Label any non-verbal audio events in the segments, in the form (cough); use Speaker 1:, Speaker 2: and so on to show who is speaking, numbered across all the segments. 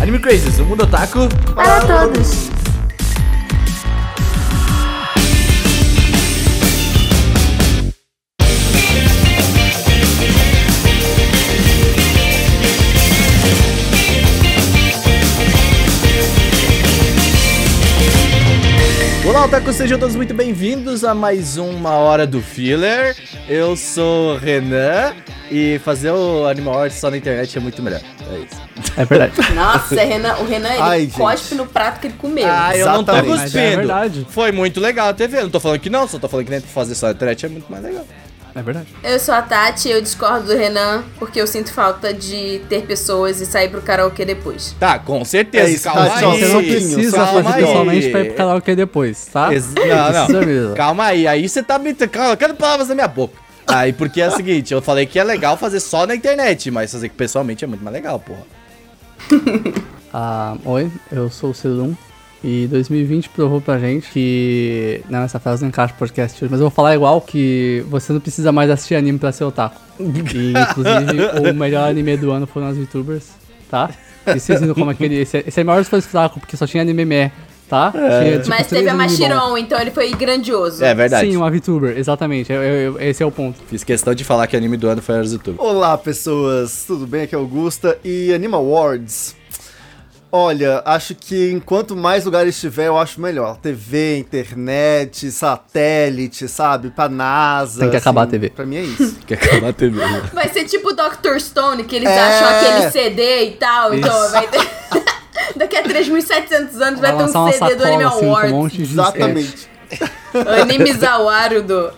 Speaker 1: Anime Crazes, o mundo otaku
Speaker 2: Para todos.
Speaker 1: Olá, otaku, sejam todos muito bem-vindos a mais uma Hora do Filler. Eu sou o Renan e fazer o Anime Awards só na internet é muito melhor. É isso.
Speaker 3: É verdade.
Speaker 2: Nossa, Renan, o Renan ele
Speaker 4: Ai,
Speaker 2: cospe
Speaker 4: gente.
Speaker 2: no prato que ele comeu.
Speaker 1: Ah, eu não tô
Speaker 4: Exatamente.
Speaker 3: Mas é
Speaker 1: cuspindo.
Speaker 3: verdade.
Speaker 1: Foi muito legal a TV, não tô falando que não, só tô falando que nem fazer só na internet é muito mais legal.
Speaker 3: É verdade.
Speaker 2: Eu sou a Tati, eu discordo do Renan porque eu sinto falta de ter pessoas e sair pro karaokê depois.
Speaker 1: Tá, com certeza,
Speaker 4: É isso,
Speaker 1: calma
Speaker 4: tá,
Speaker 1: aí.
Speaker 4: só-
Speaker 3: Você não precisa
Speaker 1: calma
Speaker 3: fazer
Speaker 1: aí.
Speaker 3: pessoalmente pra ir pro karaokê depois, tá?
Speaker 1: Ex- Não,
Speaker 3: Precisa
Speaker 1: não.
Speaker 3: mesmo.
Speaker 1: Calma aí, aí você tá me colocando palavras na minha boca. Aí, porque é o seguinte, eu falei que é legal fazer só na internet, mas fazer pessoalmente é muito mais legal, porra.
Speaker 3: Ah, oi, eu sou o Celum. E 2020 provou pra gente que. né, Não, essa frase não encaixa no podcast hoje, mas eu vou falar igual que você não precisa mais assistir anime pra ser otaku. E,
Speaker 1: (laughs)
Speaker 3: inclusive, o melhor anime do ano foram as VTubers, tá? E vocês viram como aquele. Esse, esse é o maior dos fraco, porque só tinha anime meh, tá? Tinha, tipo,
Speaker 2: Mas
Speaker 3: três
Speaker 2: teve a
Speaker 3: anime bom.
Speaker 2: Machiron, então ele foi grandioso.
Speaker 1: É verdade.
Speaker 3: Sim, uma VTuber, exatamente. eu- eu- eu- esse é o ponto.
Speaker 1: Fiz questão de falar que o anime do ano foi o YouTube.
Speaker 4: Olá, pessoas. Tudo bem? Aqui é Augusta e Animal Awards. Olha, acho que enquanto mais lugares tiver, eu acho melhor. TV, internet, satélite, sabe? Pra NASA.
Speaker 3: Tem que acabar a TV.
Speaker 4: Pra mim é
Speaker 1: (laughs)
Speaker 4: isso.
Speaker 1: Que acabar a TV.
Speaker 2: Vai ser tipo o Dr. Stone, que eles
Speaker 4: É.
Speaker 2: acham aquele CD e tal. Então vai ter. (laughs) Daqui a 3.700 anos vai,
Speaker 3: Vai
Speaker 2: ter
Speaker 3: lançar
Speaker 2: um
Speaker 3: uma
Speaker 2: CD do
Speaker 3: sacola,
Speaker 2: Animal
Speaker 3: assim, com um
Speaker 2: Awards.
Speaker 3: monte de disquete.
Speaker 4: Exatamente.
Speaker 2: Anime Zawaru
Speaker 3: (laughs)
Speaker 2: do.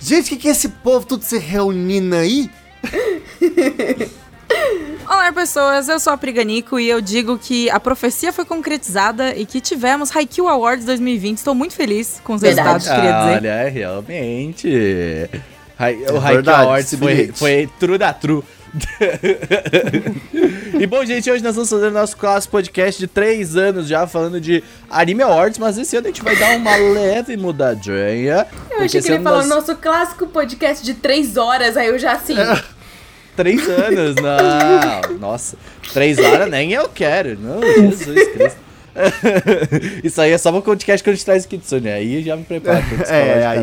Speaker 4: Gente, o que, que é esse povo tudo se reunindo aí?
Speaker 5: Olá, pessoas. Eu sou a Priganico e eu digo que a profecia foi concretizada e que tivemos Haikyuu Awards 2020. Estou muito feliz com os
Speaker 2: Verdade.
Speaker 5: resultados,
Speaker 1: Ah,
Speaker 5: queria dizer.
Speaker 1: Olha, realmente. Hai- O Haikyuu
Speaker 4: É verdade,
Speaker 1: Awards
Speaker 4: esse
Speaker 1: foi,
Speaker 4: bilhete.
Speaker 1: foi true da true. (laughs) e bom, gente, hoje nós vamos fazer o nosso clássico podcast de 3 anos já falando de anime awards, mas esse ano a gente vai dar uma leve mudadinha.
Speaker 2: Eu achei que ele falou nosso clássico podcast de três horas, aí eu já assim.
Speaker 3: É.
Speaker 1: 3
Speaker 2: (laughs)
Speaker 1: anos, não. Nossa, 3 horas nem eu quero. Não, Jesus Cristo. (laughs) Isso aí é só um podcast que a gente traz Kitsune, aí já me
Speaker 4: (laughs)
Speaker 1: preparo pro
Speaker 4: É,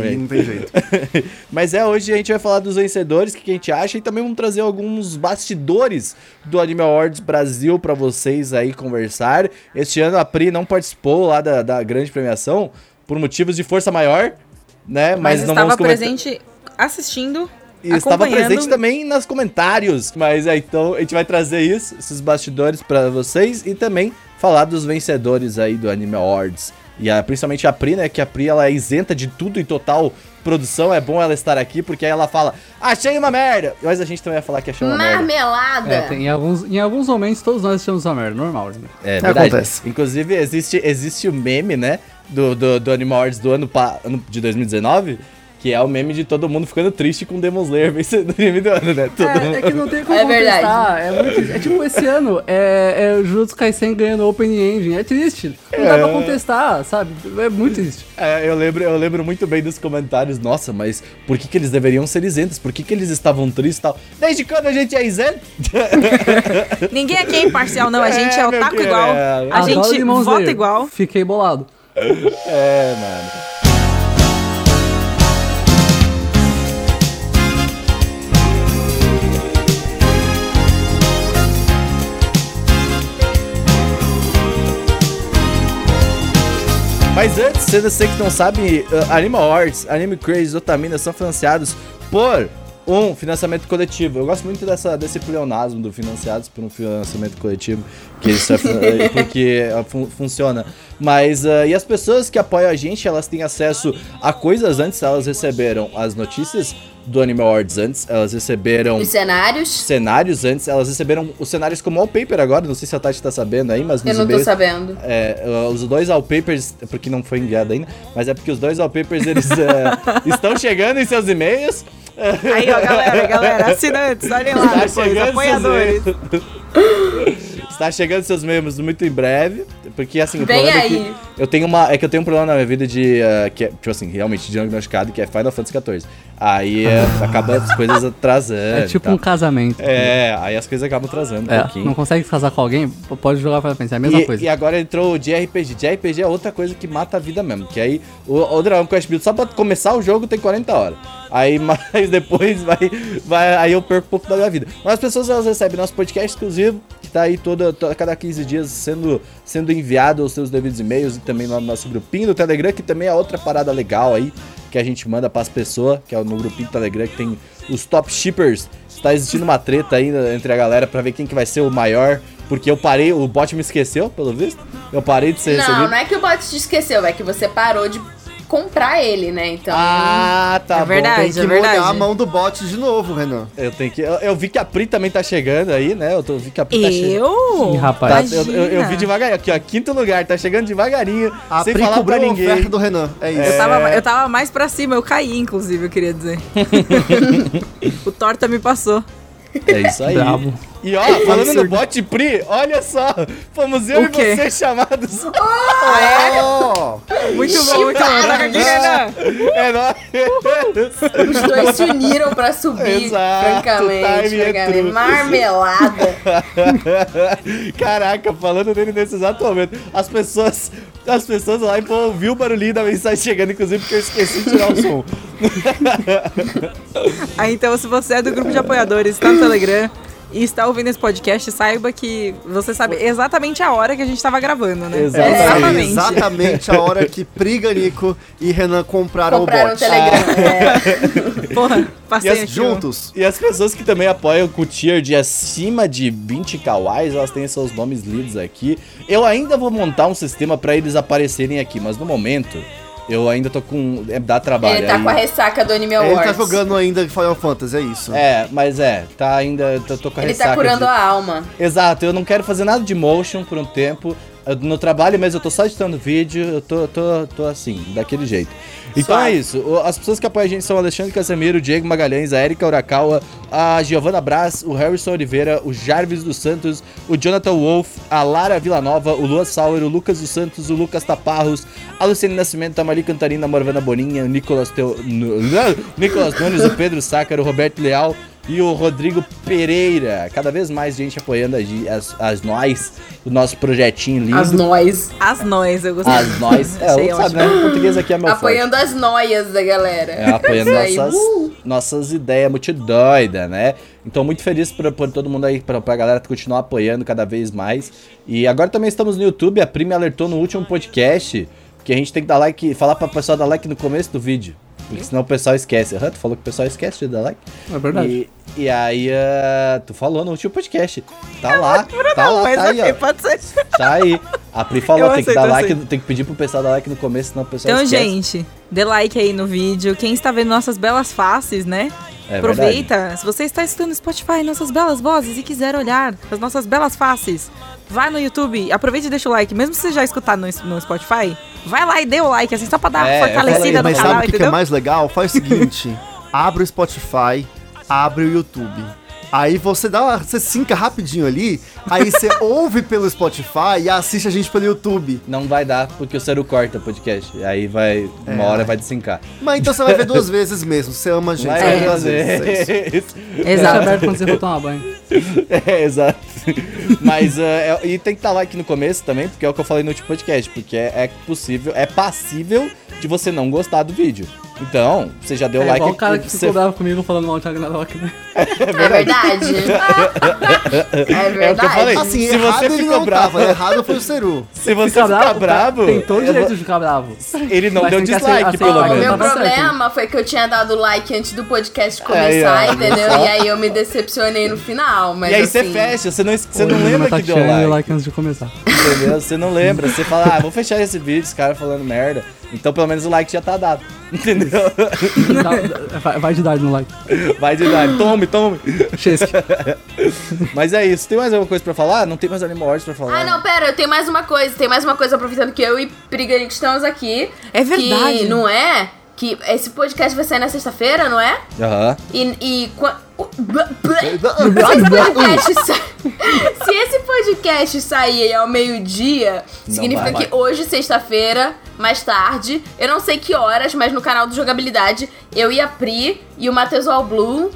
Speaker 1: psicologicamente.
Speaker 4: aí não tem jeito.
Speaker 1: (laughs) Mas é, hoje a gente vai falar dos vencedores, o que que a gente acha, e também vamos trazer alguns bastidores do Anime Awards Brasil pra vocês aí conversar. Este ano a Pri não participou lá da, da grande premiação por motivos de força maior, né? Mas,
Speaker 5: Mas,
Speaker 1: não
Speaker 5: estava
Speaker 1: vamos comentar.
Speaker 5: presente assistindo,
Speaker 1: E estava
Speaker 5: acompanhando.
Speaker 1: presente também nos comentários. Mas é, então a gente vai trazer isso, esses bastidores pra vocês e também falar dos vencedores aí do Anime Awards. E a- principalmente a Pri, né? Que a Pri ela é isenta de tudo e total produção. É bom ela estar aqui, porque aí ela fala: Achei uma merda! Mas a gente também vai falar que achou uma merda.
Speaker 2: Marmelada!
Speaker 3: É, tem, em, alguns, em alguns momentos todos nós achamos uma merda, normal. Né?
Speaker 1: É verdade.
Speaker 4: Acontece.
Speaker 1: Inclusive, existe, existe o meme, né? Do, do, do Anime Awards do ano, pa- ano de 2019. Que é o meme de todo mundo ficando triste com o Demon Slayer (laughs) vencendo o anime do ano, né? Todo mundo-
Speaker 3: (laughs) É, que não tem como
Speaker 2: É verdade.
Speaker 3: contestar, É, muito, é tipo, esse ano é, é o Jujutsu Kaisen ganhando Open Engine. É triste. Não dá pra contestar, sabe? É muito triste.
Speaker 1: É, eu lembro, eu lembro muito bem dos comentários. Nossa, mas por que, que eles deveriam ser isentos? Por que, que eles estavam tristes e tal? Desde quando a gente é isento?
Speaker 5: Ninguém aqui é
Speaker 1: (laughs)
Speaker 5: imparcial, não. A gente é,
Speaker 1: É, meu
Speaker 5: otaku
Speaker 1: Deus.
Speaker 5: igual. A
Speaker 3: Adoro
Speaker 5: gente
Speaker 3: Demon
Speaker 5: vota
Speaker 3: Slayer.
Speaker 5: igual.
Speaker 3: Fiquei bolado.
Speaker 1: É, mano. Mas antes, se você que não sabe, uh, Anime Awards, Anime Crazy, Otamina são financiados por um financiamento coletivo. Eu gosto muito dessa, desse pleonasmo do financiados por um financiamento coletivo, que isso é, fu- (laughs) eh, porque eh, fun- funciona. Mas, uh, e as pessoas que apoiam a gente, elas têm acesso a coisas antes, elas receberam as notícias do Anime Awards antes, elas receberam
Speaker 2: Os cenários?
Speaker 1: cenários antes, elas receberam os cenários como wallpaper agora, não sei se a Tati tá sabendo aí, mas
Speaker 2: Eu
Speaker 1: nos
Speaker 2: não tô
Speaker 1: e-mails-
Speaker 2: sabendo.
Speaker 1: é, os dois wallpapers, é porque não foi enviado ainda, mas é porque os dois wallpapers eles
Speaker 2: (laughs)
Speaker 1: é, estão chegando em seus e-mails.
Speaker 5: (laughs) Aí, ó, galera, galera, assinantes, olhem lá,
Speaker 1: Tá
Speaker 5: depois,
Speaker 1: chegando em seus
Speaker 5: apoiadores.
Speaker 1: e-mails. Tá chegando seus membros muito em breve, porque assim, o
Speaker 2: Vem
Speaker 1: problema
Speaker 2: aí.
Speaker 1: é que eu tenho uma, é que eu tenho um problema na minha vida de eh, que é, tipo assim, realmente diagnosticado que é Final Fantasy XIV. Aí eh, acaba as
Speaker 2: (laughs)
Speaker 1: coisas atrasando.
Speaker 3: É tipo
Speaker 1: tá?
Speaker 3: um casamento.
Speaker 1: É, aí as coisas acabam atrasando um
Speaker 3: É,
Speaker 1: pouquinho.
Speaker 3: não consegue se casar com alguém, p- pode jogar pra frente, é a mesma
Speaker 1: e,
Speaker 3: coisa.
Speaker 1: e agora entrou o JRPG. JRPG é outra coisa que mata a vida mesmo. Que aí o, o Dragon Quest Build, só pra começar o jogo, tem 40 horas. Aí, (laughs) mas depois vai, vai. Aí eu perco um pouco da minha vida. Mas as pessoas elas recebem nosso podcast exclusivo, que tá aí toda, toda- cada 15 dias sendo, sendo enviado os seus devidos e-mails e também lá no nosso grupinho do Telegram, que também é outra parada legal aí que a gente manda pras pessoas, que é no grupinho do Telegram que tem os top shippers. Tá existindo uma treta ainda entre a galera pra ver quem que vai ser o maior, porque eu parei, o bot me esqueceu, pelo visto. Eu parei de ser
Speaker 2: Não,
Speaker 1: recebido.
Speaker 2: não é que o bot te esqueceu, é que você parou de comprar ele, né? Então.
Speaker 1: Ah, tá
Speaker 5: É
Speaker 1: bom.
Speaker 5: verdade.
Speaker 4: Tem que
Speaker 5: é
Speaker 4: molhar
Speaker 5: verdade.
Speaker 4: a mão do bot de novo, Renan.
Speaker 1: Eu tenho que eu, eu vi que a Pri também tá chegando aí, né? Eu, tô, vi que a Pri tá chegando.
Speaker 5: Eu?
Speaker 3: Ih, rapaz.
Speaker 1: Tá, eu, eu- eu
Speaker 5: Imagina.
Speaker 1: vi devagarinho, aqui ó, quinto lugar, tá chegando devagarinho,
Speaker 4: A
Speaker 1: sem
Speaker 4: Pri
Speaker 1: falar pra
Speaker 4: cobriu a
Speaker 1: ninguém.
Speaker 4: oferta do Renan. É isso.
Speaker 5: Eu tava, eu tava mais pra cima, eu caí, inclusive, eu queria
Speaker 1: (laughs)
Speaker 5: dizer. o Torta me passou.
Speaker 1: É isso aí.
Speaker 3: Brabo.
Speaker 1: E ó, falando no bot Pri, olha só, fomos eu
Speaker 5: O
Speaker 1: e
Speaker 5: quê?
Speaker 1: você chamados
Speaker 4: Oh!
Speaker 5: Muito bom, Tá muito bom. Toca aqui, Renan.
Speaker 1: É nóis.
Speaker 2: Os dois se uniram pra subir,
Speaker 1: (laughs) Exato,
Speaker 2: francamente.
Speaker 1: time é
Speaker 2: pra ganhar
Speaker 1: tudo. (laughs)
Speaker 2: Marmelada.
Speaker 1: (laughs) Caraca, falando dele nesse exato momento. As pessoas, as pessoas lá vão ouvir o barulhinho da mensagem chegando, inclusive, porque eu esqueci de tirar o som.
Speaker 5: Ah, então, se você é do grupo de apoiadores, está no Telegram e está ouvindo esse podcast, saiba que você sabe exatamente a hora que a gente tava gravando, né?
Speaker 1: Exatamente.
Speaker 4: É exatamente a hora que Priganico e Renan compraram,
Speaker 2: Compraram
Speaker 4: o
Speaker 2: o
Speaker 4: bot.
Speaker 2: Telegram.
Speaker 1: Ah,
Speaker 2: é.
Speaker 5: (laughs) Porra,
Speaker 1: E
Speaker 5: passei
Speaker 1: as
Speaker 5: aqui. ó.
Speaker 4: Juntos.
Speaker 1: E as pessoas que também apoiam com o tier de acima de 20 kawais, elas têm seus nomes lidos aqui. Eu ainda vou montar um sistema pra eles aparecerem aqui, mas no momento eu ainda tô com. é, dá trabalho.
Speaker 2: Ele tá
Speaker 1: aí-
Speaker 2: com a ressaca do Anime
Speaker 4: Ele
Speaker 2: Awards.
Speaker 4: tá jogando ainda Final Fantasy, é isso.
Speaker 1: É, mas é, tá ainda. Tô, tô com a
Speaker 2: Ele
Speaker 1: ressaca
Speaker 2: tá curando
Speaker 1: de-
Speaker 2: a alma.
Speaker 1: Exato, eu não quero fazer nada de motion por um tempo. Eu- No trabalho mesmo, eu tô só editando vídeo, eu tô, tô, tô assim, daquele jeito. Então
Speaker 2: Suave.
Speaker 1: é isso. o- As pessoas que apoiam a gente são o Alexandre Casemiro, o Diego Magalhães, a Erika Urakawa, a Giovana Braz, o Harrison Oliveira, o Jarvis dos Santos, o Jonathan Wolf, a Lara Villanova, o Luan Sauer, o Lucas dos Santos, o Lucas Taparros, a Luciane Nascimento, a Mari Cantarina, a Morvana Boninha, o Nicolas, Teo... N- N- (laughs) Nicolas Nunes, o Pedro Sácaro, o Roberto Leal e o Rodrigo Pereira. Cada vez mais gente apoiando a gi- as, as nós, o nosso projetinho lindo.
Speaker 2: As nós.
Speaker 5: As nós, eu gostei.
Speaker 1: As nós. É,
Speaker 5: Achei
Speaker 1: eu sabe, né? O português aqui é meu forte.
Speaker 2: apoiando as noias da galera.
Speaker 1: É, apoiando
Speaker 2: Isso aí,
Speaker 1: nossas,
Speaker 2: uh.
Speaker 1: nossas ideias muito doida, né? Então, muito feliz pra, por todo mundo aí, pra, pra galera continuar apoiando cada vez mais. E agora também estamos no YouTube, a Pri me alertou no último podcast que a gente tem que dar like, falar pra pessoal dar like no começo do vídeo. Porque senão o pessoal esquece. Aham, tu falou que o pessoal esquece de dar like.
Speaker 3: É verdade.
Speaker 1: E, e aí, ah, tu falou no último podcast. Tá lá, tá lá,
Speaker 5: Mas
Speaker 1: tá aí,
Speaker 5: ok,
Speaker 1: ó.
Speaker 5: pode ser.
Speaker 1: Tá aí. A Pri falou,
Speaker 5: (laughs) Eu
Speaker 1: tem que
Speaker 5: aceito,
Speaker 1: dar
Speaker 5: eu
Speaker 1: like,
Speaker 5: aceito.
Speaker 1: tem que pedir pro pessoal dar like no começo, senão o pessoal
Speaker 5: Então,
Speaker 1: esquece.
Speaker 5: gente, dê like aí no vídeo. Quem está vendo nossas belas faces, né?
Speaker 1: É
Speaker 5: Aproveita. Se você está escutando no Spotify nossas belas vozes e quiser olhar as nossas belas faces, vai no YouTube, aproveita e deixa o like. Mesmo se você já escutar no, no Spotify, vai lá e dê o like, assim, só pra dar uma
Speaker 1: É,
Speaker 5: fortalecida
Speaker 1: eu falei,
Speaker 5: no
Speaker 4: Mas
Speaker 5: canal,
Speaker 4: sabe o que, que é
Speaker 5: entendeu?
Speaker 4: mais legal? Faz o
Speaker 1: (laughs)
Speaker 4: seguinte: abre o Spotify, abre o YouTube. Aí você dá uma, você sinca rapidinho ali,
Speaker 1: (laughs)
Speaker 4: aí você ouve pelo Spotify e assiste a gente pelo YouTube.
Speaker 1: Não vai dar, porque o Ciro corta o podcast. Aí vai,
Speaker 3: É,
Speaker 1: uma hora vai desincar.
Speaker 4: Mas então você vai ver duas
Speaker 1: (laughs)
Speaker 4: vezes mesmo, você ama a gente.
Speaker 1: Vai
Speaker 4: você vai ver duas vezes, é isso.
Speaker 1: vezes.
Speaker 3: Deixa
Speaker 5: Exato.
Speaker 3: aberto quando você for tomar banho.
Speaker 1: (laughs) É, exato. Mas, eh, é- e tem que estar lá aqui no começo também, porque é o que eu falei no último podcast, porque é, é possível, é passível de você não gostar do vídeo. Então, você já deu
Speaker 3: é
Speaker 1: like
Speaker 3: igual o cara
Speaker 1: aqui,
Speaker 3: que
Speaker 1: você-
Speaker 3: ficou bravo comigo falando mal de Ragnarok, né?
Speaker 2: É verdade.
Speaker 1: (laughs) É
Speaker 2: é
Speaker 1: o que eu
Speaker 2: verdade.
Speaker 1: falei. (laughs)
Speaker 4: Assim,
Speaker 1: Se
Speaker 4: errado
Speaker 1: você
Speaker 4: ele
Speaker 1: ficou
Speaker 4: não
Speaker 1: bravo.
Speaker 4: tava, errado foi o Seru.
Speaker 1: Se você ficar bravo,
Speaker 3: Tem todo o
Speaker 1: eu
Speaker 3: direito
Speaker 1: vou-
Speaker 3: de ficar bravo.
Speaker 1: (laughs) ele não
Speaker 3: Mas
Speaker 1: deu
Speaker 3: tem que
Speaker 1: dislike,
Speaker 3: aceitar-
Speaker 1: pelo
Speaker 3: aceitar
Speaker 2: O
Speaker 3: Tá
Speaker 2: meu
Speaker 1: menos.
Speaker 3: certo.
Speaker 2: problema foi que eu tinha dado like antes do podcast
Speaker 1: Aí,
Speaker 2: começar,
Speaker 1: ó.
Speaker 2: entendeu? E aí eu me decepcionei no final, mas
Speaker 1: E aí
Speaker 2: assim,
Speaker 1: você fecha, você não, você não
Speaker 3: Hoje o
Speaker 1: lembra
Speaker 3: Renan tá
Speaker 1: que deu
Speaker 3: tirando
Speaker 1: like.
Speaker 3: like antes de começar.
Speaker 1: Entendeu? Você não lembra. Você fala, ah, vou fechar esse vídeo, esse cara falando merda. Então pelo menos o like já tá dado. (laughs) Entendeu?
Speaker 3: Dá- Tá, vai, vai de idade no like.
Speaker 1: Vai de like. Tome, tome.
Speaker 2: (laughs)
Speaker 3: Chesky.
Speaker 1: Mas é isso. Tem mais alguma coisa pra falar? Não tem mais Animal Wars pra falar.
Speaker 2: Ah, não, pera, eu tenho mais uma coisa. Tem mais uma coisa, aproveitando que eu e Priganic estamos aqui.
Speaker 5: É verdade.
Speaker 2: Que não é? Que esse podcast vai sair na sexta-feira, não é?
Speaker 1: Aham. tá- (laughs)
Speaker 2: E. e qua- o- blá, blá. (laughs) Se esse podcast sai- Se esse podcast sair ao meio-dia,
Speaker 1: Não
Speaker 2: significa
Speaker 1: vai,
Speaker 2: que
Speaker 1: vai.
Speaker 2: hoje, sexta-feira, mais tarde, eu não sei que horas, mas no canal do Jogabilidade, eu e a Pri e o Matheus All Blue.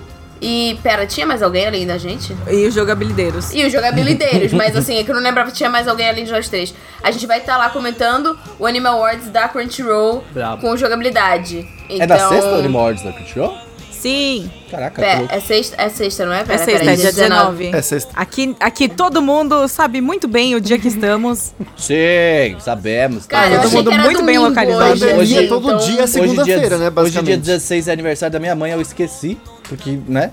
Speaker 2: E, pera, tinha mais alguém além da gente?
Speaker 5: E os jogabilideiros.
Speaker 2: E os jogabilideiros, mas assim, é que eu não lembrava que tinha mais alguém além de nós três. A gente vai estar lá comentando o Animal Awards da Crunchyroll
Speaker 3: Brabo.
Speaker 2: com jogabilidade. Então,
Speaker 1: É da sexta ou Animal Ordens da Crunchyroll?
Speaker 5: Sim,
Speaker 1: Caraca,
Speaker 2: Pé,
Speaker 1: pelo-
Speaker 2: é sexta, é sexta, não é?
Speaker 5: é
Speaker 2: Pera,
Speaker 5: sexta,
Speaker 2: pera,
Speaker 5: é dia 19.
Speaker 4: É sexta.
Speaker 5: Aqui, aqui todo mundo sabe muito bem o dia que estamos.
Speaker 1: Sim, sabemos.
Speaker 2: Cara,
Speaker 1: tá?
Speaker 2: eu
Speaker 5: Todo
Speaker 2: achei
Speaker 5: mundo
Speaker 2: que era
Speaker 5: muito bem
Speaker 2: domingo
Speaker 5: localizado.
Speaker 2: hoje,
Speaker 1: Hoje-
Speaker 2: gente,
Speaker 4: é todo
Speaker 2: então-
Speaker 4: dia, segunda-feira, né,
Speaker 1: Hoje, dia
Speaker 4: basicamente.
Speaker 1: 16, é aniversário da minha mãe, eu esqueci. Porque, né?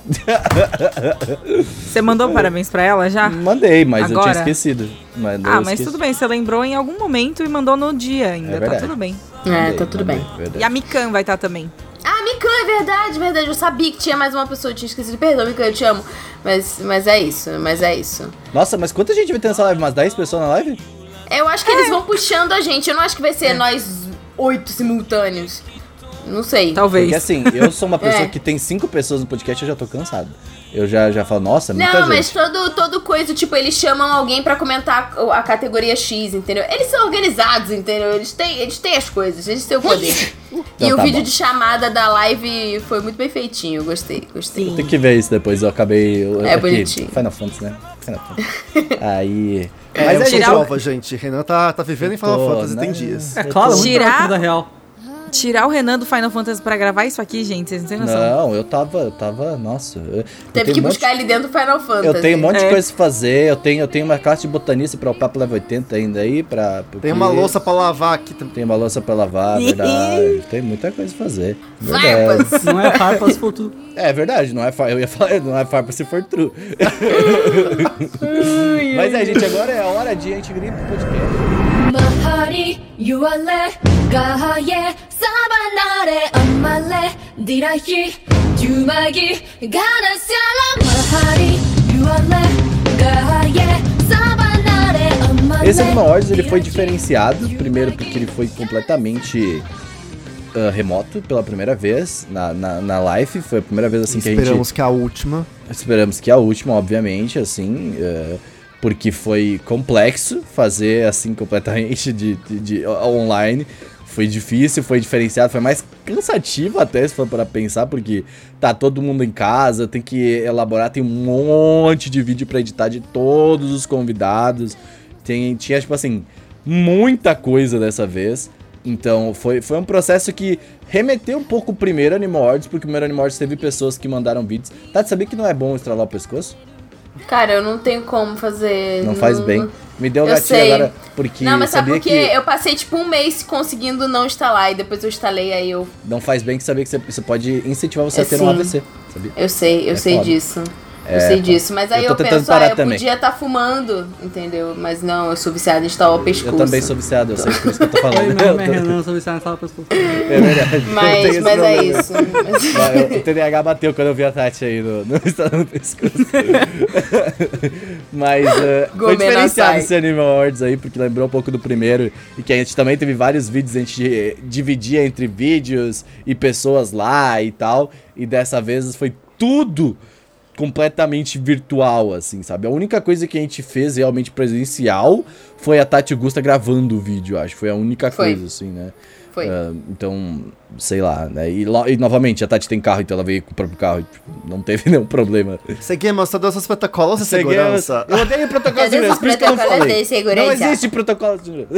Speaker 5: Você
Speaker 4: (laughs)
Speaker 5: mandou parabéns pra ela já?
Speaker 1: (laughs)
Speaker 2: Ah.
Speaker 1: Mandei, mas eu tinha
Speaker 5: Agora?
Speaker 1: esquecido. Mas
Speaker 5: Ah, mas tudo bem, você lembrou em algum momento e mandou no dia ainda,
Speaker 1: É
Speaker 5: tá
Speaker 1: verdade.
Speaker 5: tudo bem.
Speaker 2: É, tá tudo bem.
Speaker 5: E a Mikan vai estar também.
Speaker 2: Ah, Mikan, é verdade, verdade. Eu sabia que tinha mais uma pessoa, eu tinha esquecido. Perdão, Mikan, eu te amo. Mas, mas é isso, mas é isso.
Speaker 1: Nossa, mas quanta gente vai ter nessa live? Umas 10 pessoas na live?
Speaker 2: Eu acho que eles
Speaker 5: É.
Speaker 2: vão puxando a gente. Eu não acho que vai
Speaker 4: É.
Speaker 2: ser nós oito simultâneos. Não sei.
Speaker 4: Tá
Speaker 1: Porque
Speaker 5: Talvez.
Speaker 1: assim, eu sou uma
Speaker 2: (laughs)
Speaker 1: pessoa
Speaker 2: É.
Speaker 1: que tem 5 pessoas no podcast e eu já tô cansado. Eu já, já falo, nossa, muita
Speaker 2: Não, mas
Speaker 1: gente.
Speaker 2: todo, todo coisa, tipo, eles chamam alguém pra comentar a a categoria X, entendeu? Eles são organizados, entendeu? Eles têm, eles têm as coisas, eles têm
Speaker 1: (laughs)
Speaker 2: o poder. e
Speaker 1: Então
Speaker 2: o
Speaker 1: tá
Speaker 2: vídeo
Speaker 1: bom.
Speaker 2: de chamada da live foi muito bem feitinho, eu gostei, gostei.
Speaker 5: Sim.
Speaker 1: Tem que ver isso depois, eu acabei. Eu,
Speaker 2: É
Speaker 1: aqui,
Speaker 2: bonitinho.
Speaker 1: Final Fantasy, né? Final Fantasy.
Speaker 2: (laughs)
Speaker 1: Aí.
Speaker 4: É,
Speaker 1: Mas
Speaker 4: eu
Speaker 1: é,
Speaker 4: sou
Speaker 1: gente,
Speaker 5: tirar o-
Speaker 4: prova, gente. Renan tá, tá vivendo em Final
Speaker 1: Tô,
Speaker 4: Fantasy, tem
Speaker 1: né?
Speaker 4: dias.
Speaker 3: É claro, muito
Speaker 5: Tirar-
Speaker 3: Tirar... da real.
Speaker 5: Tirar o Renan do Final Fantasy pra gravar isso aqui, gente, vocês não têm noção.
Speaker 1: Não, eu tava, eu tava, nossa. eu- eu
Speaker 2: Teve
Speaker 1: tenho
Speaker 2: que
Speaker 1: um monte-
Speaker 2: buscar ele dentro do Final Fantasy.
Speaker 1: Eu tenho um monte de
Speaker 5: É.
Speaker 1: coisa pra fazer, eu tenho, eu tenho uma classe de botanista pra upar pro level 80 ainda aí, pra... porque
Speaker 4: Tem uma louça pra lavar aqui também.
Speaker 1: Tem uma louça pra lavar, verdade. tem muita coisa pra fazer. Verdade.
Speaker 2: Farpas.
Speaker 3: Não é farpa se for
Speaker 1: (laughs)
Speaker 3: tudo.
Speaker 1: É verdade, não é farpa, eu ia falar, (laughs) não é farpa se for true. (laughs) Mas é, gente, agora é a hora de a gente vir pro podcast.
Speaker 6: 回り言われがはえさばなれあまれディラヒゆまぎがなしゃら回り言われがはえさばなれあまれ
Speaker 1: Esse Animal Wars, ele foi diferenciado, primeiro porque ele foi completamente... ah, remoto pela primeira vez na, na, na live, foi a primeira vez assim que a gente
Speaker 4: Esperamos que
Speaker 1: (laughs)
Speaker 4: a última.
Speaker 1: Esperamos que a última, obviamente, assim, eh, porque foi complexo fazer assim completamente de, de- de o- online. Foi difícil, foi diferenciado, foi mais cansativo até, se for para pensar, porque tá todo mundo em casa, tem que elaborar, tem um monte de vídeo pra editar de todos os convidados. Tem, tinha, tipo assim, muita coisa dessa vez. Então, foi, foi um processo que remeteu um pouco o primeiro Animal Wars, porque o primeiro Animal Wars teve pessoas que mandaram vídeos. Tá, sabia que não é bom estralar o pescoço?
Speaker 2: Cara, eu não tenho como fazer.
Speaker 1: Não faz bem. Me deu um
Speaker 2: Hum, Eu
Speaker 1: gatilho
Speaker 2: sei.
Speaker 1: agora, porque
Speaker 2: não, mas sabe
Speaker 1: sabia
Speaker 2: por quê?
Speaker 1: que...
Speaker 2: Eu passei tipo um mês conseguindo não instalar e depois eu instalei, aí eu,
Speaker 1: Não faz bem que sabia que você, isso pode incentivar você
Speaker 2: É
Speaker 1: a ter
Speaker 2: sim.
Speaker 1: um AVC, sabia?
Speaker 2: eu sei, eu
Speaker 1: É
Speaker 2: sei
Speaker 1: foda. É
Speaker 2: disso. Eu sei disso, mas aí
Speaker 1: Eu
Speaker 2: eu,
Speaker 1: tô tentando
Speaker 2: penso,
Speaker 1: parar
Speaker 2: ah, eu
Speaker 1: também.
Speaker 2: podia estar fumando, entendeu? Mas não, eu sou viciada em instalar o pescoço.
Speaker 1: Eu também sou viciado, eu sei por isso que eu tô falando.
Speaker 3: Oi, meu nome é
Speaker 1: (laughs) Eu tô-
Speaker 3: Renan, sou viciado em falar pessoas.
Speaker 1: É verdade. eu tenho
Speaker 2: Mas,
Speaker 1: esse
Speaker 2: mas é
Speaker 1: problema.
Speaker 2: isso. (laughs) Mas-
Speaker 1: Ah, eu- O TDAH bateu quando eu vi a Tati aí no, (laughs) no estado do pescoço. Mas eh, foi
Speaker 2: Gomenasai.
Speaker 1: diferenciado esse Animal Awards aí, porque lembrou um pouco do primeiro. E que a gente também teve vários vídeos, a gente eh, dividia entre vídeos e pessoas lá e tal. E dessa vez foi tudo completamente virtual, assim, sabe? A única coisa que a gente fez realmente presencial foi a Tati Gusta gravando o vídeo, acho. Foi a única
Speaker 2: Foi.
Speaker 1: coisa, assim, né?
Speaker 2: Foi.
Speaker 1: Ah, então, sei lá, né? E, lo- e, novamente, a Tati tem carro, então ela veio com o próprio carro. e, tipo, não teve (laughs) nenhum problema.
Speaker 4: Seguimos todos os protocolos de segurança. (laughs)
Speaker 1: Eu odeio protocolo de
Speaker 2: Cadê
Speaker 1: segurança,
Speaker 2: os
Speaker 1: por isso que eu não
Speaker 2: protocolos
Speaker 1: falei.
Speaker 2: é de segurança?
Speaker 1: Não existe protocolo de segurança.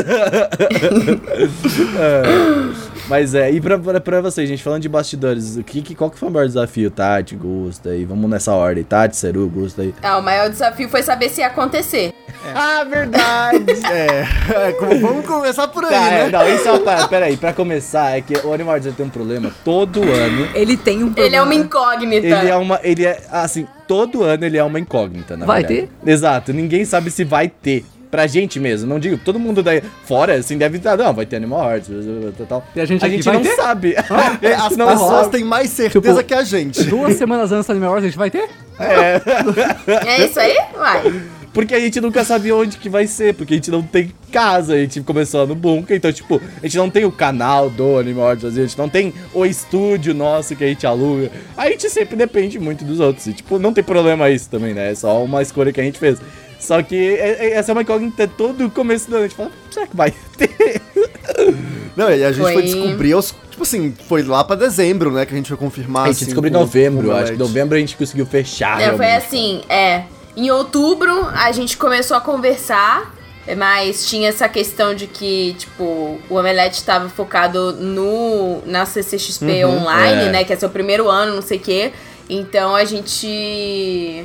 Speaker 1: (laughs) Ah, mas é, e pra, pra, pra vocês, gente, falando de bastidores, o que, que- qual que foi o maior desafio? Tati, Gusta aí, vamos nessa ordem. Tati, Seru, Gusta aí.
Speaker 2: Ah, o maior desafio foi saber se ia acontecer.
Speaker 4: Ah, verdade! é, é, como- vamos começar por aí,
Speaker 1: Tá, (laughs) é,
Speaker 4: né?
Speaker 1: não, isso é uma parada. Peraí, pra começar, é que o Animal Arts tem um problema todo ano.
Speaker 5: Ele tem um problema.
Speaker 2: Ele é uma incógnita.
Speaker 1: Uhum. Ele é uma. Ele é. Assim, todo ano ele é uma incógnita, na
Speaker 3: Vai
Speaker 1: verdade. Exato, ninguém sabe se vai ter. Pra gente mesmo, não digo, todo mundo daí fora, assim, deve estar, não, vai ter Animal Hearts, tal, tal.
Speaker 3: E a gente aqui, vai
Speaker 1: não
Speaker 3: ter? Ah,
Speaker 1: sabe.
Speaker 4: É, As
Speaker 1: Não
Speaker 4: pessoas
Speaker 1: rola.
Speaker 4: têm mais certeza
Speaker 3: Tipo,
Speaker 4: que
Speaker 1: (laughs)
Speaker 4: a gente.
Speaker 3: Duas semanas antes do Animal Wars a gente vai ter?
Speaker 2: É isso aí? Uai.
Speaker 1: Porque a gente nunca sabia onde que vai ser, porque a gente não tem casa, a gente começou lá no bunker, então, tipo, a gente não tem o canal do Animal Hearts Brasil, a gente não tem o estúdio nosso que a gente aluga. A gente sempre depende muito dos outros, e, tipo, não tem problema isso também, né? É só uma escolha que a gente fez. Só que é- é- essa é uma incógnita todo o começo do ano. A gente fala, será que vai ter?
Speaker 4: Não, e a gente foi,
Speaker 2: Foi-
Speaker 4: descobrir aos. Tipo assim, foi lá pra dezembro, né? Que a gente foi confirmar.
Speaker 1: A gente
Speaker 4: assim,
Speaker 1: descobriu em
Speaker 4: o- o
Speaker 1: novembro, eu
Speaker 4: Omelete.
Speaker 1: acho que em novembro a gente conseguiu fechar.
Speaker 2: É, foi
Speaker 1: realmente.
Speaker 2: assim, é. Em outubro a gente começou a conversar, mas tinha essa questão de que, tipo, o Omelete estava focado no na CCXP online,
Speaker 1: é.
Speaker 2: né? Que é seu primeiro ano, não sei o quê. Então a gente.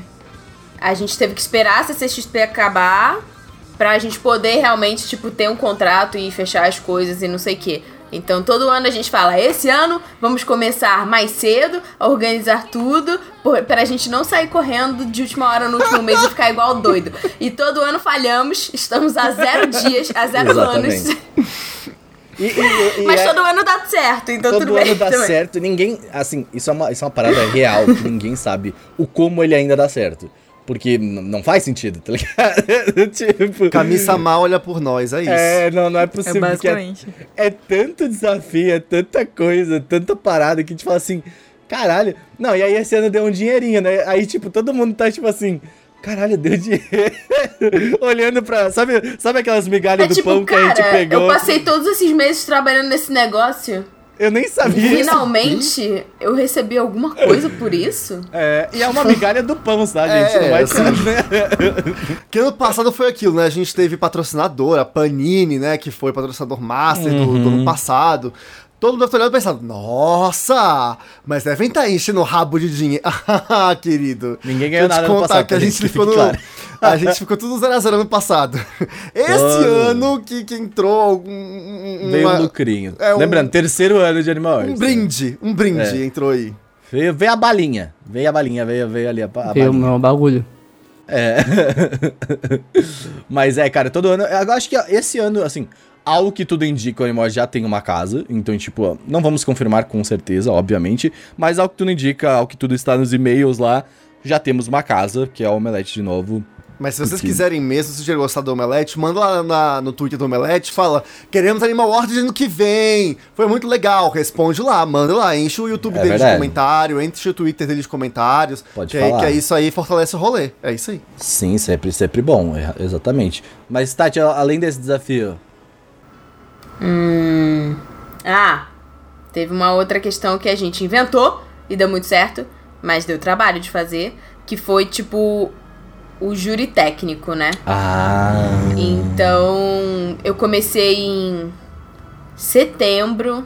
Speaker 2: A gente teve que esperar a CCXP acabar pra gente poder realmente, tipo, ter um contrato e fechar as coisas e não sei o quê. Então todo ano a gente fala, esse ano vamos começar mais cedo, a organizar tudo, por, pra gente não sair correndo de última hora no último mês e ficar igual doido. E todo ano falhamos, estamos a zero dias, a zero
Speaker 1: Exatamente.
Speaker 2: anos.
Speaker 1: E, e- e- e
Speaker 2: (laughs) Mas
Speaker 1: é-
Speaker 2: todo ano dá certo, então
Speaker 1: todo
Speaker 2: tudo bem.
Speaker 1: ano dá
Speaker 2: também.
Speaker 1: certo. Ninguém. Assim, isso é, uma, isso é uma parada real que ninguém sabe o como ele ainda dá certo. Porque n- não faz sentido, tá ligado? (laughs) tipo.
Speaker 4: Camisa mal olha por nós, é isso.
Speaker 1: É, não, não é
Speaker 5: É
Speaker 1: possível. porque é,
Speaker 5: basicamente.
Speaker 1: é tanto desafio, é tanta coisa, tanta parada que a gente fala assim, caralho. Não, e aí esse ano deu um dinheirinho, né? Aí, tipo, todo mundo tá tipo assim. Caralho, deu dinheiro. (laughs) Olhando pra. Sabe, sabe aquelas migalhas
Speaker 2: É
Speaker 1: do
Speaker 2: tipo,
Speaker 1: pão
Speaker 2: cara,
Speaker 1: que a gente pegou?
Speaker 2: eu passei todos esses meses trabalhando nesse negócio.
Speaker 1: Eu nem sabia.
Speaker 2: Finalmente, eu recebi alguma coisa por isso?
Speaker 1: É, e é uma migalha do pão, tá, gente?
Speaker 4: (laughs) É,
Speaker 1: não vai
Speaker 4: assim,
Speaker 1: (laughs) né?
Speaker 4: Que ano passado foi aquilo, né? A gente teve patrocinador, a Panini, né? Que foi patrocinador master do- do,
Speaker 1: Uhum.
Speaker 4: ano passado. Todo mundo deve ter olhado e pensado, nossa, mas devem estar enchendo o rabo de dinheiro. (laughs) Ah, querido.
Speaker 1: Ninguém ganhou
Speaker 4: deixa eu
Speaker 1: nada
Speaker 4: te
Speaker 1: no
Speaker 4: contar
Speaker 1: passado,
Speaker 4: que a
Speaker 1: tá,
Speaker 4: gente,
Speaker 1: gente? Que
Speaker 4: ficou no...
Speaker 1: fique claro.
Speaker 4: A gente ficou tudo 0 a 0 ano
Speaker 1: (laughs)
Speaker 4: passado. Esse
Speaker 1: Oh.
Speaker 4: ano que, que entrou algum- um,
Speaker 1: Veio
Speaker 4: uma-
Speaker 1: um lucrinho.
Speaker 4: é um-
Speaker 1: Lembrando, terceiro ano de Animal
Speaker 4: um
Speaker 1: Arts.
Speaker 4: brinde, um brinde
Speaker 1: É.
Speaker 4: entrou aí.
Speaker 1: Veio, veio a balinha. Veio a balinha, veio, veio ali a, ba- a
Speaker 3: Tem o
Speaker 1: balinha.
Speaker 3: meu bagulho.
Speaker 1: É. (laughs) Mas é, cara, todo ano. Eu acho que esse ano, assim, ao que tudo indica, o Animal já tem uma casa. Então, tipo, ó, não vamos confirmar com certeza, obviamente. Mas ao que tudo indica, ao que tudo está nos e-mails lá, já temos uma casa, que é o Omelete de novo.
Speaker 4: Mas se vocês
Speaker 1: Porque-
Speaker 4: quiserem mesmo, se vocês gostaram do Omelete, manda lá na- no Twitter do Omelete, fala, queremos Animal Order ano que vem. Foi muito legal, responde lá, manda lá, enche o YouTube
Speaker 1: É
Speaker 4: deles
Speaker 1: verdade.
Speaker 4: de comentário, enche o Twitter deles de comentários.
Speaker 1: Pode
Speaker 4: que, aí-
Speaker 1: falar.
Speaker 4: que é isso aí, fortalece o rolê. É isso aí.
Speaker 1: Sim, sempre, sempre bom, é, exatamente. Mas, Tati, a- além desse desafio.
Speaker 2: Ah, teve uma outra questão que a gente inventou e deu muito certo, mas deu trabalho de fazer, que foi tipo o júri técnico, né?
Speaker 1: Ah.
Speaker 2: Então, eu comecei em setembro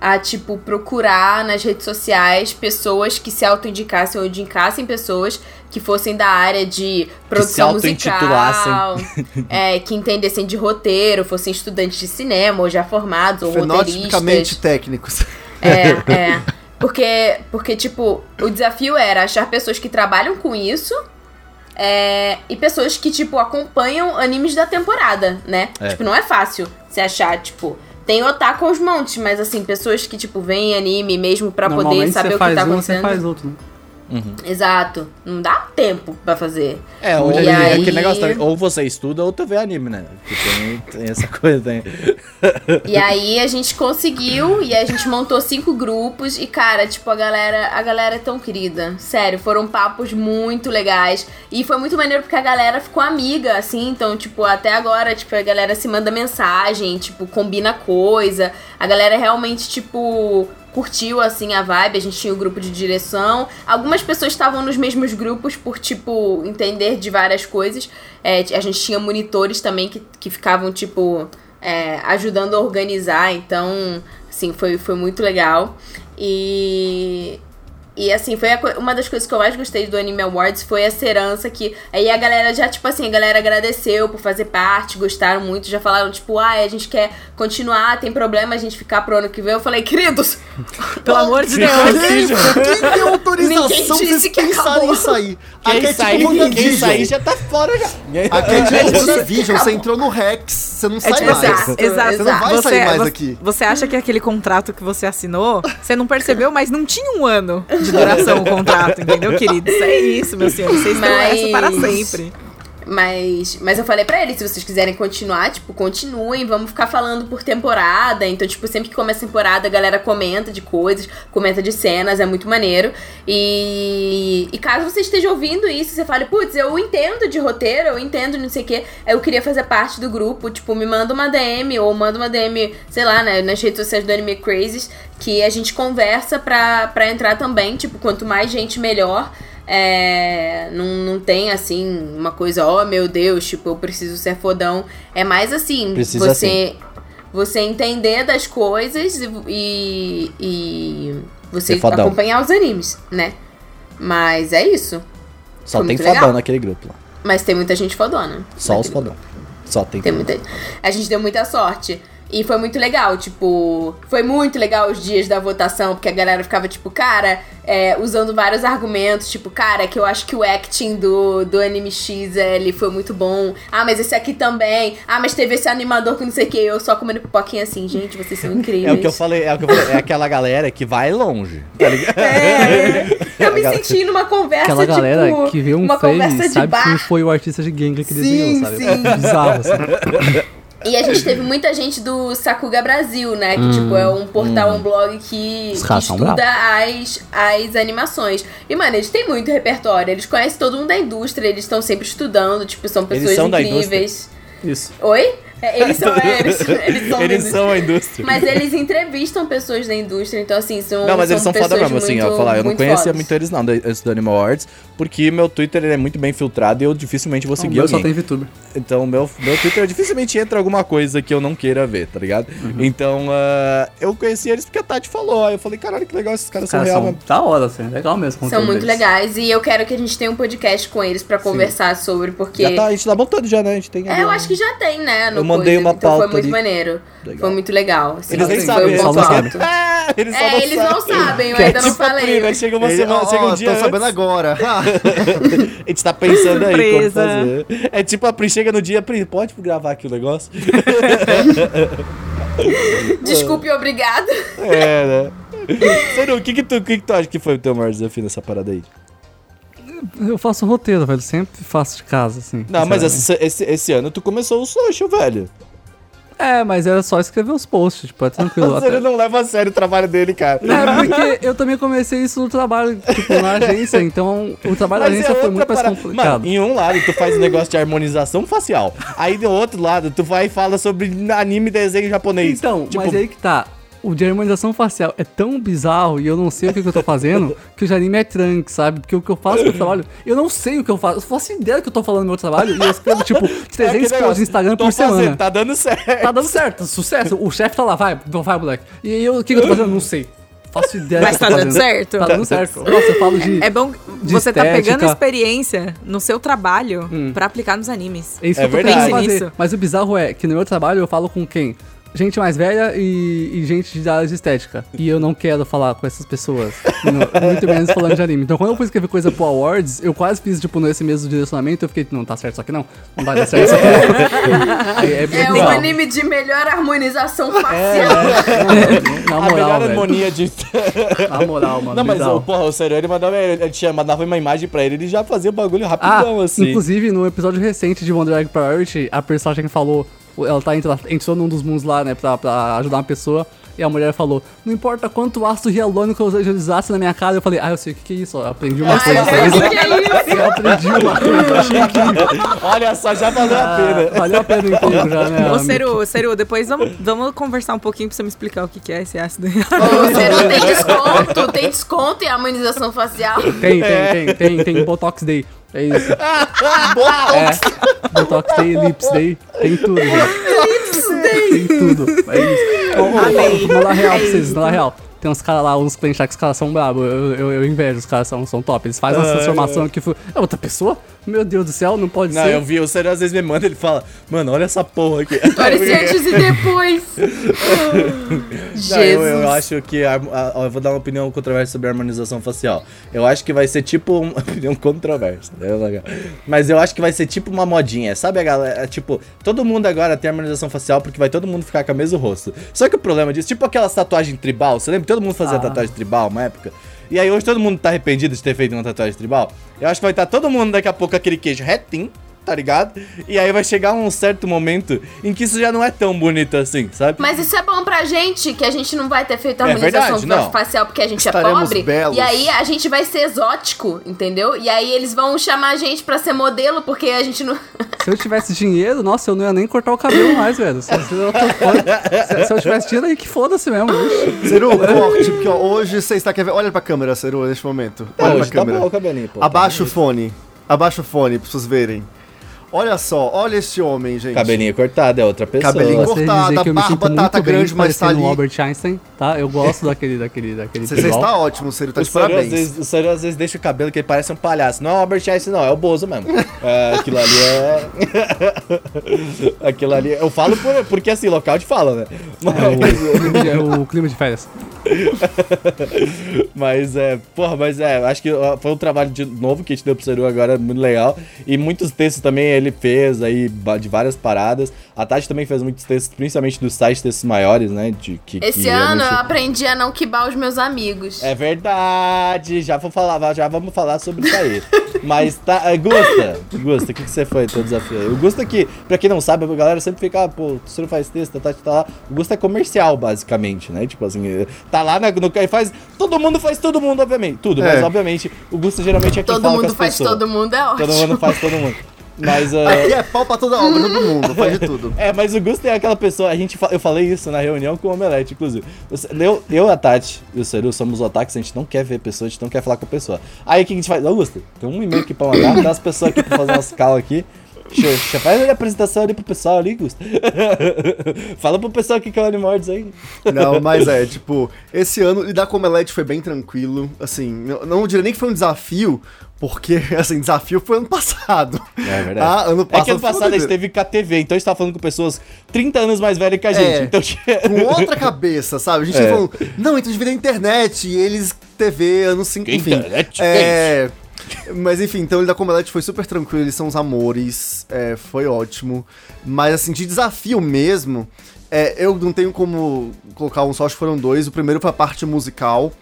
Speaker 2: a, tipo, procurar nas redes sociais pessoas que se autoindicassem ou indicassem pessoas que fossem da área de produção musical.
Speaker 1: auto-intitulassem.
Speaker 2: é, que entendessem de roteiro, fossem estudantes de cinema ou já formados ou roteiristas.
Speaker 1: (laughs)
Speaker 4: Fenotipicamente técnicos.
Speaker 2: É, é. Porque, porque, tipo, o desafio era achar pessoas que trabalham com isso é, e pessoas que, tipo, acompanham animes da temporada, né?
Speaker 1: É.
Speaker 2: Tipo, não é fácil se achar, tipo. Tem otaku aos montes, mas assim, pessoas que, tipo, veem anime mesmo pra poder
Speaker 3: Normalmente
Speaker 2: saber
Speaker 3: você
Speaker 2: o que
Speaker 3: faz
Speaker 2: tá
Speaker 3: um, você
Speaker 2: acontecendo.
Speaker 3: faz outro. né?
Speaker 2: Exato. Não dá tempo pra fazer.
Speaker 1: É, ou,
Speaker 2: E
Speaker 1: é
Speaker 2: aí-
Speaker 1: aquele negócio também, ou você estuda ou tu vê anime, né? Que tem, tem essa (laughs) coisa, tem.
Speaker 2: E aí a gente conseguiu e a gente montou cinco grupos e cara, tipo a galera, a galera é tão querida. Sério, foram papos muito legais e foi muito maneiro porque a galera ficou amiga assim, então tipo até agora, tipo a galera se manda mensagem, tipo combina coisa. A galera realmente tipo curtiu assim a vibe, a gente tinha o grupo de direção. Algumas pessoas estavam nos mesmos grupos por tipo entender de várias coisas. É, a gente tinha monitores também que, que ficavam tipo é, ajudando a organizar, então, assim, foi, foi muito legal. E. E assim, foi a co- uma das coisas que eu mais gostei do Anime Awards foi essa herança que. Aí a galera já, tipo assim, a galera agradeceu por fazer parte, gostaram muito, já falaram, tipo, ah, a gente quer continuar, tem problema a gente ficar pro ano que vem. Eu falei, queridos,
Speaker 5: Pelo amor de Deus.
Speaker 4: Quem, quem deu
Speaker 2: Ninguém
Speaker 4: autorização pra
Speaker 2: disse
Speaker 4: vocês
Speaker 2: que
Speaker 4: pensarem
Speaker 2: acabou.
Speaker 4: em sair?
Speaker 1: Quem
Speaker 4: Aqui é
Speaker 1: sair,
Speaker 4: tipo
Speaker 1: quem sair
Speaker 4: WandaVision.
Speaker 1: já tá fora já.
Speaker 4: Aqui é
Speaker 2: Ninguém
Speaker 4: tipo
Speaker 2: disse que
Speaker 4: WandaVision, você
Speaker 2: acabou.
Speaker 4: entrou no Rex, você não
Speaker 5: É
Speaker 4: sai
Speaker 5: tipo,
Speaker 4: mais.
Speaker 1: assim, ah,
Speaker 5: exato, exato.
Speaker 4: Você não vai
Speaker 5: você,
Speaker 4: sair mais
Speaker 5: você-
Speaker 4: aqui.
Speaker 5: Você acha que aquele contrato que você assinou, você não percebeu, mas não tinha um ano de duração o contrato, entendeu, querido? Isso é isso, meu senhor. Vocês estão
Speaker 2: Mas-
Speaker 5: essa para sempre.
Speaker 2: Mas, mas eu falei pra ele, se vocês quiserem continuar, tipo, continuem, vamos ficar falando por temporada. Então, tipo, sempre que começa a temporada, a galera comenta de coisas, comenta de cenas, é muito maneiro. E, e caso você esteja ouvindo isso, você fale, putz, eu entendo de roteiro, eu entendo de não sei o quê, eu queria fazer parte do grupo, tipo, me manda uma DM ou manda uma DM, sei lá, né, nas redes sociais do Anime Crazes, que a gente conversa pra, pra entrar também, tipo, quanto mais gente, melhor. É, não, não tem assim uma coisa, oh meu Deus, tipo, eu preciso ser fodão. É mais assim,
Speaker 1: Precisa
Speaker 2: você você entender das coisas e, e, e você
Speaker 1: Ser É fodão.
Speaker 2: acompanhar os animes, né? Mas é isso.
Speaker 1: Só
Speaker 2: Foi
Speaker 1: tem
Speaker 2: muito
Speaker 1: fodão
Speaker 2: legal.
Speaker 1: naquele grupo lá.
Speaker 2: Mas tem muita gente fodona.
Speaker 1: Só os
Speaker 2: Naquele-
Speaker 1: fodão. Só tem,
Speaker 2: tem muita... A gente deu muita sorte. E foi muito legal, tipo, foi muito legal os dias da votação, porque a galera ficava, tipo, cara, é, usando vários argumentos, tipo, cara, que eu acho que o acting do, do anime X é, ele foi muito bom. Ah, mas esse aqui também. Ah, mas teve esse animador que não sei o que, eu só comendo pipoquinha assim, gente, vocês são incríveis.
Speaker 1: (laughs) É o que eu falei, é o que eu falei. É aquela galera que vai longe. Tá ligado?
Speaker 2: Eu me senti numa conversa,
Speaker 3: É. Aquela galera
Speaker 2: tipo,
Speaker 3: que vê um
Speaker 2: uma
Speaker 3: frame
Speaker 2: conversa
Speaker 3: e
Speaker 2: de
Speaker 3: sabe
Speaker 2: bar.
Speaker 3: quem foi o artista de Gengar que
Speaker 2: Sim,
Speaker 3: desenhou, sabe?
Speaker 2: sim.
Speaker 3: Bizarro, assim.
Speaker 2: E a gente teve muita gente do Sakuga Brasil, né? Que, tipo, é um portal, um blog que,
Speaker 3: Hum, Os
Speaker 2: que
Speaker 3: caras são
Speaker 2: estuda as, as animações. E, mano, eles têm muito repertório. Eles conhecem todo mundo da indústria. Eles estão sempre estudando. Tipo, são
Speaker 1: Eles
Speaker 2: pessoas
Speaker 1: são da
Speaker 2: incríveis.
Speaker 1: (laughs) Isso.
Speaker 2: Oi? É, eles são... é, eles, (laughs) eles são... da
Speaker 1: (laughs) Eles
Speaker 2: indústria.
Speaker 1: são a indústria.
Speaker 2: Mas eles entrevistam pessoas da indústria. Então, assim, são
Speaker 1: Não, mas eles são foda
Speaker 2: pessoas
Speaker 1: mesmo, assim,
Speaker 2: muito-
Speaker 1: eu falar, eu não
Speaker 2: muito
Speaker 1: conhecia
Speaker 2: fodas.
Speaker 1: muito eles não, da- antes do Animal Arts, porque meu Twitter ele é muito bem filtrado e eu dificilmente vou
Speaker 3: O
Speaker 1: seguir
Speaker 3: meu só
Speaker 1: alguém.
Speaker 3: tem VTuber.
Speaker 1: Então, meu, meu Twitter dificilmente entra alguma coisa que eu não queira ver, tá ligado? Então, ah, eu conheci eles porque a Tati falou, aí eu falei, caralho, que legal, esses caras
Speaker 3: Os caras
Speaker 1: são real
Speaker 3: são
Speaker 1: mesmo.
Speaker 3: da hora, assim. Legal mesmo. o
Speaker 2: São
Speaker 3: conteúdo
Speaker 2: muito
Speaker 3: deles.
Speaker 2: legais. E eu quero que a gente tenha um podcast com eles pra conversar sobre, porque...
Speaker 1: Já tá, a gente tá montando já, né? A gente tem...
Speaker 2: É, eu acho que já tem, né? no
Speaker 1: Eu mandei
Speaker 2: coisa,
Speaker 1: uma
Speaker 2: então foi
Speaker 1: pauta
Speaker 2: muito
Speaker 1: ali.
Speaker 2: maneiro.
Speaker 1: Legal.
Speaker 2: Foi muito legal. assim,
Speaker 1: Eles nem
Speaker 2: foi
Speaker 1: sabem,
Speaker 2: um
Speaker 1: eles
Speaker 2: bom
Speaker 1: só não sabem. (laughs)
Speaker 2: fato.
Speaker 1: Ah, eles só
Speaker 2: É,
Speaker 1: não
Speaker 2: eles
Speaker 1: sabem.
Speaker 2: não sabem, eu
Speaker 1: Que é
Speaker 2: ainda não
Speaker 1: tipo a
Speaker 2: falei.
Speaker 1: Prima, que chega uma
Speaker 4: Ele,
Speaker 1: semana,
Speaker 4: ó,
Speaker 1: chega um
Speaker 4: ó,
Speaker 1: dia
Speaker 4: Tô sabendo
Speaker 1: antes.
Speaker 4: agora.
Speaker 1: (laughs)
Speaker 4: Ah,
Speaker 1: A gente tá pensando aí como
Speaker 5: Surpresa.
Speaker 1: fazer. É tipo a Pri chega no dia, Pri, pode gravar aqui o negócio?
Speaker 2: Desculpe, obrigado.
Speaker 1: É, (laughs) né? Seru, o que que tu, o que que tu acha que foi o teu maior desafio nessa parada aí?
Speaker 3: Eu faço roteiro, velho. Sempre faço de casa, assim.
Speaker 1: Não, mas
Speaker 3: sinceramente.
Speaker 1: esse, esse, esse ano tu começou o social, velho.
Speaker 3: É, mas era só escrever os posts, tipo,
Speaker 1: (laughs)
Speaker 3: é tranquilo.
Speaker 1: O
Speaker 3: até.
Speaker 1: Seru não leva a sério o trabalho dele, cara.
Speaker 3: É porque eu também comecei isso no trabalho, tipo, na agência, então o trabalho da agência foi muito mais
Speaker 1: é parada.
Speaker 3: complicado.
Speaker 1: Mano, em um lado tu faz um negócio de harmonização facial. Aí do outro lado tu vai e fala sobre anime e desenho japonês.
Speaker 3: Então,
Speaker 1: Tipo,
Speaker 3: mas aí que tá. O de harmonização facial é tão bizarro e eu não sei o que, que eu tô fazendo que o de anime é trunk, sabe? Porque o que eu faço no trabalho, eu não sei o que eu faço. Eu faço ideia do que eu tô falando no meu trabalho e eu escrevo, tipo,
Speaker 1: (laughs) é aquele
Speaker 3: 300 posts
Speaker 1: negócio,
Speaker 3: no Instagram
Speaker 1: tô
Speaker 3: por
Speaker 1: fazendo,
Speaker 3: semana.
Speaker 1: Tá dando certo.
Speaker 3: Tá dando certo, sucesso. O chefe tá lá, vai, então vai, moleque. E eu, o que, que eu tô fazendo? Não sei. Faço ideia. do
Speaker 5: Mas
Speaker 3: que eu
Speaker 5: tá
Speaker 3: tô
Speaker 5: dando
Speaker 3: fazendo.
Speaker 5: certo?
Speaker 3: Tá dando certo. Nossa, eu falo de.
Speaker 5: É bom
Speaker 3: De
Speaker 5: você tá pegando
Speaker 3: estética.
Speaker 5: experiência no seu trabalho pra aplicar nos animes.
Speaker 3: É isso
Speaker 1: É
Speaker 3: que eu tô querendo
Speaker 1: verdade.
Speaker 3: fazer.
Speaker 5: Isso.
Speaker 3: Mas o bizarro é que no meu trabalho eu falo com quem? Gente mais velha e, e gente da área de estética. E eu não quero falar com essas pessoas. Não, muito menos falando de anime. Então, quando eu fui escrever coisa pro Awards, eu quase fiz, tipo, nesse mesmo direcionamento. Eu fiquei, não, tá certo, só que não. Não vai dar certo, isso aqui não. É, é bem
Speaker 2: É um
Speaker 3: bizarro.
Speaker 2: anime de melhor harmonização
Speaker 1: É,
Speaker 2: facial.
Speaker 3: Na
Speaker 1: a melhor
Speaker 3: moral, velho.
Speaker 1: harmonia de.
Speaker 3: Na moral,
Speaker 1: (laughs)
Speaker 3: mano.
Speaker 1: Não, mas
Speaker 3: bizarro.
Speaker 1: o, porra, o Sério, ele mandava, ele tinha, mandava uma imagem pra ele, ele já fazia o bagulho
Speaker 3: Ah,
Speaker 1: rapidão, assim.
Speaker 3: inclusive, no episódio recente de One Drag Priority, a personagem falou. Ela tá entrou, entrou num dos mundos lá, né, pra, pra ajudar uma pessoa. E a mulher falou: Não importa quanto ácido hialurônico eu utilizasse na minha cara. Eu falei: Ah, eu sei o que, que é isso. ó, Eu aprendi uma
Speaker 2: Ai,
Speaker 3: coisa.
Speaker 2: gente, que é
Speaker 1: (laughs)
Speaker 2: isso?
Speaker 3: Eu (laughs) aprendi uma coisa. achei incrível.
Speaker 1: Olha só, já valeu a
Speaker 3: Ah,
Speaker 1: pena.
Speaker 3: valeu a pena o emprego já, né?
Speaker 5: Ô,
Speaker 3: amigo?
Speaker 5: Seru, Seru, depois vamos, vamos conversar um pouquinho pra você me explicar o que que é esse ácido.
Speaker 2: Você não tem desconto, tem desconto em harmonização facial.
Speaker 3: Tem, tem, tem, tem, tem Botox Day. É isso. Botox! É, Botox Day, Lips Day, tem tudo. Lips Day! É Tem tudo. É isso. Ô, ô, ô, Vou mandar real pra vocês, vou mandar real. Tem uns caras lá, uns clientes lá que os caras são brabo. Eu, eu, eu invejo, os caras são, são top. Eles fazem uma transformação que foi. É outra pessoa? Meu Deus do céu, não pode
Speaker 1: Não,
Speaker 3: ser.
Speaker 1: eu vi, o Sério às vezes me manda, ele fala, mano, olha essa porra aqui. (laughs)
Speaker 2: Parece antes e depois. Jesus.
Speaker 1: Não, eu, eu acho que. a- a- ó, eu vou dar uma opinião controversa sobre a harmonização facial. Eu acho que vai ser tipo. Uma (laughs) opinião controversa. né, Zagal? Mas eu acho que vai ser tipo uma modinha. Sabe a galera? Tipo, todo mundo agora tem harmonização facial porque vai todo mundo ficar com o mesmo rosto. Só que o problema disso, tipo aquelas tatuagens tribal. Você lembra? que Todo mundo fazia
Speaker 3: Ah.
Speaker 1: tatuagem tribal uma época. E tá aí hoje todo mundo tá arrependido de ter feito uma tatuagem tribal. Eu acho que vai estar todo mundo daqui a pouco com aquele queijo retinho. tá ligado? E aí vai chegar um certo momento em que isso já não é tão bonito assim, sabe?
Speaker 2: Mas isso é bom pra gente, que a gente não vai ter feito
Speaker 1: É verdade,
Speaker 2: harmonização
Speaker 1: não.
Speaker 2: facial porque a gente
Speaker 4: Estaremos
Speaker 2: é pobre.
Speaker 4: belos.
Speaker 2: E aí a gente vai ser exótico, entendeu? E aí eles vão chamar a gente pra ser modelo porque
Speaker 1: (laughs)
Speaker 2: a gente não.
Speaker 3: Se eu tivesse dinheiro, nossa, eu não ia nem cortar o cabelo mais, velho. Se, se eu, tô foda- se- se eu tivesse dinheiro aí, que foda-se mesmo. bicho.
Speaker 4: Ceru, corte, porque ó, hoje você está... Quer ver? Olha pra câmera, Ceru, neste momento. Olha
Speaker 1: hoje
Speaker 4: pra
Speaker 1: tá
Speaker 4: câmera.
Speaker 1: bom o cabelinho, pô.
Speaker 4: Abaixa o fone. Abaixa o fone pra vocês verem. Olha só, olha este homem, gente.
Speaker 1: Cabelinho cortado é outra pessoa.
Speaker 4: Cabelinho
Speaker 1: Cabelinho
Speaker 4: cortado.
Speaker 3: Vocês
Speaker 4: Cortada,
Speaker 3: dizem que eu me
Speaker 4: barba,
Speaker 3: sinto
Speaker 4: tá-
Speaker 3: muito
Speaker 4: tá
Speaker 3: bem
Speaker 4: grande, mas tá
Speaker 3: parecendo o
Speaker 4: ali.
Speaker 3: Albert Einstein, tá? Eu gosto daquele, daquele, daquele
Speaker 4: Você, você
Speaker 3: visual.
Speaker 4: está ótimo, Ceru, tá
Speaker 1: O
Speaker 4: de
Speaker 1: Sérgio, às
Speaker 4: parabéns.
Speaker 1: vezes, o Sérgio às vezes deixa o cabelo que ele parece um palhaço. Não é o Albert Einstein, não, é o Bozo mesmo. É, aquilo ali é. (laughs) aquilo ali. Eu falo por, porque assim, local de fala, né?
Speaker 3: É
Speaker 1: Mas,
Speaker 3: o, clima de- é o clima de férias.
Speaker 1: mas é. Porra, mas é. Acho que ó, foi um trabalho de novo que a gente deu pro Seru agora, muito legal. E muitos textos também ele fez aí ba- de várias paradas. A Tati também fez muitos textos, principalmente dos sites textos maiores, né? De, que,
Speaker 2: Esse
Speaker 1: que
Speaker 2: ano
Speaker 1: realmente-
Speaker 2: eu aprendi a não quibar os meus amigos.
Speaker 1: É verdade, já vou falar, já vamos falar sobre isso aí. Mas tá, eh, Gusta, Gusta, o que, que você foi teu desafio? O Gusta que, pra quem não sabe, a galera sempre fica, ah, pô, você não faz texto, tá, tá, tá lá. O Gusta é comercial, basicamente, né? Tipo assim, eh, tá lá na, no e faz, todo mundo faz todo mundo, obviamente, tudo,
Speaker 4: É.
Speaker 1: mas obviamente, o Gusta geralmente é quem
Speaker 2: Todo
Speaker 1: fala com
Speaker 2: mundo
Speaker 1: as
Speaker 2: faz
Speaker 1: pessoas.
Speaker 2: todo mundo, é ótimo.
Speaker 1: Todo mundo faz todo mundo. Mas, eh,
Speaker 4: Aqui é pau pra toda obra, todo mundo, faz de tudo.
Speaker 1: é, mas o Gusto é aquela pessoa. A gente, fa- eu falei isso na reunião com o Omelete, inclusive. Você- Eu, eu a Tati e o Seru somos otakus, a gente não quer ver pessoa, a gente não quer falar com a pessoa. Aí o que a gente faz? Ô, Gusto, tem um e-mail aqui pra mandar, dá as pessoas aqui pra fazer umas cal aqui. Show, já faz ali a apresentação ali pro pessoal ali, Gusto. (laughs) Fala pro pessoal aqui que é o Animordes aí.
Speaker 4: Não, mas é, tipo, esse ano lidar com o Omelete foi bem tranquilo. Assim, não, não diria nem que foi um desafio, porque, (laughs) assim, desafio foi ano passado.
Speaker 1: É verdade.
Speaker 4: Ah, ano
Speaker 1: é que
Speaker 4: passado
Speaker 1: ano
Speaker 4: foi
Speaker 1: passado a gente
Speaker 4: doideira.
Speaker 1: teve KTV, então a gente tava falando com pessoas 30 anos mais velhas que a gente.
Speaker 4: É.
Speaker 1: Então tinha.
Speaker 4: Com outra cabeça, sabe? A gente
Speaker 1: É.
Speaker 4: falou, não, então devia ter internet, e eles TV, anos 50, enfim.
Speaker 1: Internet,
Speaker 4: é... Mas enfim, então lidar com o Omelete foi super tranquilo, eles são os amores, é, foi ótimo. Mas assim, de desafio mesmo, é, eu não tenho como colocar um só, acho que foram dois. O primeiro foi a parte musical,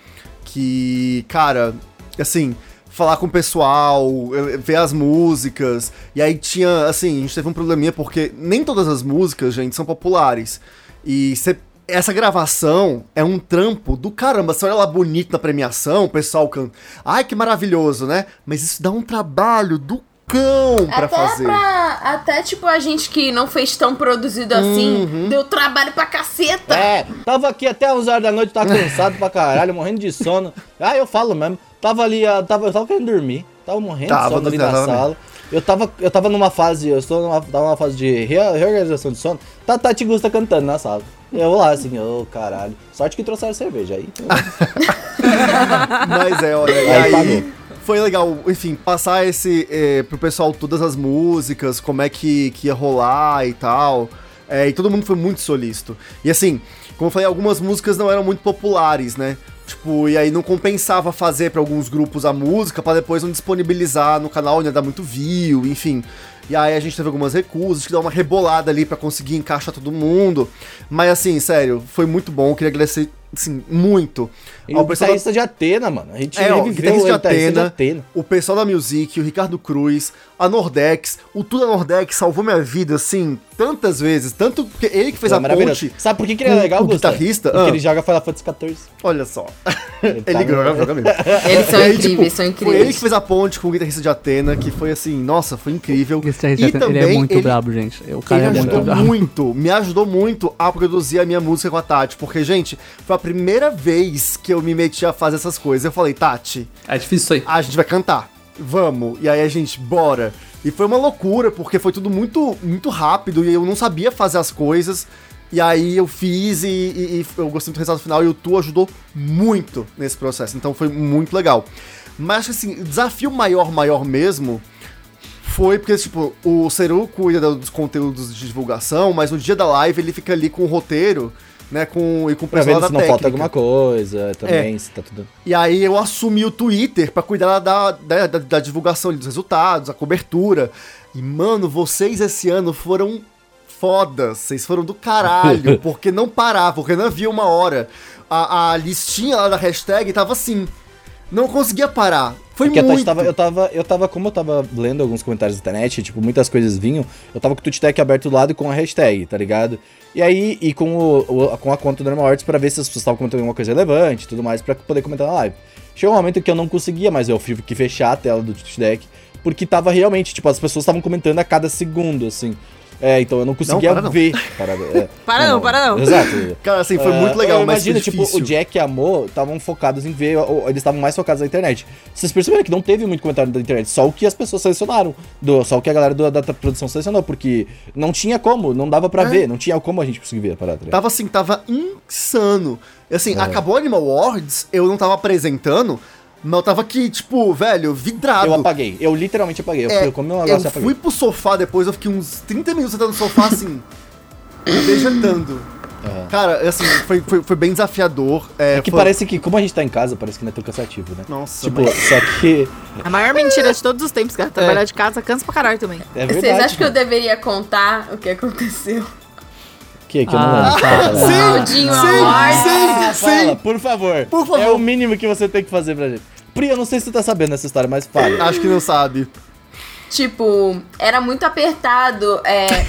Speaker 4: que, cara, assim, falar com o pessoal, eh, ver as músicas. E aí tinha, assim, a gente teve um probleminha porque nem todas as músicas, gente, são populares. E cê- essa gravação é um trampo do caramba. Você olha lá bonito na premiação, o pessoal canta. Ai, que maravilhoso, né? Mas isso dá um trabalho do cão pra
Speaker 2: até
Speaker 4: fazer.
Speaker 2: pra- Até tipo a gente que não fez tão produzido assim,
Speaker 1: Uhum.
Speaker 2: deu trabalho pra caceta.
Speaker 1: É, tava aqui até 11 horas da noite, tava cansado pra caralho, morrendo de sono. Ah, eu falo mesmo. Tava ali, ah, tava, eu tava querendo dormir. Tava morrendo
Speaker 4: Tava,
Speaker 1: de sono ali na
Speaker 4: tava mesmo.
Speaker 1: sala. Eu tava, eu tava numa fase, eu estou numa, tava numa fase de rea- reorganização de sono. Tá Tati Gusta cantando na sala. Eu lá assim, ô caralho. Sorte que trouxeram cerveja
Speaker 4: (laughs)
Speaker 1: aí. um,
Speaker 4: Mas é, olha, e
Speaker 1: Aí
Speaker 4: aí,
Speaker 1: pagou.
Speaker 4: foi legal, enfim, passar esse eh, pro pessoal todas as músicas, como é que, que ia rolar e tal. É, e todo mundo foi muito solícito. E assim, como eu falei, algumas músicas não eram muito populares, né? Tipo, e aí não compensava fazer pra alguns grupos a música pra depois não disponibilizar no canal, ia dar muito view, enfim. E aí a gente teve algumas recusas, que dá uma rebolada ali pra conseguir encaixar todo mundo. Mas assim, sério, foi muito bom, queria agradecer, assim, muito
Speaker 1: E tá
Speaker 4: ao
Speaker 1: o
Speaker 4: pessoal da-
Speaker 1: guitarrista de Atena, mano. A gente
Speaker 4: é, ó,
Speaker 1: reviveu
Speaker 4: guitarrista de
Speaker 1: o guitarrista tá, de
Speaker 4: Atena,
Speaker 1: Atena.
Speaker 4: o pessoal da Music, o Ricardo Cruz, a Nordex, o Tudo da Nordex salvou minha vida, assim, tantas vezes, tanto que ele que fez
Speaker 1: Pô, é
Speaker 4: a
Speaker 1: maravilhoso.
Speaker 4: ponte,
Speaker 1: Sabe por que, que ele é
Speaker 4: com
Speaker 1: legal,
Speaker 4: o
Speaker 1: Gusta?
Speaker 4: guitarrista?
Speaker 1: Porque
Speaker 4: Ah.
Speaker 1: ele joga Final Fantasy XIV.
Speaker 4: olha só,
Speaker 1: Ele tá
Speaker 4: (laughs) ele
Speaker 1: no-
Speaker 4: joga, joga mesmo.
Speaker 2: (laughs) Eles são
Speaker 4: E aí,
Speaker 2: incríveis,
Speaker 4: tipo,
Speaker 2: são
Speaker 4: Foi ele que
Speaker 2: incríveis.
Speaker 4: fez a ponte com o guitarrista de Atena, que foi assim, nossa, foi incrível.
Speaker 3: Esse TRT, ele é muito brabo, gente. O cara
Speaker 4: Ele
Speaker 3: é muito
Speaker 4: ajudou
Speaker 3: brabo.
Speaker 4: muito, me ajudou muito a produzir a minha música com a Tati, porque, gente, foi a primeira vez que eu me meti a fazer essas coisas. Eu falei, Tati,
Speaker 7: É difícil isso aí.
Speaker 4: Ah, a gente vai cantar. Vamos. E aí a gente, bora. E foi uma loucura, porque foi tudo muito, muito rápido e eu não sabia fazer as coisas. E aí eu fiz e, e- e eu gostei muito do resultado final e o Tu ajudou muito nesse processo. Então foi muito legal. Mas assim, o desafio maior, maior mesmo foi porque, tipo, o Seru cuida do- dos conteúdos de divulgação, mas no dia da live ele fica ali com o roteiro, né? Com, e com o
Speaker 1: Pra ver se
Speaker 4: pessoal da
Speaker 1: não falta
Speaker 4: técnica. É.
Speaker 1: alguma coisa também, se tá tudo.
Speaker 4: E aí eu assumi o Twitter pra cuidar da, da, da- da divulgação ali dos resultados, a cobertura. E, mano, vocês esse ano foram fodas. Vocês foram
Speaker 1: (laughs)
Speaker 4: do caralho. Porque não parava, o Renan via uma hora. A, a listinha lá da hashtag tava assim. Não conseguia parar. Foi
Speaker 1: Porque a Tati
Speaker 4: muito.
Speaker 1: tava, eu tava, eu tava, como eu tava lendo alguns comentários da internet, tipo, muitas coisas vinham, eu tava com o Tutec aberto do lado e com a hashtag, tá ligado? E aí, e com, o, o- com a conta do Normal Arts pra ver se as pessoas estavam comentando alguma coisa relevante e tudo mais, pra poder comentar na live. Chegou um momento que eu não conseguia mais, eu tive que fechar a tela do Tutec, porque tava realmente, tipo, as pessoas estavam comentando a cada segundo, assim. É, então eu não conseguia
Speaker 4: para não.
Speaker 1: ver. Para, é,
Speaker 5: (laughs) Para não, para não. (laughs)
Speaker 1: Exato.
Speaker 4: Cara, assim, foi
Speaker 1: É,
Speaker 4: muito legal,
Speaker 1: eu
Speaker 4: mas
Speaker 1: imagino,
Speaker 4: foi
Speaker 1: tipo,
Speaker 4: difícil.
Speaker 1: o Jack e a Mo estavam focados em ver, ou- eles estavam mais focados na internet. Vocês perceberam que não teve muito comentário da internet, só o que as pessoas selecionaram, do- só o que a galera do- da produção selecionou, porque não tinha como, não dava pra
Speaker 4: É.
Speaker 1: ver, não tinha como a gente conseguir ver a parada. né?
Speaker 4: Tava assim, tava insano. E, Assim,
Speaker 1: É.
Speaker 4: acabou Animal Awards, eu não tava apresentando, mas eu tava aqui, tipo, velho, vidrado.
Speaker 1: Eu apaguei, eu literalmente apaguei, eu,
Speaker 4: É,
Speaker 1: fui, eu comi um negócio e
Speaker 4: eu
Speaker 1: apaguei.
Speaker 4: fui pro sofá depois, eu fiquei uns 30 minutos sentado no sofá
Speaker 1: (laughs)
Speaker 4: assim, vegetando. Cara, assim, foi, foi, foi bem desafiador. É,
Speaker 1: É que
Speaker 4: foi-
Speaker 1: parece que, como a gente tá em casa, parece que não é tão cansativo, né?
Speaker 4: Nossa,
Speaker 1: Tipo,
Speaker 4: mas-
Speaker 1: só que.
Speaker 5: A maior mentira de todos os tempos, cara. Trabalhar de casa cansa pra caralho também.
Speaker 1: É verdade.
Speaker 2: Vocês acham que eu
Speaker 1: né?
Speaker 2: deveria contar o que aconteceu?
Speaker 1: que, que eu
Speaker 2: Ah.
Speaker 1: ah, não lembro.
Speaker 3: tá.
Speaker 1: Fala.
Speaker 4: Sim,
Speaker 2: Aldinho Awards.
Speaker 1: Ah,
Speaker 4: sim, sim,
Speaker 1: fala,
Speaker 4: sim.
Speaker 1: por favor.
Speaker 4: Por favor.
Speaker 1: É o mínimo que você tem que fazer pra gente. Pri, eu não sei se tu tá sabendo essa história, mas fala.
Speaker 4: Acho que não sabe.
Speaker 2: Tipo, era muito apertado.
Speaker 3: (laughs)
Speaker 2: É.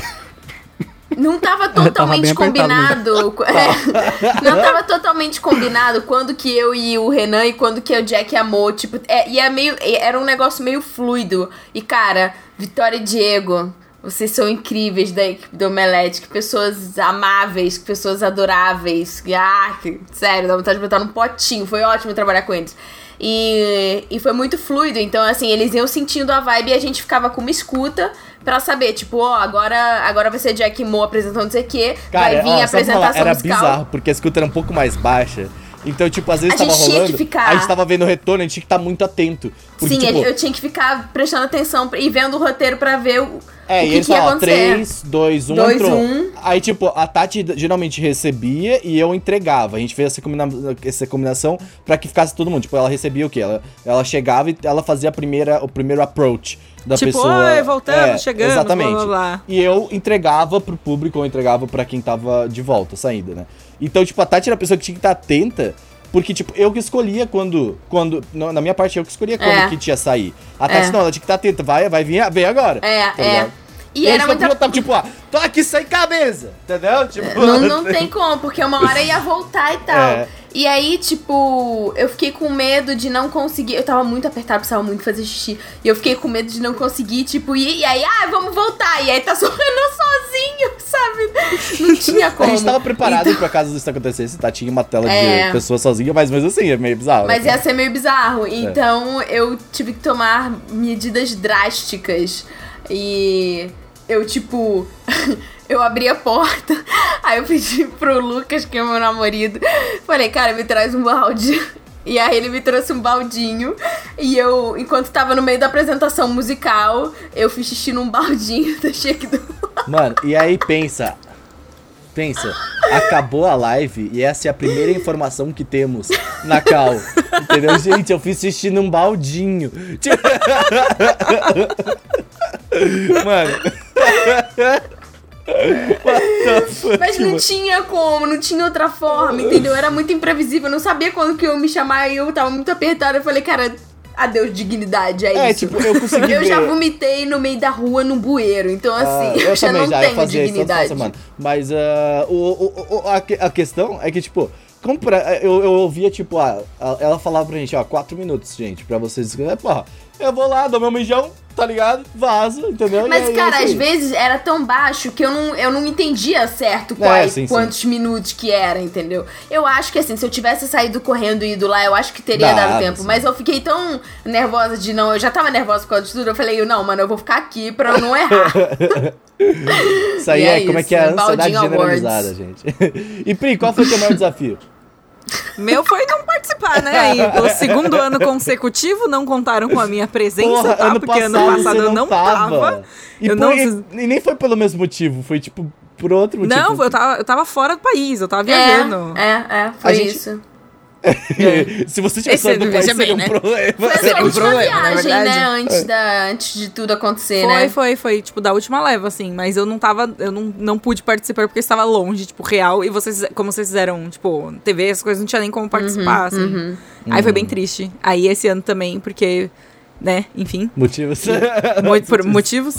Speaker 2: Não tava totalmente
Speaker 3: bem apertado
Speaker 2: combinado. é, (laughs) não tava totalmente combinado quando que eu e o Renan e quando que o Jack amou. Tipo, é, e é meio, e era um negócio meio fluido. E, cara, Vitória e Diego, vocês são incríveis da equipe do Omelete. Que pessoas amáveis, que pessoas adoráveis. que- Ah, que- sério, dá vontade de botar num potinho. Foi ótimo trabalhar com eles. E, e foi muito fluido, então assim, eles iam sentindo a vibe e a gente ficava com uma escuta pra saber, tipo, ó, agora, agora vai ser Jack Mo apresentando não sei o quê, vai vir
Speaker 1: ó, só pra falar,
Speaker 2: a apresentação
Speaker 1: era
Speaker 2: musical.
Speaker 1: bizarro, porque a escuta era um pouco mais baixa. Então, tipo, às vezes
Speaker 2: A
Speaker 1: tava
Speaker 2: gente tinha que
Speaker 1: rolando,
Speaker 2: ficar.
Speaker 1: a gente tava vendo o retorno, a gente tinha que estar muito atento. Porque,
Speaker 2: Sim,
Speaker 1: tipo,
Speaker 2: eu tinha que ficar prestando atenção e vendo o roteiro pra ver o,
Speaker 1: é,
Speaker 2: o
Speaker 1: e
Speaker 2: que,
Speaker 1: eles
Speaker 2: que ia
Speaker 1: falavam
Speaker 2: acontecer.
Speaker 1: 3, 2, 1,
Speaker 2: Dois,
Speaker 1: entrou.
Speaker 2: um.
Speaker 1: Aí, tipo, a Tati geralmente recebia e eu entregava. A gente fez essa, combina- essa combinação pra que ficasse todo mundo. Tipo, ela recebia o quê? Ela, ela chegava e ela fazia a primeira, o primeiro approach da
Speaker 5: Tipo,
Speaker 1: pessoa. É,
Speaker 5: "Oi, voltamos, chegamos, blá,
Speaker 1: Exatamente.
Speaker 5: blá, blá."
Speaker 1: E eu entregava pro público, eu entregava pra quem tava de volta, saída, né? Então, tipo, a Tati era a pessoa que tinha que estar atenta, porque, tipo, eu que escolhia quando. quando na na minha parte, eu que escolhia quando
Speaker 2: É.
Speaker 1: que tinha sair. A Tati
Speaker 2: É.
Speaker 1: não, ela tinha que estar atenta. Vai, vai vir, vem agora.
Speaker 2: É,
Speaker 1: tá
Speaker 2: é.
Speaker 1: ligado?
Speaker 2: E,
Speaker 1: aí
Speaker 2: era
Speaker 1: só
Speaker 2: muito
Speaker 1: podia tá, tipo, ah, tô aqui sem cabeça, entendeu? Tipo,
Speaker 2: (laughs) Não, não tem como, porque uma hora ia voltar e tal.
Speaker 1: (laughs) É.
Speaker 2: E aí, tipo, eu fiquei com medo de não conseguir. Eu tava muito apertada, precisava muito fazer xixi. E eu fiquei com medo de não conseguir, tipo, ir. E aí, ah, vamos voltar. E aí tá (laughs) sorrindo sozinho, sabe? Não
Speaker 1: (laughs)
Speaker 2: tinha
Speaker 1: A
Speaker 2: como. Então
Speaker 1: gente tava preparado pra caso isso acontecesse, tá? Tinha uma tela
Speaker 2: É.
Speaker 1: de pessoa sozinha, mas mesmo assim, é meio bizarro.
Speaker 2: Mas
Speaker 1: né?
Speaker 2: ia ser meio bizarro. Então eu tive que tomar medidas drásticas. E eu, tipo, (laughs) eu abri a porta. (laughs) Aí eu pedi pro Lucas, que é meu namorado, falei, cara, me traz um balde. E aí ele me trouxe um baldinho. E eu, enquanto tava no meio da apresentação musical, eu fiz xixi num baldinho, (laughs) deixei aqui do
Speaker 1: Mano, e aí pensa. Pensa, acabou a live e essa é a primeira informação que temos na Cal. Entendeu? Gente, eu fiz xixi num baldinho. Tipo- Mano.
Speaker 2: Mas
Speaker 1: Tipo,
Speaker 2: não tinha como, não tinha outra forma, entendeu? Era muito imprevisível, eu não sabia quando que eu me chamar e eu tava muito apertada. Eu falei, cara, adeus, dignidade, é,
Speaker 1: É,
Speaker 2: isso.
Speaker 1: tipo, eu consegui
Speaker 2: (laughs) eu
Speaker 1: ver.
Speaker 2: já vomitei no meio da rua, num bueiro, então
Speaker 1: Ah,
Speaker 2: assim, eu, (laughs) já
Speaker 1: também
Speaker 2: não
Speaker 1: eu
Speaker 2: tenho
Speaker 1: fazia isso toda
Speaker 2: dignidade.
Speaker 1: semana. Mas ah, o, o- o- o- a, que- a questão é que, tipo, como pra- eu, eu ouvia, tipo, ah, a- ela falava pra gente, ó, quatro minutos, gente, pra vocês. É, porra, eu vou lá, dou meu mijão, tá ligado? Vazo, entendeu?
Speaker 2: Mas,
Speaker 1: E aí,
Speaker 2: cara,
Speaker 1: é
Speaker 2: às
Speaker 1: isso aí.
Speaker 2: vezes era tão baixo que eu não, eu não entendia certo quais,
Speaker 1: É, sim, sim.
Speaker 2: quantos minutos que era, entendeu? Eu acho que, assim, se eu tivesse saído correndo e ido lá, eu acho que teria
Speaker 1: Dava,
Speaker 2: dado tempo.
Speaker 1: sim.
Speaker 2: Mas eu fiquei tão nervosa de não... Eu já tava nervosa por causa disso tudo. Eu falei, não, mano, eu vou ficar aqui pra eu não errar.
Speaker 5: (laughs)
Speaker 1: Isso aí
Speaker 2: E
Speaker 1: é,
Speaker 2: é
Speaker 1: como é
Speaker 2: isso,
Speaker 1: que é a ansiedade
Speaker 2: Baldinho Awards.
Speaker 1: generalizada, gente. (laughs) E Pri, qual foi o teu maior
Speaker 5: (laughs)
Speaker 1: desafio?
Speaker 5: Meu foi não participar, né? Aí,
Speaker 1: (laughs)
Speaker 5: pelo segundo ano consecutivo, não contaram com a minha presença, tá? Porque ano passado
Speaker 1: você
Speaker 5: eu não tava.
Speaker 1: E,
Speaker 5: eu
Speaker 1: por-
Speaker 5: não.
Speaker 1: e- e nem foi pelo mesmo motivo, foi tipo por outro motivo.
Speaker 5: Não, eu tava, eu tava fora do país, eu tava
Speaker 2: É,
Speaker 5: viajando.
Speaker 2: é, é, foi
Speaker 1: gente-
Speaker 2: isso.
Speaker 1: A (laughs) Se você tiver
Speaker 5: Esse
Speaker 1: saído do país,
Speaker 5: veja
Speaker 1: seria
Speaker 5: bem,
Speaker 1: um
Speaker 5: né?
Speaker 1: problema.
Speaker 2: Foi assim, a sua
Speaker 5: Seria um
Speaker 2: última
Speaker 5: problema, na
Speaker 2: viagem,
Speaker 5: verdade.
Speaker 2: né?
Speaker 1: É.
Speaker 2: Antes, da, antes de tudo acontecer,
Speaker 5: Foi,
Speaker 2: né?
Speaker 5: foi, foi, tipo, da última leva, assim, mas eu não tava, eu não, não pude participar porque eu estava longe, tipo, real, e vocês, como vocês fizeram, tipo, TV, essas coisas, não tinha nem como participar, assim. Aí
Speaker 1: Uhum.
Speaker 5: foi bem triste. Aí esse ano também, porque, né, enfim,
Speaker 4: (laughs)
Speaker 1: Motivos.
Speaker 5: (laughs) mo- por motivos,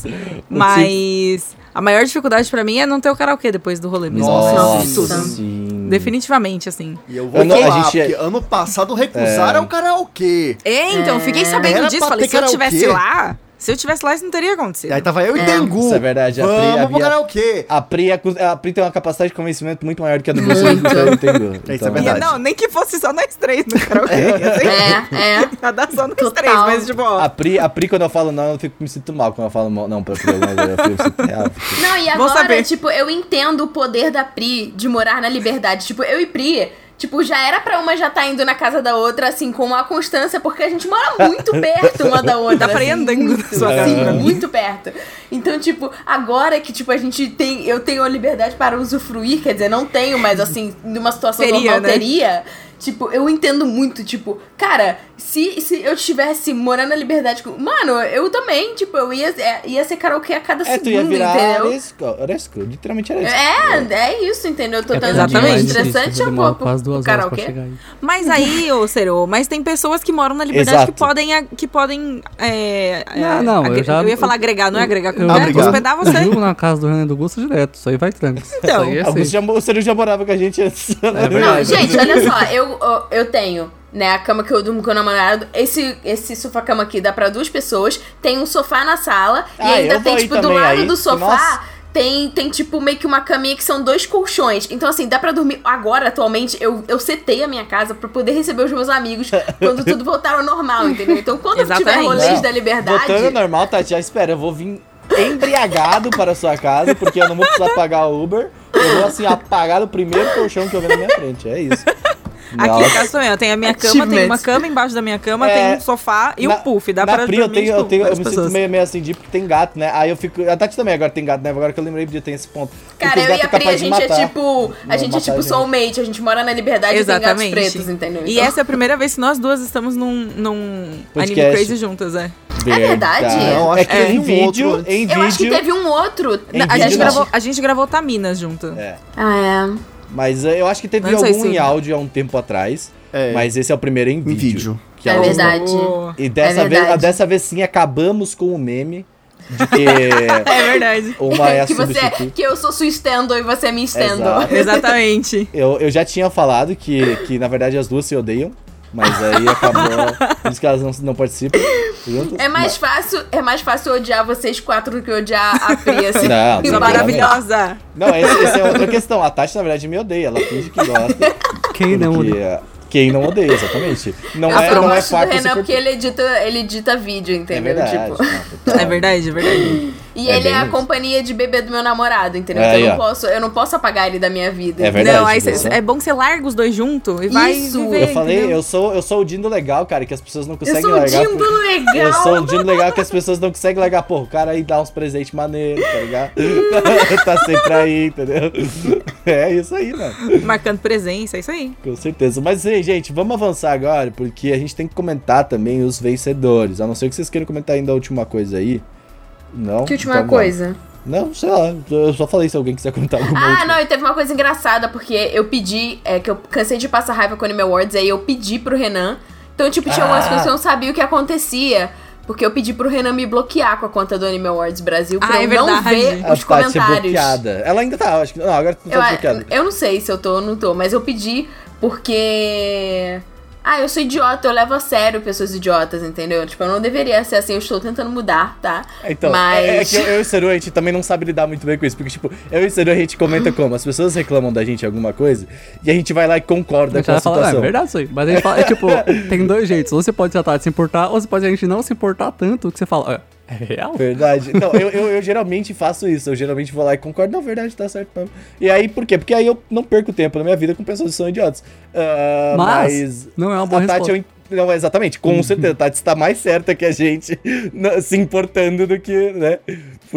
Speaker 5: mas a maior dificuldade pra mim é não ter o karaokê depois do rolê mesmo,
Speaker 2: Nossa.
Speaker 5: assim, tudo.
Speaker 1: sim.
Speaker 5: Definitivamente, assim.
Speaker 4: E eu vou
Speaker 1: Ano- a
Speaker 4: falar,
Speaker 1: gente é-
Speaker 4: porque ano passado recusaram o karaokê.
Speaker 5: É, então, fiquei sabendo
Speaker 4: Era
Speaker 5: disso,
Speaker 4: pra
Speaker 5: falei,
Speaker 4: ter
Speaker 5: se eu
Speaker 4: karaokê?
Speaker 5: tivesse lá, se eu tivesse lá, isso não teria
Speaker 4: E
Speaker 5: acontecido.
Speaker 4: aí tá, tava eu e Tengu.
Speaker 1: Isso é verdade, a Pri
Speaker 4: Vamos pro
Speaker 1: havia-
Speaker 4: karaokê.
Speaker 1: A Pri, é cu- a Pri tem uma capacidade de convencimento muito maior do que a do Bolsonaro, então,
Speaker 4: (laughs)
Speaker 1: entendeu?
Speaker 4: é
Speaker 1: Então,
Speaker 4: verdade.
Speaker 5: Não, nem que fosse só nós três no karaokê. assim.
Speaker 2: É,
Speaker 5: (laughs)
Speaker 2: é.
Speaker 5: Ia dar só nós
Speaker 2: Total.
Speaker 5: três, mas tipo, ó.
Speaker 1: A Pri, a Pri, quando eu falo não, eu fico, me sinto mal. Quando eu falo mo- não pra Pri, alguma coisa, eu fico, eu sinto real.
Speaker 2: Não, e
Speaker 5: Vou
Speaker 2: agora,
Speaker 5: saber.
Speaker 2: tipo, eu entendo o poder da Pri de morar na liberdade. Tipo, eu e Pri, tipo, já era pra uma já tá indo na casa da outra, assim, com uma constância, porque a gente mora muito perto uma da outra.
Speaker 5: Dá pra ir
Speaker 2: assim,
Speaker 5: andando
Speaker 2: muito,
Speaker 5: na sua né?
Speaker 2: assim,
Speaker 1: casa.
Speaker 2: muito perto. Então, tipo, agora que, tipo, a gente tem... Eu tenho a liberdade para usufruir, quer dizer, não tenho, mas, assim, numa situação
Speaker 5: Teria,
Speaker 2: normal
Speaker 5: né?
Speaker 2: teria... Tipo, eu entendo muito, tipo, cara, se, se eu estivesse morando na liberdade com. Mano, eu também, tipo, eu ia, é- ia ser karaokê a cada
Speaker 1: É, tu ia
Speaker 2: segundo,
Speaker 1: virar
Speaker 2: entendeu?
Speaker 1: Oresco, Oresco, literalmente Oresco.
Speaker 2: É, é isso, entendeu? Tô tão
Speaker 5: Tá exatamente. é
Speaker 2: estressante, eu vou
Speaker 3: demora
Speaker 2: pro,
Speaker 3: quase duas
Speaker 2: pro
Speaker 3: horas pra
Speaker 2: karaokê.
Speaker 3: chegar aí.
Speaker 5: Mas aí, ô Cero, mas tem pessoas que moram na liberdade
Speaker 1: Exato.
Speaker 5: que podem. a- Que podem é, é,
Speaker 3: Não, não, eu
Speaker 5: agre-
Speaker 3: já- Uhum.
Speaker 5: ia falar agregar, não é agregar com
Speaker 3: Eu,
Speaker 5: né?
Speaker 4: obrigado.
Speaker 5: Hospedar
Speaker 3: eu, eu
Speaker 5: você.
Speaker 3: jogo na casa do Renan e do Gusto direto, isso aí vai tranquilo.
Speaker 5: Então.
Speaker 3: isso aí é assim.
Speaker 1: Augusto já, mo- o Sérgio já morava com a gente antes.
Speaker 4: É
Speaker 2: Não, gente, olha só, eu, eu, eu tenho, né, a cama que eu durmo com o namorado, esse, esse sofá-cama aqui dá pra duas pessoas, tem um sofá na sala,
Speaker 1: Ah,
Speaker 2: e ainda
Speaker 1: eu
Speaker 2: tem,
Speaker 1: vou
Speaker 2: tipo,
Speaker 1: aí
Speaker 2: do
Speaker 1: também,
Speaker 2: lado
Speaker 1: aí.
Speaker 2: do sofá...
Speaker 1: Nossa.
Speaker 2: Tem, tem, tipo, meio que uma caminha que são dois colchões. Então, assim, dá pra dormir. Agora, atualmente, eu, eu setei a minha casa pra poder receber os meus
Speaker 1: (laughs)
Speaker 2: amigos quando tudo voltar ao normal, entendeu? Então, quando tiver
Speaker 5: Exatamente.
Speaker 1: É.
Speaker 2: rolês da liberdade.
Speaker 1: Voltando ao normal, Tati, já espera, eu vou vir embriagado para a sua casa, porque eu não vou precisar pagar o Uber. Eu vou, assim, apagar o primeiro colchão que eu ver na minha frente, é isso.
Speaker 5: Aqui em
Speaker 1: Nossa.
Speaker 5: casa também, ó. Tem a minha cama, tem uma cama embaixo da minha cama,
Speaker 1: É,
Speaker 5: tem um sofá e
Speaker 1: Na-
Speaker 5: um puff. Dá
Speaker 1: na
Speaker 5: pra
Speaker 1: Pri, eu
Speaker 5: dormir
Speaker 1: tenho, eu
Speaker 5: tipo,
Speaker 1: tenho, eu
Speaker 5: várias
Speaker 1: me sinto
Speaker 5: pessoas.
Speaker 1: meio, meio assim, de porque tem gato, né? Aí eu fico. A Tati também agora tem gato, né? Agora que eu lembrei de tem esse ponto.
Speaker 2: Cara,
Speaker 1: Porque os
Speaker 2: eu e
Speaker 1: gatos
Speaker 2: a Pri, a
Speaker 1: capazes tá de
Speaker 2: gente é
Speaker 1: matar.
Speaker 2: tipo. A
Speaker 1: Não,
Speaker 2: gente é
Speaker 1: matar
Speaker 2: tipo
Speaker 1: a gente.
Speaker 2: soulmate, a gente mora na liberdade e
Speaker 5: Exatamente.
Speaker 2: tem gatos pretos, entendeu?
Speaker 5: E
Speaker 2: Então-
Speaker 5: essa é a primeira vez que nós duas estamos num, num
Speaker 1: Podcast.
Speaker 5: Anime Crazy juntas, é.
Speaker 2: É verdade?
Speaker 4: Não, acho
Speaker 1: é
Speaker 4: que
Speaker 1: que
Speaker 4: teve
Speaker 1: em
Speaker 4: um
Speaker 1: vídeo,
Speaker 4: outro antes.
Speaker 1: em vídeo.
Speaker 2: Eu acho que teve um outro.
Speaker 1: Em
Speaker 2: Na-
Speaker 5: A
Speaker 1: vídeo,
Speaker 5: gente,
Speaker 1: não.
Speaker 5: gravou, a gente gravou Taminas junto.
Speaker 1: É.
Speaker 2: Ah,
Speaker 1: Mas eh, eu acho que teve
Speaker 5: Não sei
Speaker 1: algum
Speaker 5: se-
Speaker 1: em áudio há um tempo atrás.
Speaker 4: É.
Speaker 1: Mas esse é o primeiro em vídeo.
Speaker 4: vídeo.
Speaker 1: que
Speaker 2: É
Speaker 1: ela usou.
Speaker 2: verdade.
Speaker 5: Oh,
Speaker 1: E dessa,
Speaker 2: É
Speaker 1: vez,
Speaker 2: verdade.
Speaker 1: ah, dessa vez sim acabamos com o meme de
Speaker 2: (laughs)
Speaker 1: que
Speaker 5: É verdade.
Speaker 1: uma é a
Speaker 2: que você é,
Speaker 1: substituta.
Speaker 2: que eu sou sua stand e você é minha stand
Speaker 1: Exato.
Speaker 5: Exatamente.
Speaker 1: Eu, eu já tinha falado que, que na verdade as duas se odeiam, mas aí acabou. Por isso que elas não, não participam. juntas.
Speaker 2: É mais fácil, é mais fácil odiar vocês quatro do que odiar
Speaker 1: (laughs)
Speaker 2: a Pri, assim.
Speaker 1: Não,
Speaker 2: Que
Speaker 1: não,
Speaker 2: maravilhosa.
Speaker 5: Maravilhosa.
Speaker 1: Não, essa, essa é outra questão. A Tati, na verdade, me odeia. Ela finge que gosta.
Speaker 3: (laughs) Quem não né?
Speaker 1: porque,
Speaker 3: odeia?
Speaker 1: eh, Quem não odeia, exatamente. Não
Speaker 2: Eu
Speaker 1: é,
Speaker 2: só
Speaker 1: não é
Speaker 2: gosto do
Speaker 1: fácil.
Speaker 2: Renan
Speaker 1: se curtir.
Speaker 2: porque ele edita, ele edita vídeo,
Speaker 1: É
Speaker 2: entendeu?
Speaker 1: verdade.
Speaker 2: (laughs) Tipo.
Speaker 1: não, total.
Speaker 5: É verdade, é verdade.
Speaker 2: E
Speaker 1: É
Speaker 2: ele é
Speaker 1: bem
Speaker 2: a
Speaker 1: isso.
Speaker 2: companhia de bebê do meu namorado, entendeu?
Speaker 1: É,
Speaker 2: Então eu
Speaker 1: aí,
Speaker 2: não
Speaker 1: ó.
Speaker 2: posso, eu não posso apagar ele da minha vida.
Speaker 1: É verdade,
Speaker 5: não, aí cê-
Speaker 1: você-
Speaker 5: é bom que você larga os dois junto e vai
Speaker 2: Isso,
Speaker 5: viver,
Speaker 1: Eu falei,
Speaker 5: entendeu?
Speaker 1: eu sou, eu sou o Dindo legal, cara, que as pessoas não
Speaker 2: Eu
Speaker 1: conseguem
Speaker 2: sou o
Speaker 1: largar. por-
Speaker 2: Dindo legal.
Speaker 1: Eu sou um o Dino legal que as pessoas não conseguem largar. Pô, o cara aí dá uns presentes maneiros, tá ligado? (laughs) tá sempre aí, entendeu? É isso aí, mano.
Speaker 5: Marcando presença, é isso aí.
Speaker 1: Com certeza. Mas, ei, gente, vamos avançar agora, porque a gente tem que comentar também os vencedores. A não ser que vocês queiram comentar ainda a última coisa aí. Não?
Speaker 2: Que última
Speaker 1: Então vamos.
Speaker 2: coisa?
Speaker 1: Não, sei lá. Eu só falei se alguém quiser comentar alguma
Speaker 2: Ah,
Speaker 1: outra.
Speaker 2: não, e teve uma coisa engraçada, porque eu pedi, é, que eu cansei de passar raiva com Anime Awards, aí eu pedi pro Renan. Então, tipo, tinha umas
Speaker 1: Ah.
Speaker 2: coisas que eu não sabia o que acontecia. Porque eu pedi pro Renan me bloquear com a conta do Anime Awards Brasil pra
Speaker 5: Ah, é
Speaker 2: eu não
Speaker 5: verdade.
Speaker 1: Ela
Speaker 2: ver os
Speaker 1: tá de ser
Speaker 2: comentários.
Speaker 1: bloqueada. Ela ainda tá, acho que. Não, agora tu tá
Speaker 2: Eu,
Speaker 1: desbloqueada.
Speaker 2: eu não sei se eu tô ou não tô, mas eu pedi porque. Ah, eu sou idiota, eu levo a sério pessoas idiotas, entendeu? Tipo, eu não deveria ser assim, eu estou tentando mudar, tá?
Speaker 1: Então,
Speaker 2: mas.
Speaker 1: é, é que eu, eu e o Seru, a gente também não sabe lidar muito bem com isso. Porque, tipo, eu e o Seru, a gente comenta como? As pessoas reclamam da gente alguma coisa e a gente vai lá e concorda
Speaker 3: A gente
Speaker 1: com a
Speaker 3: vai falar, "Ah, é
Speaker 1: situação.
Speaker 3: verdade isso aí. Mas a gente fala, é tipo, tem dois jeitos. Ou você pode tratar de se importar, ou você pode a gente não se importar tanto que você fala, "Ah, é real?
Speaker 1: Verdade. Não, eu, eu, eu geralmente faço isso. Eu geralmente vou lá e concordo. Não, verdade, tá certo mesmo. E aí, por quê? Porque aí eu não perco tempo na minha vida com pessoas que são idiotas. Ah,
Speaker 3: Mas,
Speaker 1: mas.
Speaker 3: não é uma boa
Speaker 1: a Tati, eu,
Speaker 3: resposta.
Speaker 1: en- Não, exatamente, com certeza. Tati está mais certa que a gente (laughs) na- se importando do que, né?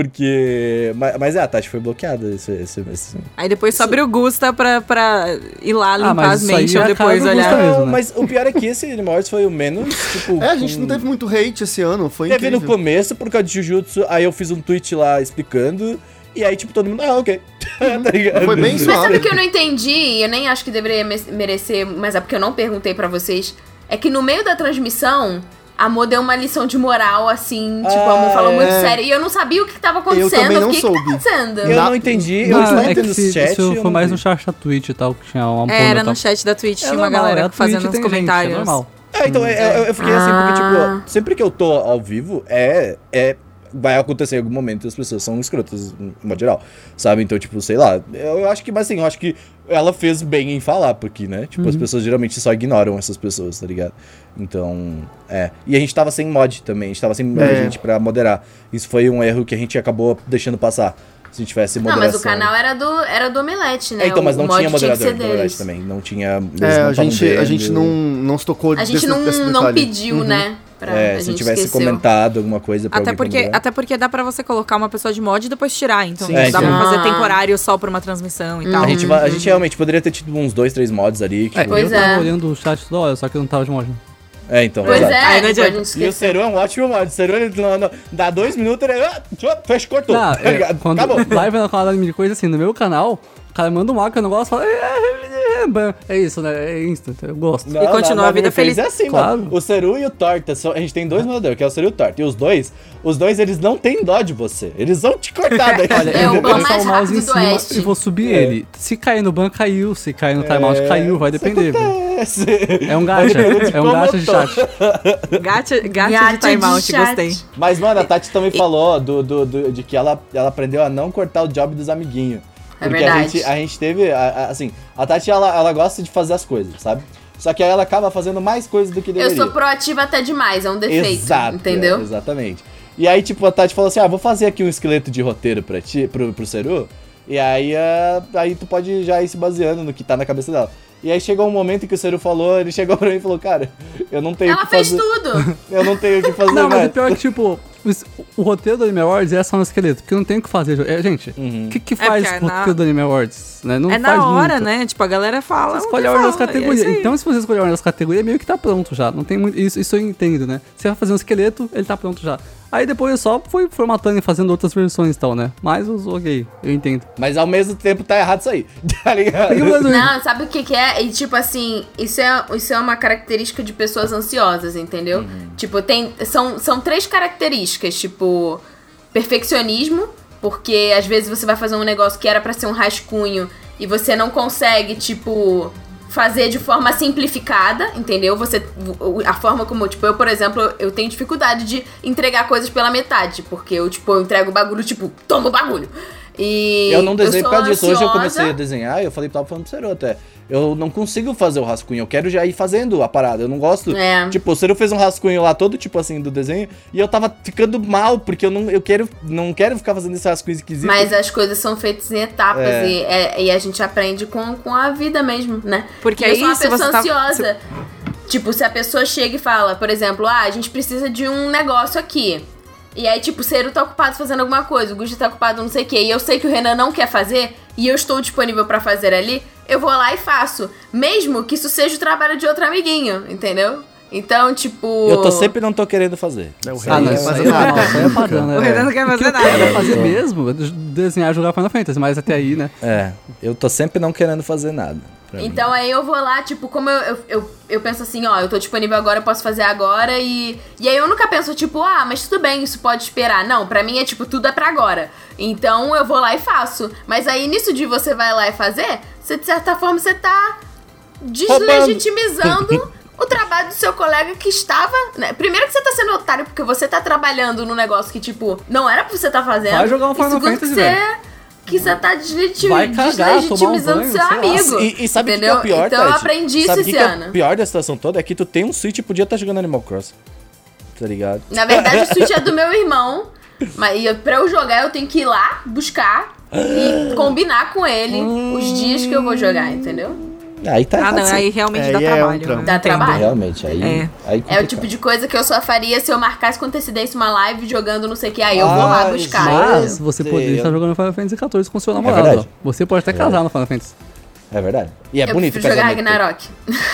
Speaker 1: Porque. ma- Mas, é, a Tati foi bloqueada esse. esse, esse-
Speaker 5: Aí depois sobe o Gusta pra, pra ir
Speaker 1: Ah,
Speaker 5: lá limpar
Speaker 3: mas
Speaker 5: as
Speaker 3: isso aí é
Speaker 5: mentions
Speaker 3: a
Speaker 5: depois,
Speaker 3: cara do
Speaker 5: olhar.
Speaker 3: Gusta. mesmo,
Speaker 1: Não,
Speaker 3: né?
Speaker 1: mas o pior é que esse Animal Arts foi o menos. Tipo,
Speaker 4: É, a gente
Speaker 1: com-
Speaker 4: não teve muito hate esse ano, foi
Speaker 1: Teve
Speaker 4: incrível.
Speaker 1: no começo por causa de Jujutsu, aí eu fiz um tweet lá explicando, e aí, tipo, todo mundo, ah, ok. (laughs) Tá ligado?
Speaker 4: Uhum. Foi bem
Speaker 2: Mas sabe
Speaker 4: suave.
Speaker 2: o que eu não entendi? Eu nem acho que deveria me- merecer, mas é porque eu não perguntei pra vocês. É que no meio da transmissão, a Mo deu uma lição de moral, assim, tipo, a Mo
Speaker 1: Ah,
Speaker 2: falou muito
Speaker 4: é.
Speaker 2: sério. E eu não sabia o que tava acontecendo.
Speaker 4: também não
Speaker 2: o que, que
Speaker 4: soube.
Speaker 2: tá acontecendo?
Speaker 1: Eu
Speaker 4: Na-
Speaker 1: não entendi, eu
Speaker 4: Não,
Speaker 1: estava
Speaker 4: é
Speaker 1: entrando no
Speaker 3: Ah, se,
Speaker 1: chat.
Speaker 3: isso
Speaker 1: eu
Speaker 3: foi
Speaker 1: não
Speaker 3: mais um
Speaker 1: vi.
Speaker 3: no chat da Twitch e tal, que tinha
Speaker 1: um
Speaker 3: uma
Speaker 5: É, era no
Speaker 1: tá?
Speaker 3: porno e tal.
Speaker 5: chat da Twitch,
Speaker 3: É
Speaker 5: tinha uma
Speaker 3: normal, é a
Speaker 5: galera
Speaker 3: Twitch,
Speaker 5: fazendo
Speaker 3: tem
Speaker 5: uns
Speaker 3: gente,
Speaker 5: comentários.
Speaker 3: é normal.
Speaker 1: É,
Speaker 4: Hum,
Speaker 1: então, é- eu, eu fiquei assim, porque,
Speaker 2: Ah.
Speaker 1: tipo, sempre que eu tô ao vivo, é. é vai acontecer em algum momento e as pessoas são escrotas, de modo geral, sabe? Então, tipo, sei lá. Eu, eu acho que, mas assim, eu acho que ela fez bem em falar, porque, né? Tipo,
Speaker 4: Uhum.
Speaker 1: as pessoas geralmente só ignoram essas pessoas, tá ligado? Então, é. E a gente tava sem mod também, a gente tava sem
Speaker 4: É.
Speaker 1: gente pra moderar. Isso foi um erro que a gente acabou deixando passar. Se a gente tivesse
Speaker 2: Não,
Speaker 1: moderação.
Speaker 2: mas o canal era do, era do Omelete, né?
Speaker 1: É, então, mas não
Speaker 2: o mod
Speaker 1: tinha
Speaker 2: que
Speaker 1: moderador,
Speaker 2: ser
Speaker 1: na verdade,
Speaker 2: deles.
Speaker 1: também. Não tinha. eles
Speaker 4: É,
Speaker 1: não tavam
Speaker 4: a gente, a gente
Speaker 1: vendo.
Speaker 4: não, não se tocou
Speaker 2: A gente
Speaker 4: desse-
Speaker 2: não,
Speaker 4: desse
Speaker 2: não
Speaker 4: detalhe.
Speaker 2: pediu, né? Pra,
Speaker 1: É,
Speaker 2: a
Speaker 1: se
Speaker 2: gente
Speaker 1: tivesse
Speaker 2: esqueceu.
Speaker 1: comentado alguma coisa pra
Speaker 5: Até
Speaker 1: alguém pra
Speaker 5: porque,
Speaker 1: mudar.
Speaker 5: até porque dá pra você colocar uma pessoa de mod e depois tirar. Então
Speaker 1: Sim,
Speaker 5: não
Speaker 1: sim.
Speaker 5: dá pra
Speaker 2: Ah.
Speaker 5: fazer temporário só pra uma transmissão e
Speaker 3: Uhum.
Speaker 5: tal.
Speaker 1: A gente, va- a gente realmente poderia ter tido uns dois, três mods ali. que-
Speaker 3: É,
Speaker 2: Pois
Speaker 3: eu tava
Speaker 2: Uhum. é.
Speaker 3: olhando o chat toda hora, só que eu não tava de mod.
Speaker 1: É, então.
Speaker 2: Pois
Speaker 1: exato.
Speaker 2: é,
Speaker 5: Aí não
Speaker 2: depois a
Speaker 5: adianta.
Speaker 2: gente
Speaker 1: E o
Speaker 2: esqueceu.
Speaker 1: Seru é um ótimo mod. O Seru, ele não- não- dá dois minutos, ele... Ah, tchau, Fecha, cortou.
Speaker 3: Tá,
Speaker 1: Tá ligado? (laughs)
Speaker 3: quando
Speaker 1: Acabou.
Speaker 3: live na canal de coisa assim, no meu canal, o cara manda um ar que eu não gosto, fala. "É, é, é, bam." É isso, né? É instant, eu gosto.
Speaker 1: Não,
Speaker 5: continua
Speaker 1: não, não,
Speaker 5: a vida
Speaker 1: não, fez
Speaker 5: feliz.
Speaker 1: É assim,
Speaker 3: Claro.
Speaker 1: mano. O Seru e o Torta, são- a gente tem dois moderadores, que é o Seru e o Torta. E os dois, os dois, eles não têm dó de você. Eles vão te
Speaker 2: (laughs)
Speaker 1: cortar daqui.
Speaker 3: Olha,
Speaker 2: É
Speaker 3: eu
Speaker 2: o
Speaker 1: (laughs)
Speaker 3: vou
Speaker 2: pão
Speaker 3: passar
Speaker 2: mais
Speaker 3: o mouse em
Speaker 2: rápido do
Speaker 3: cima
Speaker 2: Oeste.
Speaker 3: e vou subir
Speaker 1: É.
Speaker 3: ele. Se cair no ban, caiu. Se cair no timeout, caiu. Vai
Speaker 1: isso
Speaker 3: depender. velho.
Speaker 1: acontece.
Speaker 3: É um gacha.
Speaker 1: Depende de
Speaker 3: É um
Speaker 1: como
Speaker 3: gacha
Speaker 1: eu
Speaker 3: de
Speaker 1: tô.
Speaker 3: chat.
Speaker 5: (laughs) Gacha, gacha,
Speaker 2: Gacha
Speaker 5: de timeout,
Speaker 2: de chat.
Speaker 5: gostei.
Speaker 1: Mas, mano, a Tati também falou do, do- do- de que ela, ela aprendeu a não cortar o job dos amiguinhos.
Speaker 2: É
Speaker 1: porque a
Speaker 2: verdade.
Speaker 1: gente, a gente teve, a- a- assim, a Tati, ela, ela gosta de fazer as coisas, sabe? Só que aí ela acaba fazendo mais coisas do que
Speaker 2: Eu
Speaker 1: deveria.
Speaker 2: sou proativa até demais, é um defeito,
Speaker 1: Exato,
Speaker 2: entendeu?
Speaker 1: é, exatamente. E aí, tipo, a Tati falou assim, ah, vou fazer aqui um esqueleto de roteiro pra ti, pro, pro Seru. E aí, ah, aí tu pode já ir se baseando no que tá na cabeça dela. E aí chegou um momento que o Seru falou, ele chegou pra mim e falou, cara, eu não tenho o
Speaker 2: Ela
Speaker 1: que
Speaker 2: fez
Speaker 1: fazer. (laughs)
Speaker 2: tudo.
Speaker 1: Eu não tenho o
Speaker 3: (laughs)
Speaker 1: que fazer
Speaker 3: Não, mas o
Speaker 1: mais.
Speaker 3: pior é que, tipo, os- o roteiro do Anime Awards é só no esqueleto, porque não tem o que fazer. É, gente, o que, que faz
Speaker 5: porque é
Speaker 3: o
Speaker 5: na-
Speaker 3: roteiro do Anime Awards? Né? Não
Speaker 5: é
Speaker 3: faz
Speaker 5: na hora,
Speaker 3: muito.
Speaker 5: né? Tipo, a galera fala.
Speaker 3: Você
Speaker 5: o
Speaker 3: escolhe
Speaker 5: que
Speaker 3: a ordem das
Speaker 5: fala, e é
Speaker 3: categorias.
Speaker 5: isso aí.
Speaker 3: então, se você escolher a ordem das categorias, meio que tá pronto já. Não tem muito. Isso, isso eu entendo, né? Você vai fazer um esqueleto, ele tá pronto já. Aí depois eu só fui formatando e fazendo outras versões e tal, né? Mas os ok, eu entendo.
Speaker 1: Mas ao mesmo tempo tá errado isso aí. (laughs) Tá ligado?
Speaker 3: Peguei o Brasil.
Speaker 2: Não, sabe o que, que é? E tipo assim, isso é, isso é uma característica de pessoas ansiosas, entendeu? Tipo, tem. São, são três características, tipo, perfeccionismo, porque às vezes você vai fazer um negócio que era pra ser um rascunho e você não consegue, tipo. Fazer de forma simplificada, entendeu? Você. o- A forma como, tipo, eu, por exemplo, eu tenho dificuldade de entregar coisas pela metade. Porque eu, tipo, eu entrego o bagulho, tipo, toma o bagulho. E.
Speaker 1: Eu não desenho por
Speaker 2: sou
Speaker 1: causa disso. Hoje eu
Speaker 2: ansiosa.
Speaker 1: comecei a desenhar e eu falei, tava falando pro Seru até. Eu não consigo fazer o rascunho, eu quero já ir fazendo a parada. Eu não gosto.
Speaker 2: É.
Speaker 1: Tipo, o Seru fez um rascunho lá todo tipo assim do desenho e eu tava ficando mal, porque eu não, eu quero, não quero ficar fazendo esse rascunho esquisito.
Speaker 2: Mas é as coisas são feitas em etapas
Speaker 1: É.
Speaker 2: e, é- e a gente aprende com, com a vida mesmo, né?
Speaker 5: Porque
Speaker 2: E eu
Speaker 5: aí,
Speaker 2: sou uma
Speaker 5: se
Speaker 2: pessoa
Speaker 5: você tá-
Speaker 2: ansiosa. Tipo, se a pessoa chega e fala, por exemplo, ah, a gente precisa de um negócio aqui. E aí, tipo, o Ciro tá ocupado fazendo alguma coisa, o Gusto tá ocupado não sei o quê. E eu sei que o Renan não quer fazer, e eu estou disponível pra fazer ali, eu vou lá e faço. Mesmo que isso seja o trabalho de outro amiguinho, entendeu? Então, tipo.
Speaker 1: Eu tô sempre não tô querendo fazer.
Speaker 4: É, o
Speaker 1: Isso
Speaker 4: rei
Speaker 1: aí
Speaker 3: Ah, não,
Speaker 4: é
Speaker 3: isso
Speaker 4: mais
Speaker 3: aí é
Speaker 4: nada.
Speaker 3: normal, isso aí é padrão, né?
Speaker 5: O Renan não
Speaker 3: velho?
Speaker 5: quer fazer
Speaker 3: Vai
Speaker 5: nada.
Speaker 3: fazer mesmo, desenhar jogar Final Fantasy, mas até aí, né?
Speaker 1: É, eu tô sempre não querendo fazer nada. pra mim.
Speaker 2: Então aí eu vou lá, tipo, como eu, eu, eu, eu penso assim, ó, eu tô disponível agora, eu posso fazer agora e. E aí eu nunca penso, tipo, ah, mas tudo bem, isso pode esperar. Não, pra mim é tipo, tudo é pra agora. Então eu vou lá e faço. Mas aí nisso de você vai lá e fazer, você de certa forma você tá deslegitimizando o trabalho do seu colega que estava. né? Primeiro que você tá sendo otário, porque você tá trabalhando num negócio que, tipo, não era pra você tá fazendo.
Speaker 3: Vai jogar um
Speaker 2: E
Speaker 3: Final
Speaker 2: segundo que
Speaker 3: Fantasy,
Speaker 2: você-
Speaker 3: velho.
Speaker 2: Que você tá deslegi-
Speaker 3: Vai cagar, tomar um
Speaker 2: deslegitimizando
Speaker 3: banho,
Speaker 2: seu
Speaker 3: sei lá.
Speaker 2: amigo.
Speaker 1: E, e sabe o que que é
Speaker 2: entendeu?
Speaker 1: o pior,
Speaker 2: Então eu
Speaker 1: Tati?
Speaker 2: aprendi isso
Speaker 1: Sabe o
Speaker 2: esse
Speaker 1: que que É o
Speaker 2: ano.
Speaker 1: pior da situação toda é que tu tem um Switch e podia estar jogando Animal Crossing. Tá ligado?
Speaker 2: Na verdade, o Switch é do meu irmão. Mas e eu- pra eu jogar, eu tenho que ir lá buscar e combinar com ele os dias que eu vou jogar, entendeu?
Speaker 1: Aí tá
Speaker 5: Ah,
Speaker 1: errado.
Speaker 5: não,
Speaker 3: assim,
Speaker 1: sim.
Speaker 5: aí realmente
Speaker 4: É,
Speaker 5: dá
Speaker 4: aí é um
Speaker 5: trabalho.
Speaker 4: trampo.
Speaker 5: eu
Speaker 2: Dá
Speaker 5: entendo.
Speaker 2: trabalho.
Speaker 1: Realmente, aí.
Speaker 5: É.
Speaker 1: aí
Speaker 2: É o tipo de coisa que eu só faria se eu marcasse com antecedência uma live jogando não sei o que. Aí eu vou lá
Speaker 1: Ah,
Speaker 2: buscar.
Speaker 1: mas-
Speaker 3: Mas você
Speaker 1: Sim,
Speaker 3: poderia estar
Speaker 1: eu-
Speaker 3: jogando Final Fantasy XIV com seu
Speaker 1: É
Speaker 3: namorado.
Speaker 1: verdade.
Speaker 3: ó. você pode até casar no Final Fantasy.
Speaker 1: É verdade. E é
Speaker 2: eu
Speaker 1: bonito o
Speaker 2: prefiro jogar
Speaker 1: casamento.
Speaker 2: Ragnarok.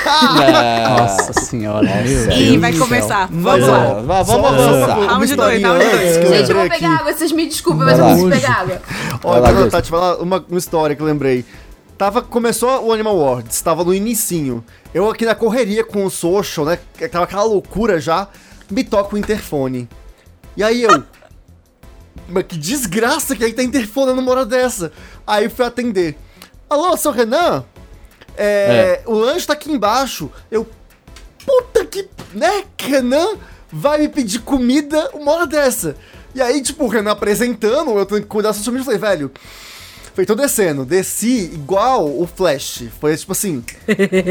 Speaker 1: Ah,
Speaker 3: Nossa é senhora, meu
Speaker 1: Nossa.
Speaker 5: Ih,
Speaker 3: Deus.
Speaker 5: vai
Speaker 3: do um céu.
Speaker 5: começar.
Speaker 1: Pois
Speaker 5: Vamos
Speaker 1: é,
Speaker 5: lá.
Speaker 1: vá- Vamos avançar.
Speaker 5: Round dois, round dois.
Speaker 1: É.
Speaker 2: Gente, eu vou pegar água, vocês me desculpem, mas eu
Speaker 1: Vai lá.
Speaker 2: preciso pegar água.
Speaker 1: Vai
Speaker 4: Olha,
Speaker 1: lá,
Speaker 4: Bruno,
Speaker 1: Gusto.
Speaker 4: tá te falando uma, uma história que eu lembrei. Tava, começou o Animal Awards, tava no inicinho. Eu aqui na correria com o social, né? que Tava aquela loucura já. Me toca o interfone. E aí eu. Mas que desgraça que aí tá interfonando uma hora dessa. Aí fui atender. Alô, seu Renan? É, O lanche tá aqui embaixo. Eu. Puta que. Né, Renan? Vai me pedir comida uma hora dessa. E aí, tipo, o Renan apresentando, eu tenho que cuidar do eu falei, velho. Falei, tô descendo. Desci igual o Flash. Foi tipo
Speaker 1: (laughs)
Speaker 4: assim,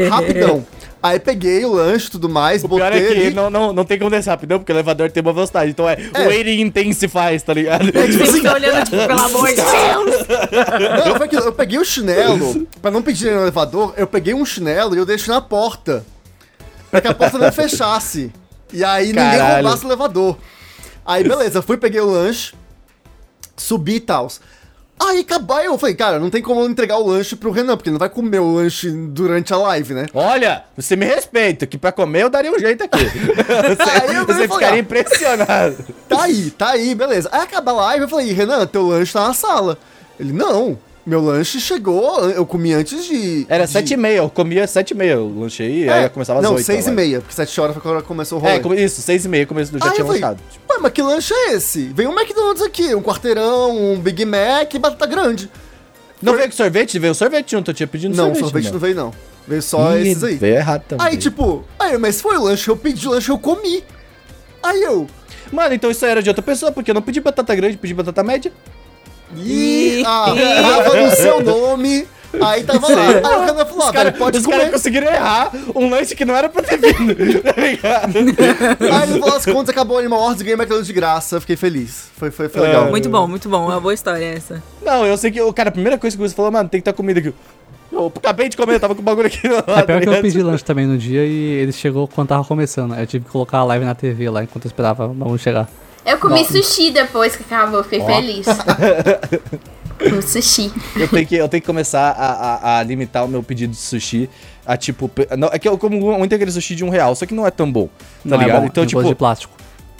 Speaker 4: rapidão. Aí peguei o lanche e tudo mais,
Speaker 1: O pior é que
Speaker 4: ali.
Speaker 1: não, não, não tem como descer rapidão, porque o elevador tem uma velocidade. Então é, o waiting intensifies, tá ligado?
Speaker 4: É
Speaker 5: Tem que
Speaker 3: (laughs)
Speaker 5: ficar olhando, tipo, pelo amor de Deus.
Speaker 4: Não, foi aquilo, eu peguei o chinelo, pra não pedir no elevador, eu peguei um chinelo e eu deixei na porta. Pra que a porta não fechasse. E aí ninguém
Speaker 1: Caralho.
Speaker 4: roubasse o elevador. Aí beleza, fui, peguei o lanche, subi e tal. Aí acabou, aí eu falei, cara, não tem como eu entregar o lanche pro Renan, porque ele não vai comer o lanche durante a live, né?
Speaker 1: Olha, você me respeita, que pra comer eu daria um jeito
Speaker 4: (laughs)
Speaker 1: aqui.
Speaker 4: Aí
Speaker 1: você
Speaker 4: eu
Speaker 1: você
Speaker 4: vou
Speaker 1: ficaria
Speaker 4: falar.
Speaker 1: impressionado.
Speaker 4: Tá aí, tá aí, beleza. Aí acaba a live, eu falei, Renan, teu lanche tá na sala. Ele, não, meu lanche chegou, eu comi antes de...
Speaker 1: Era
Speaker 4: de...
Speaker 1: 7 e meia, eu comia 7 e meia, eu lanchei, aí eu começava às 8.
Speaker 4: É. Não, 6 e meia, porque 7 horas foi quando começou o rolê.
Speaker 1: É, come- isso, 6 e meia, começo do dia
Speaker 4: Aí
Speaker 1: tinha
Speaker 4: eu falei,
Speaker 1: lanchado.
Speaker 4: ué, mas que lanche é esse? Vem um McDonald's aqui, um quarteirão, um Big Mac e batata grande.
Speaker 1: Não veio com sorvete? Veio sorvete junto, eu tinha pedido
Speaker 4: não,
Speaker 1: sorvete.
Speaker 4: sorvete
Speaker 1: meu.
Speaker 4: não veio não. Veio só
Speaker 1: Ih,
Speaker 4: esses aí.
Speaker 1: Veio errado também.
Speaker 4: Aí tipo, aí, mas foi o lanche, eu pedi o lanche, eu comi. Aí eu...
Speaker 1: Mano, então isso era de outra pessoa, porque eu não pedi batata grande, pedi batata média.
Speaker 4: Ih, ah, tava no seu nome, aí tava lá. Aí o Renan falou, ah,
Speaker 1: Os cara-
Speaker 4: velho, pode
Speaker 1: os caras
Speaker 4: comer.
Speaker 1: conseguiram errar um lanche que não era pra ter vindo, (laughs) tá ligado?
Speaker 4: Aí no final das contas acabou o Animal Hordes e ganhei McDonald's de graça, eu fiquei feliz. Foi, foi, foi legal.
Speaker 5: Muito bom, muito bom. É uma boa história essa.
Speaker 1: Não, eu sei que, o cara, a primeira coisa que você falou, mano, tem que ter comida aqui. Eu acabei de comer, eu tava com o bagulho aqui. tá
Speaker 3: É pior que eu pedi lanche também no dia e ele chegou quando tava começando. Eu tive que colocar a live na TV lá enquanto eu esperava o bagulho
Speaker 1: Tá
Speaker 3: chegar.
Speaker 2: Eu comi sushi depois que acabou, fiquei
Speaker 1: (laughs)
Speaker 2: feliz. Comi sushi.
Speaker 1: Eu tenho que, eu tenho que começar a, a- a limitar o meu pedido de sushi a tipo. pe- Não, é que eu como muito aquele sushi de um real, só que não é tão bom. Tá
Speaker 3: Não é
Speaker 1: ligado?
Speaker 3: bom,
Speaker 1: então,
Speaker 3: de bolsa
Speaker 1: tipo.
Speaker 3: de plástico.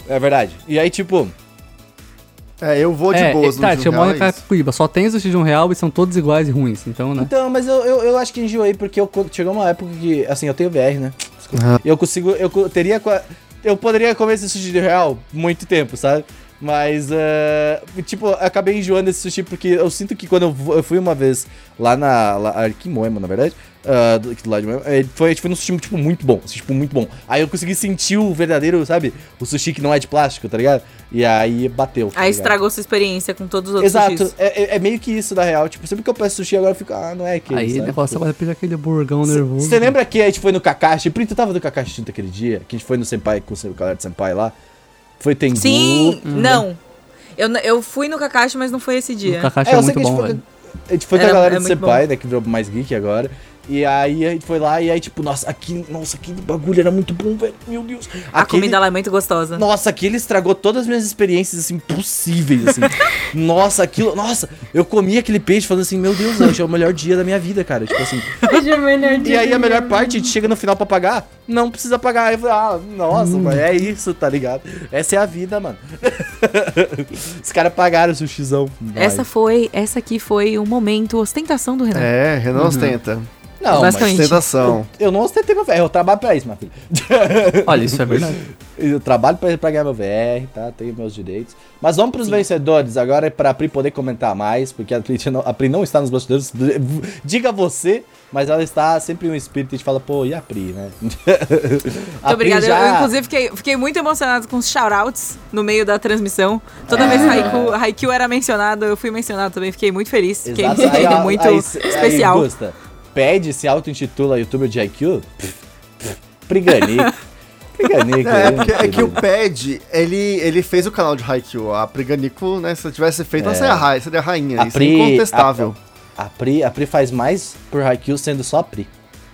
Speaker 1: É verdade. E aí, tipo.
Speaker 4: É, eu vou de
Speaker 3: é,
Speaker 4: boas
Speaker 3: é, tá,
Speaker 4: Jun
Speaker 1: um
Speaker 3: eu
Speaker 4: Real, é
Speaker 3: moro em
Speaker 4: isso.
Speaker 3: Carapicuíba. Só tem sushi de um real e são todos iguais e ruins. Então, né?
Speaker 1: Então, mas eu, eu, eu acho que enjoei, porque eu, co- chegou uma época que. Assim, eu tenho VR, né? Desculpa. Eu consigo. Eu co- teria. qua- Eu poderia comer esse sushi de real muito tempo, sabe? Mas, eh, tipo, eu acabei enjoando esse sushi porque eu sinto que quando eu, vou- eu fui uma vez lá na. Lá, aqui em Moema, na verdade. ah, do, aqui do lado de Moema. eh, Foi, foi num sushi, tipo, muito bom. Sushi, tipo, muito bom. Aí eu consegui sentir o verdadeiro, sabe? O sushi que não é de plástico, tá ligado? E aí bateu. tá
Speaker 5: Aí
Speaker 1: ligado?
Speaker 5: estragou sua experiência com todos os outros
Speaker 1: Exato,
Speaker 5: sushis.
Speaker 1: é, é- é meio que isso, na real. Tipo, sempre que eu peço sushi, agora eu fico, ah, não é aquele.
Speaker 3: Aí
Speaker 1: sabe?
Speaker 3: o negócio agora pedir aquele burgão nervoso.
Speaker 5: um.
Speaker 1: Você lembra que a gente foi no Kakashi? Prito, tava no Kakashi junto aquele dia? Que a gente foi no Senpai com o galera de Senpai lá? Foi Tengu. Hum, é,
Speaker 5: Sim,
Speaker 1: Uhum.
Speaker 5: Hum, não. Eu, n- eu fui no Kakashi, mas não foi esse
Speaker 3: O
Speaker 5: dia.
Speaker 3: Kakashi
Speaker 1: É,
Speaker 3: é,
Speaker 1: eu sei
Speaker 3: muito
Speaker 1: que a gente
Speaker 3: bom,
Speaker 1: foi,
Speaker 3: velho.
Speaker 1: com- a gente foi com a
Speaker 5: Era-
Speaker 1: galera
Speaker 5: é
Speaker 1: do
Speaker 5: muito
Speaker 1: Senpai, né? Que virou mais geek agora. E aí a gente foi lá e aí, tipo, nossa, aquele, nossa, aquele bagulho era muito bom, velho. Meu Deus.
Speaker 5: A
Speaker 1: Aquele-
Speaker 5: comida lá é muito gostosa.
Speaker 1: Nossa, aquilo estragou todas as minhas experiências, assim, possíveis,
Speaker 5: (laughs)
Speaker 1: assim. nossa, aquilo... Nossa, eu comi aquele peixe falando assim, meu Deus, hoje é o melhor dia da minha vida, cara. Tipo assim...
Speaker 2: Hoje é o melhor
Speaker 1: E
Speaker 2: dia
Speaker 1: aí a
Speaker 2: do
Speaker 1: melhor
Speaker 2: mundo.
Speaker 1: parte, a gente chega no final pra pagar, não precisa pagar. Aí eu falei, ah, nossa,
Speaker 5: Hum.
Speaker 1: mano, é isso, tá ligado? Essa é a vida, mano. (laughs) Os caras pagaram o sushizão. Vai.
Speaker 5: Essa foi, essa aqui foi o momento ostentação do Renan.
Speaker 4: É,
Speaker 1: Uhum.
Speaker 4: Renan ostenta.
Speaker 1: Não, mas
Speaker 5: basicamente.
Speaker 4: Ostentação.
Speaker 1: eu não ostentei meu VR, eu trabalho pra isso, minha filha.
Speaker 3: (laughs) Olha, isso é verdade.
Speaker 1: Eu trabalho pra, pra ganhar meu VR, tá? Tenho meus direitos. Mas vamos pros vencedores agora, é pra Pri poder comentar mais, porque a Pri (laughs) não, a Pri não está nos bastidores. Diga você, mas ela está sempre em um espírito e a gente fala, pô, e a Pri, né? (laughs)
Speaker 5: Muito obrigada. Eu- Eu, inclusive, fiquei, fiquei muito emocionada com os shoutouts no meio da transmissão. Toda vez que Haiku, Haikyuu era mencionado, eu fui mencionado também. Fiquei muito feliz. Fiquei
Speaker 1: Exato.
Speaker 5: me sentindo
Speaker 1: ó,
Speaker 5: (laughs) muito
Speaker 1: aí, aí,
Speaker 5: especial.
Speaker 1: Gusta, pede, se auto-intitula youtuber de IQ. Pff, pff, Priganico. Priganico. né,
Speaker 4: É, porque é
Speaker 1: querido?
Speaker 4: que o Pad, ele, ele fez o canal de Haikyuu. A Priganico, né, se eu tivesse feito, ela
Speaker 1: É.
Speaker 4: seria, a ra- seria a rainha.
Speaker 1: A
Speaker 4: isso
Speaker 1: Pri-
Speaker 4: é incontestável.
Speaker 1: A Pri, a Pri faz mais por Haikyuu sendo só a Pri.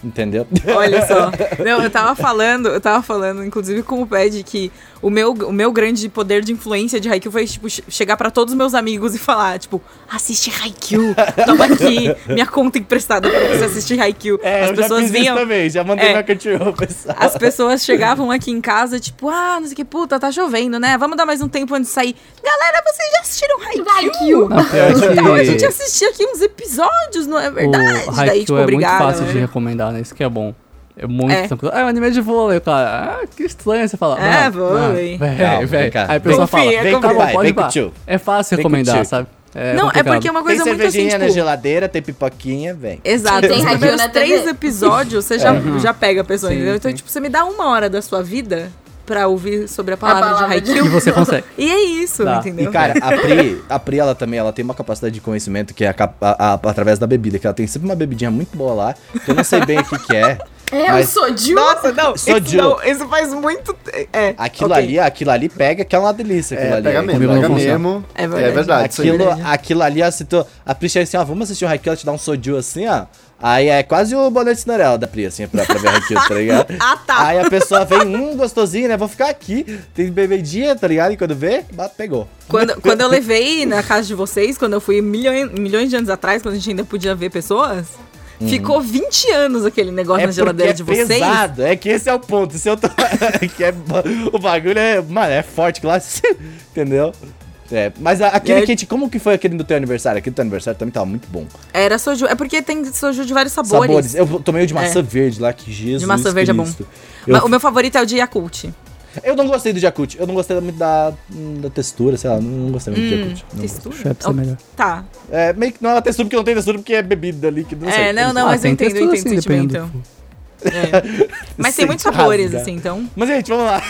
Speaker 1: Entendeu?
Speaker 5: Olha só. Não, eu tava falando, eu tava falando, inclusive, com o Ped, que o meu, o meu grande poder de influência de Haikyuu foi, tipo, che- chegar pra todos os meus amigos e falar, tipo, assiste Haikyuu, toma aqui, minha conta emprestada pra você assistir Haikyuu.
Speaker 1: (laughs) É,
Speaker 5: As
Speaker 1: eu já
Speaker 5: pessoas
Speaker 1: fiz
Speaker 5: vinham,
Speaker 1: isso também, já mandei
Speaker 5: É.
Speaker 1: minha cantinha pessoal.
Speaker 5: as pessoas chegavam aqui em casa, tipo, ah, não sei o que, puta, tá chovendo, né? Vamos dar mais um tempo antes de sair. Galera, vocês já assistiram Haikyuu?
Speaker 3: Não,
Speaker 1: É,
Speaker 3: pior
Speaker 5: Então, a gente
Speaker 3: que
Speaker 5: assistia aqui uns episódios, não é verdade?
Speaker 3: o
Speaker 5: Daí, tipo,
Speaker 3: Haikyuu é muito
Speaker 5: obrigada.
Speaker 3: fácil
Speaker 5: né?
Speaker 3: de recomendar, né? Isso que é bom. É muito
Speaker 5: É.
Speaker 3: tranquilo. Ah, é um anime de vôlei, cara. Ah, que estranho você falar.
Speaker 5: É,
Speaker 3: "Ah,
Speaker 5: vôlei."
Speaker 3: ah,
Speaker 1: Calma,
Speaker 3: Véi,
Speaker 1: vem
Speaker 3: véi.
Speaker 1: cá.
Speaker 3: Aí a pessoa
Speaker 5: Confia,
Speaker 3: fala,
Speaker 5: confia.
Speaker 3: tá
Speaker 1: Vem com o
Speaker 3: bom,
Speaker 1: pai,
Speaker 3: pode
Speaker 1: vem com o
Speaker 3: pá.
Speaker 1: tio.
Speaker 3: É fácil
Speaker 1: Vem com o
Speaker 3: recomendar,
Speaker 1: tio.
Speaker 3: sabe?
Speaker 5: Não, é
Speaker 3: complicado.
Speaker 5: porque é uma
Speaker 1: Tem
Speaker 5: coisa muito assim,
Speaker 1: cervejinha né, na
Speaker 5: tipo,
Speaker 1: geladeira, tem pipoquinha, vem.
Speaker 5: Exato,
Speaker 2: E tem
Speaker 5: os
Speaker 2: Haikyuu
Speaker 5: primeiros
Speaker 2: na
Speaker 5: três
Speaker 2: TV.
Speaker 5: episódios você já,
Speaker 1: É.
Speaker 5: já pega a pessoa,
Speaker 3: Sim,
Speaker 5: entendeu? Então,
Speaker 3: sim.
Speaker 5: tipo, você me dá uma hora da sua vida pra ouvir sobre a palavra,
Speaker 2: palavra
Speaker 5: de
Speaker 2: de-
Speaker 5: Haikyuu.
Speaker 3: E você consegue.
Speaker 5: E é isso,
Speaker 3: Tá.
Speaker 5: entendeu?
Speaker 1: E cara, a Pri, a Pri, ela também, ela tem uma capacidade de conhecimento que é a cap- a- a- através da bebida, que ela tem sempre uma bebidinha muito boa lá, que eu não sei bem o que que é.
Speaker 2: É,
Speaker 1: Mas-
Speaker 2: o Soju.
Speaker 5: Nossa, não,
Speaker 1: Sou
Speaker 5: isso,
Speaker 1: Jill.
Speaker 5: não, isso faz muito. te- É,
Speaker 1: Aquilo
Speaker 5: ok.
Speaker 1: ali, aquilo ali pega, que é uma delícia aquilo
Speaker 4: É,
Speaker 1: ali.
Speaker 4: pega
Speaker 1: É,
Speaker 4: mesmo,
Speaker 3: comigo não
Speaker 4: pega
Speaker 3: funciona.
Speaker 4: mesmo.
Speaker 5: É verdade.
Speaker 4: Ah, isso aí.
Speaker 1: Aquilo, aquilo ali, ó, se tu, a Pri chega assim, ó, vamos assistir o Haikyuu, ela te dá um soju assim, ó. Aí é quase o boné de Cinderela da Pri, assim, pra, pra ver o Haikyuu, tá ligado?
Speaker 5: Ah, tá.
Speaker 1: Aí a pessoa vem, hum, gostosinho, né? Vou ficar aqui. Tem bebedinha, tá ligado? E quando vê, bah, pegou.
Speaker 5: Quando, quando eu levei na casa de vocês, quando eu fui milhões, milhões de anos atrás, quando a gente ainda podia ver pessoas, ficou 20 anos aquele negócio
Speaker 1: Hum.
Speaker 5: na
Speaker 1: É porque
Speaker 5: geladeira de vocês.
Speaker 1: pesado, é que esse é o ponto. Se eu tô... que (laughs) é, o bagulho é, mano, é forte que lá, (laughs) entendeu? É, mas a- aquele
Speaker 5: E aí-
Speaker 1: que a gente, como que foi aquele do teu aniversário? Aquele do teu aniversário também tava muito bom.
Speaker 5: Era soju. É porque tem soju de vários sabores.
Speaker 1: Sabores. Eu tomei o de maçã
Speaker 5: É.
Speaker 1: verde lá, que Jesus
Speaker 5: De maçã verde é bom.
Speaker 1: Cristo.
Speaker 5: Mas
Speaker 1: Eu,
Speaker 5: O meu favorito é o de Yakult.
Speaker 1: eu não gostei do Jakut. Eu não gostei muito da, da textura, sei lá. Não, não gostei
Speaker 5: Hum,
Speaker 1: muito do Jakut. não gostei.
Speaker 5: Textura?
Speaker 3: Schweppes é melhor.
Speaker 5: Tá.
Speaker 1: É, meio que não é uma textura, porque não tem textura, porque é bebida líquida. Não
Speaker 5: é,
Speaker 1: sei,
Speaker 5: não,
Speaker 1: sei.
Speaker 5: não,
Speaker 3: Ah,
Speaker 5: mas eu
Speaker 3: tem
Speaker 5: entendo, eu
Speaker 3: textura,
Speaker 5: entendo o
Speaker 3: assim,
Speaker 5: sentimento.
Speaker 3: depende
Speaker 5: É. Mas tem
Speaker 1: Sem
Speaker 5: muitos sabores,
Speaker 1: rasgar.
Speaker 5: assim, então.
Speaker 1: Mas, gente, vamos lá.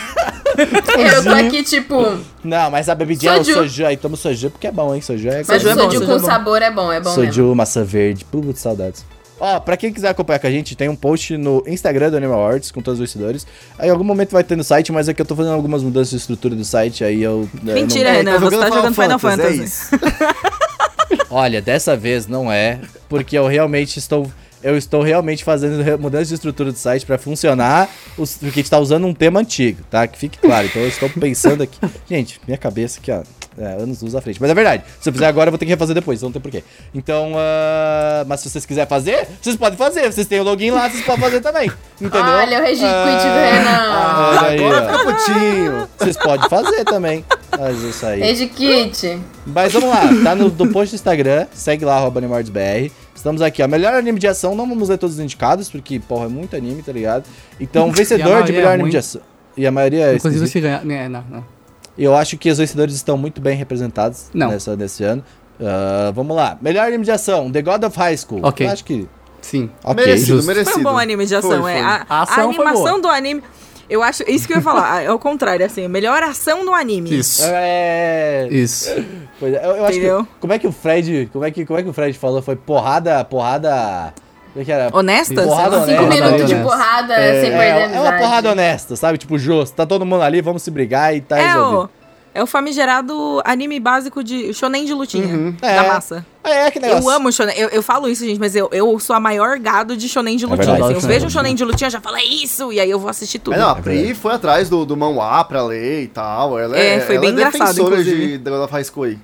Speaker 2: Eu tô aqui, tipo,
Speaker 1: Não, mas a bebidinha é o
Speaker 2: Soju.
Speaker 1: soju. Aí toma o soju, porque é bom, hein? Soju é...
Speaker 2: mas
Speaker 5: Soju
Speaker 2: o
Speaker 5: é bom,
Speaker 2: Soju
Speaker 5: soju é
Speaker 2: com
Speaker 5: bom.
Speaker 2: sabor é bom, é bom mesmo.
Speaker 1: Soju, maçã verde, putz, saudades. Ó, pra quem quiser acompanhar com a gente, tem um post no Instagram do Animal Arts com todos os seguidores. Aí, Em algum momento vai ter no site, mas é que eu tô fazendo algumas mudanças de estrutura do site, aí eu... eu
Speaker 5: Mentira,
Speaker 4: É,
Speaker 5: Renan, você tá jogando Final Fantasy.
Speaker 4: É isso.
Speaker 1: não- Olha, dessa vez não é, porque eu realmente estou... Eu estou realmente fazendo re- mudança de estrutura do site pra funcionar, os- porque a gente tá usando um tema antigo, tá? Que fique claro. Então eu estou pensando aqui. Gente, minha cabeça aqui, ó. É, anos luz à frente. Mas é verdade. Se eu fizer agora, eu vou ter que refazer depois. Então não tem porquê. Então, ah, mas se vocês quiserem fazer, vocês podem fazer. Vocês têm o login lá, vocês podem fazer também. Entendeu?
Speaker 2: Olha, o registro
Speaker 1: Ah,
Speaker 2: quit do Renan.
Speaker 1: ah, olha aí, ó.
Speaker 4: Agora tá fica putinho.
Speaker 1: Vocês podem fazer também. Mas isso aí.
Speaker 2: Rede Kit.
Speaker 1: Mas vamos lá, tá no do post do Instagram, segue lá, arroba AnimardsBR. Estamos aqui, ó. Melhor anime de ação, não vamos ler todos os indicados, porque, porra, é muito anime, tá ligado?
Speaker 3: (laughs)
Speaker 1: Então, vencedor de
Speaker 3: maioria
Speaker 1: melhor
Speaker 3: é
Speaker 1: anime de
Speaker 3: ruim.
Speaker 1: ação. E a maioria é
Speaker 3: Inclusive,
Speaker 1: esquisita.
Speaker 3: se ganhar. né, Não, não.
Speaker 1: Eu acho que os vencedores estão muito bem representados
Speaker 3: Não.
Speaker 1: Nessa, nesse ano. Ah, vamos lá. Melhor anime de ação, The God of High School.
Speaker 3: Ok.
Speaker 1: Eu acho que.
Speaker 3: Sim.
Speaker 1: (laughs) Ok.
Speaker 4: merecido,
Speaker 3: justo.
Speaker 4: merecido.
Speaker 5: Foi um bom anime de ação,
Speaker 4: Foi, foi.
Speaker 5: é. A,
Speaker 3: A
Speaker 5: a
Speaker 3: ação foi boa.
Speaker 5: animação do anime. Eu acho. Isso que eu ia falar. (laughs) É o contrário, assim. Melhor ação do anime.
Speaker 4: Isso.
Speaker 1: É.
Speaker 3: Isso.
Speaker 1: Pois é, eu, eu acho
Speaker 5: Entendeu?
Speaker 1: que. Como é que o Fred. Como é que, como é que o Fred falou? Foi porrada. Porrada. Como é que era?
Speaker 5: Honesta?
Speaker 1: Porrada
Speaker 5: Sei
Speaker 1: honesta.
Speaker 5: lá,
Speaker 2: Cinco
Speaker 1: É,
Speaker 2: minutos de
Speaker 3: honesta.
Speaker 2: porrada
Speaker 1: É,
Speaker 2: sem perder a
Speaker 1: é, é uma
Speaker 2: amizade.
Speaker 1: porrada honesta, sabe? Tipo, Jô, tá todo mundo ali, vamos se brigar e tá
Speaker 5: É
Speaker 1: resolvido.
Speaker 5: o, é o famigerado anime básico de shonen de lutinha.
Speaker 1: É.
Speaker 5: Da massa.
Speaker 1: É, que negócio.
Speaker 5: Eu amo shonen. Eu, eu falo isso, gente, mas eu, eu sou a maior gado de shonen de lutinha.
Speaker 1: verdade.
Speaker 3: Eu
Speaker 5: assim. eu
Speaker 3: adoro
Speaker 5: vejo um
Speaker 3: shonen.
Speaker 5: shonen de lutinha, eu já falo, é isso! E aí eu vou assistir tudo.
Speaker 4: Mas não, a
Speaker 1: É
Speaker 4: Pri
Speaker 1: verdade.
Speaker 4: foi atrás do, do manhwa pra ler e tal. Ela
Speaker 5: É, foi
Speaker 4: ela
Speaker 5: bem engraçado,
Speaker 4: defensora de
Speaker 5: inclusive.
Speaker 4: da God of High School aí.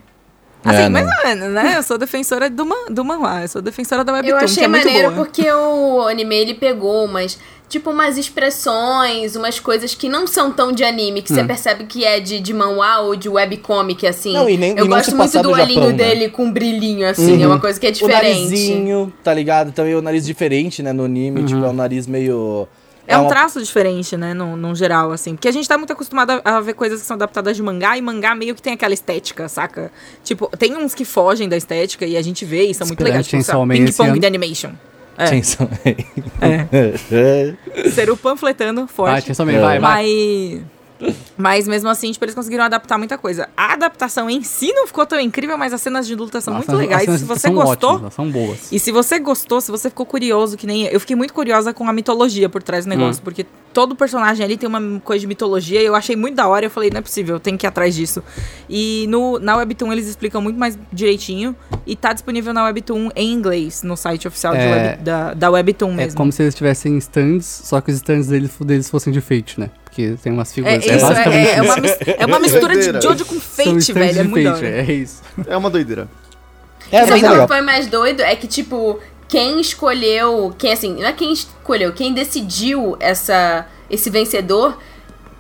Speaker 5: Assim,
Speaker 1: É,
Speaker 5: mas
Speaker 1: não.
Speaker 5: não é, né? Eu sou defensora do, man, do manhwa, eu sou defensora da
Speaker 2: Eu
Speaker 5: webtoon, que
Speaker 2: achei
Speaker 5: é muito
Speaker 2: maneiro
Speaker 5: boa.
Speaker 2: porque o anime ele pegou umas, tipo, umas expressões, umas coisas que não são tão de anime,
Speaker 1: Hum.
Speaker 2: que você percebe que é de, de manhwa ou de webcomic, assim.
Speaker 1: Não, e nem-
Speaker 2: eu
Speaker 1: e não se
Speaker 2: gosto muito
Speaker 1: passar
Speaker 2: do
Speaker 1: do
Speaker 2: olhinho
Speaker 1: Japão, né? Uhum.
Speaker 2: dele com brilhinho, assim, é uma coisa que é
Speaker 1: O
Speaker 2: diferente.
Speaker 1: narizinho, tá ligado? Também o nariz diferente, né? No anime, tipo, é um nariz meio.
Speaker 5: É um
Speaker 1: uma-
Speaker 5: traço diferente, né, no, no geral, assim. Porque a gente tá muito acostumado a, a ver coisas que são adaptadas de mangá, e mangá meio que tem aquela estética, saca? Tipo, tem uns que fogem da estética e a gente vê e são muito
Speaker 3: Esperando
Speaker 5: legais. Tipo, sei
Speaker 3: Chainsaw
Speaker 5: lá,
Speaker 3: Man
Speaker 5: Ping
Speaker 3: esse
Speaker 5: Pong
Speaker 3: ano.
Speaker 5: de Animation. (laughs)
Speaker 1: Chainsaw Man. (laughs) É,
Speaker 5: Ser o panfletando,
Speaker 3: Vai,
Speaker 5: forte.
Speaker 3: tinha somente. Vai, vai.
Speaker 5: Mas... Mas mesmo assim, tipo, eles conseguiram adaptar muita coisa. A adaptação em si não ficou tão incrível, mas as cenas de luta são
Speaker 3: Nossa,
Speaker 5: muito legais.
Speaker 3: cenas
Speaker 5: Se você
Speaker 3: são
Speaker 5: gostou,
Speaker 3: ótimas, elas são boas.
Speaker 5: e se você gostou, se você ficou curioso, que nem eu, eu fiquei muito curiosa com a mitologia por trás do
Speaker 3: Hum.
Speaker 5: negócio, porque todo personagem ali tem uma coisa de mitologia e eu achei muito da hora. Eu falei, não é possível, eu tenho que ir atrás disso. E no, na Webtoon eles explicam muito mais direitinho e tá disponível na Webtoon em inglês, no site oficial de
Speaker 3: É.
Speaker 5: Web- da, da Webtoon
Speaker 3: É
Speaker 5: mesmo.
Speaker 3: como se eles tivessem stands, só que os stands deles, deles fossem de feit, né? Porque tem umas
Speaker 5: É,
Speaker 3: figuras.
Speaker 5: isso, é,
Speaker 3: basicamente
Speaker 5: é uma, mis- é uma mistura de
Speaker 4: Doideira.
Speaker 5: Jojo com
Speaker 3: São
Speaker 5: Fate,
Speaker 3: stands
Speaker 5: velho. É
Speaker 3: de
Speaker 5: muito da
Speaker 3: feit,
Speaker 5: hora.
Speaker 3: é isso.
Speaker 4: É uma doideira.
Speaker 1: É,
Speaker 2: Sabe
Speaker 1: mas é
Speaker 2: o que
Speaker 1: legal.
Speaker 2: foi mais doido? É que, tipo, quem escolheu. Quem, assim, não é quem escolheu, quem decidiu essa, esse vencedor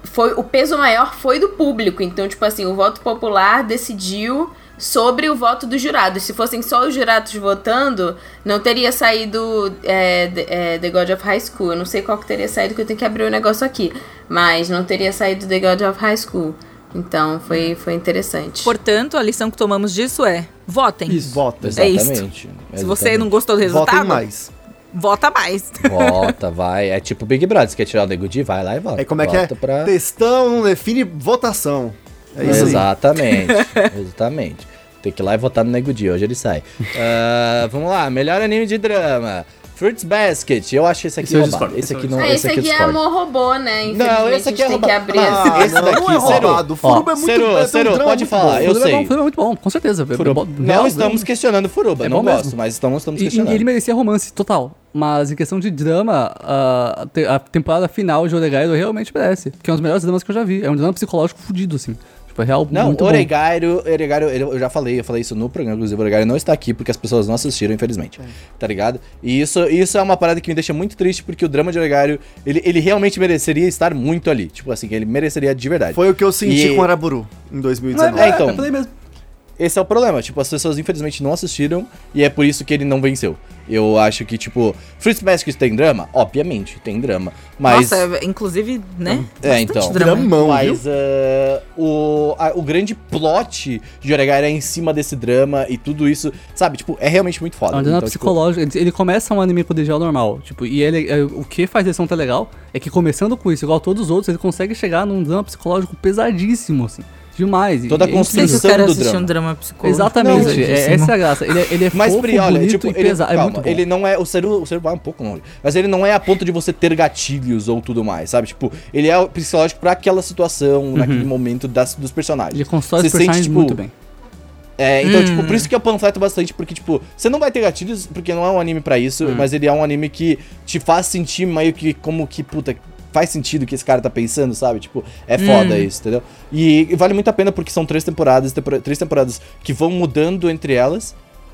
Speaker 2: foi. O peso maior foi do público. Então, tipo assim, o voto popular decidiu sobre o voto dos jurados. Se fossem só os jurados votando, não teria saído é, The- é, The God of High School. Eu não sei qual que teria saído, que eu tenho que abrir o negócio aqui. Mas não teria saído The God of High School. Então, foi, foi interessante.
Speaker 5: Portanto, a lição que tomamos disso é: votem.
Speaker 3: Isso.
Speaker 4: Vota.
Speaker 5: É isso. Se
Speaker 1: exatamente.
Speaker 5: você não gostou do resultado,
Speaker 4: Votem mais.
Speaker 5: vota mais.
Speaker 1: Vota, vai. É tipo Big Brother. Você quer tirar o Nego Di? Vai lá e vota.
Speaker 4: É como é que é?
Speaker 1: Vota pra-
Speaker 4: Textão não define votação. É isso aí.
Speaker 1: Exatamente. (laughs) Exatamente. Tem que ir lá e votar no Nego Di. Hoje ele sai. Ah, vamos lá. Melhor anime de drama. Fruits Basket. Eu acho esse aqui
Speaker 3: Esse é eu
Speaker 1: roubado.
Speaker 3: discordo,
Speaker 1: Esse
Speaker 3: esse eu
Speaker 1: aqui não.
Speaker 2: Ah,
Speaker 1: esse
Speaker 2: esse
Speaker 1: aqui eu
Speaker 2: aqui é
Speaker 1: discordo.
Speaker 2: amor robô, né?
Speaker 1: Não,
Speaker 2: Infelizmente
Speaker 1: esse aqui
Speaker 2: a
Speaker 1: é
Speaker 2: gente tem que abrir.
Speaker 1: roubado.
Speaker 2: essa.
Speaker 1: Ah, esse
Speaker 4: não,
Speaker 1: daqui,
Speaker 4: não é
Speaker 1: Ciro.
Speaker 4: roubado. O
Speaker 1: Ó,
Speaker 4: Furuba é muito
Speaker 1: Ciro,
Speaker 4: bom, é um
Speaker 1: Ciro,
Speaker 4: drama
Speaker 1: pode
Speaker 4: muito
Speaker 1: falar.
Speaker 4: bom.
Speaker 1: Ah, Eu
Speaker 3: Furuba é
Speaker 1: sei.
Speaker 3: bom, Furuba é muito bom, com certeza.
Speaker 1: Furuba. Não estamos questionando Furuba.
Speaker 3: É
Speaker 1: não
Speaker 3: bom
Speaker 1: gosto,
Speaker 3: mesmo.
Speaker 1: mas estamos, estamos
Speaker 3: E, e
Speaker 1: questionando.
Speaker 3: ele merecia romance, total. Mas em questão de drama, a, te- a temporada final de Oregaido realmente merece. Que é um dos melhores dramas que eu já vi. É um drama psicológico fudido, assim. Tipo, é real,
Speaker 1: Não,
Speaker 3: muito
Speaker 1: o
Speaker 3: bom.
Speaker 1: Oregairo, Oregairo, ele- eu já falei, eu falei isso no programa, inclusive, o Oregairo não está aqui porque as pessoas não assistiram, infelizmente.
Speaker 3: É.
Speaker 1: Tá ligado? E isso, isso é uma parada que me deixa muito triste, porque o drama de Oregairo, ele, ele realmente mereceria estar muito ali. Tipo assim, ele mereceria de verdade.
Speaker 4: Foi o que eu senti
Speaker 1: E-
Speaker 4: com Araburu em
Speaker 3: Não,
Speaker 4: 2019.
Speaker 1: É, então.
Speaker 3: eu falei mesmo.
Speaker 1: Esse é o problema, tipo, as pessoas infelizmente não assistiram e é por isso que ele não venceu. Eu acho que, tipo, Fruits Basket tem drama? Obviamente, tem drama. Mas.
Speaker 5: Nossa, é inclusive, né?
Speaker 1: É,
Speaker 5: Bastante
Speaker 1: então.
Speaker 5: drama.
Speaker 4: Dramão, viu?
Speaker 1: Mas eh, o, a- o grande plot de Oregaira é em cima desse drama e tudo isso, sabe? Tipo, é realmente muito
Speaker 3: É
Speaker 1: foda.
Speaker 3: um drama
Speaker 1: Então, tipo,
Speaker 3: psicológico. Ele- Ele começa um anime colegial normal. Tipo, e ele, é, o que faz ele ser um tão legal é que começando com isso, igual todos os outros, ele consegue chegar num drama psicológico pesadíssimo, assim. Demais. E-
Speaker 1: Toda a
Speaker 3: e é
Speaker 5: Por que que
Speaker 1: construção-
Speaker 3: incrível.
Speaker 5: eu quero
Speaker 1: do
Speaker 5: assistir
Speaker 1: drama.
Speaker 5: um drama psicológico? assim,
Speaker 3: Exatamente.
Speaker 1: Não,
Speaker 3: é, essa é a graça. Ele, é- ele é
Speaker 1: Mas,
Speaker 3: fofo,
Speaker 1: Pri, olha,
Speaker 3: bonito
Speaker 1: tipo,
Speaker 3: e
Speaker 1: ele,
Speaker 3: pesado. é
Speaker 1: calma,
Speaker 3: muito bom.
Speaker 1: ele não é. O ser, o ser vai um pouco longe. Mas ele não é a ponto de você ter gatilhos ou tudo mais, sabe? Tipo, ele é o psicológico pra aquela situação,
Speaker 3: Uhum.
Speaker 1: naquele momento das, dos personagens.
Speaker 3: Ele constrói
Speaker 1: Você
Speaker 3: os personagens
Speaker 1: tipo,
Speaker 3: muito bem.
Speaker 1: É, então, tipo,
Speaker 3: Hum.
Speaker 1: por isso que eu panfleto bastante, porque, tipo, você não vai ter gatilhos, porque não é um anime pra isso,
Speaker 3: Hum.
Speaker 1: mas ele é um anime que te faz sentir meio que como que, puta, faz sentido o que esse cara tá pensando, sabe? Tipo, é foda
Speaker 3: Hum.
Speaker 1: isso, entendeu? E, e vale muito a pena porque são três temporadas, tempora- três temporadas que vão mudando entre elas.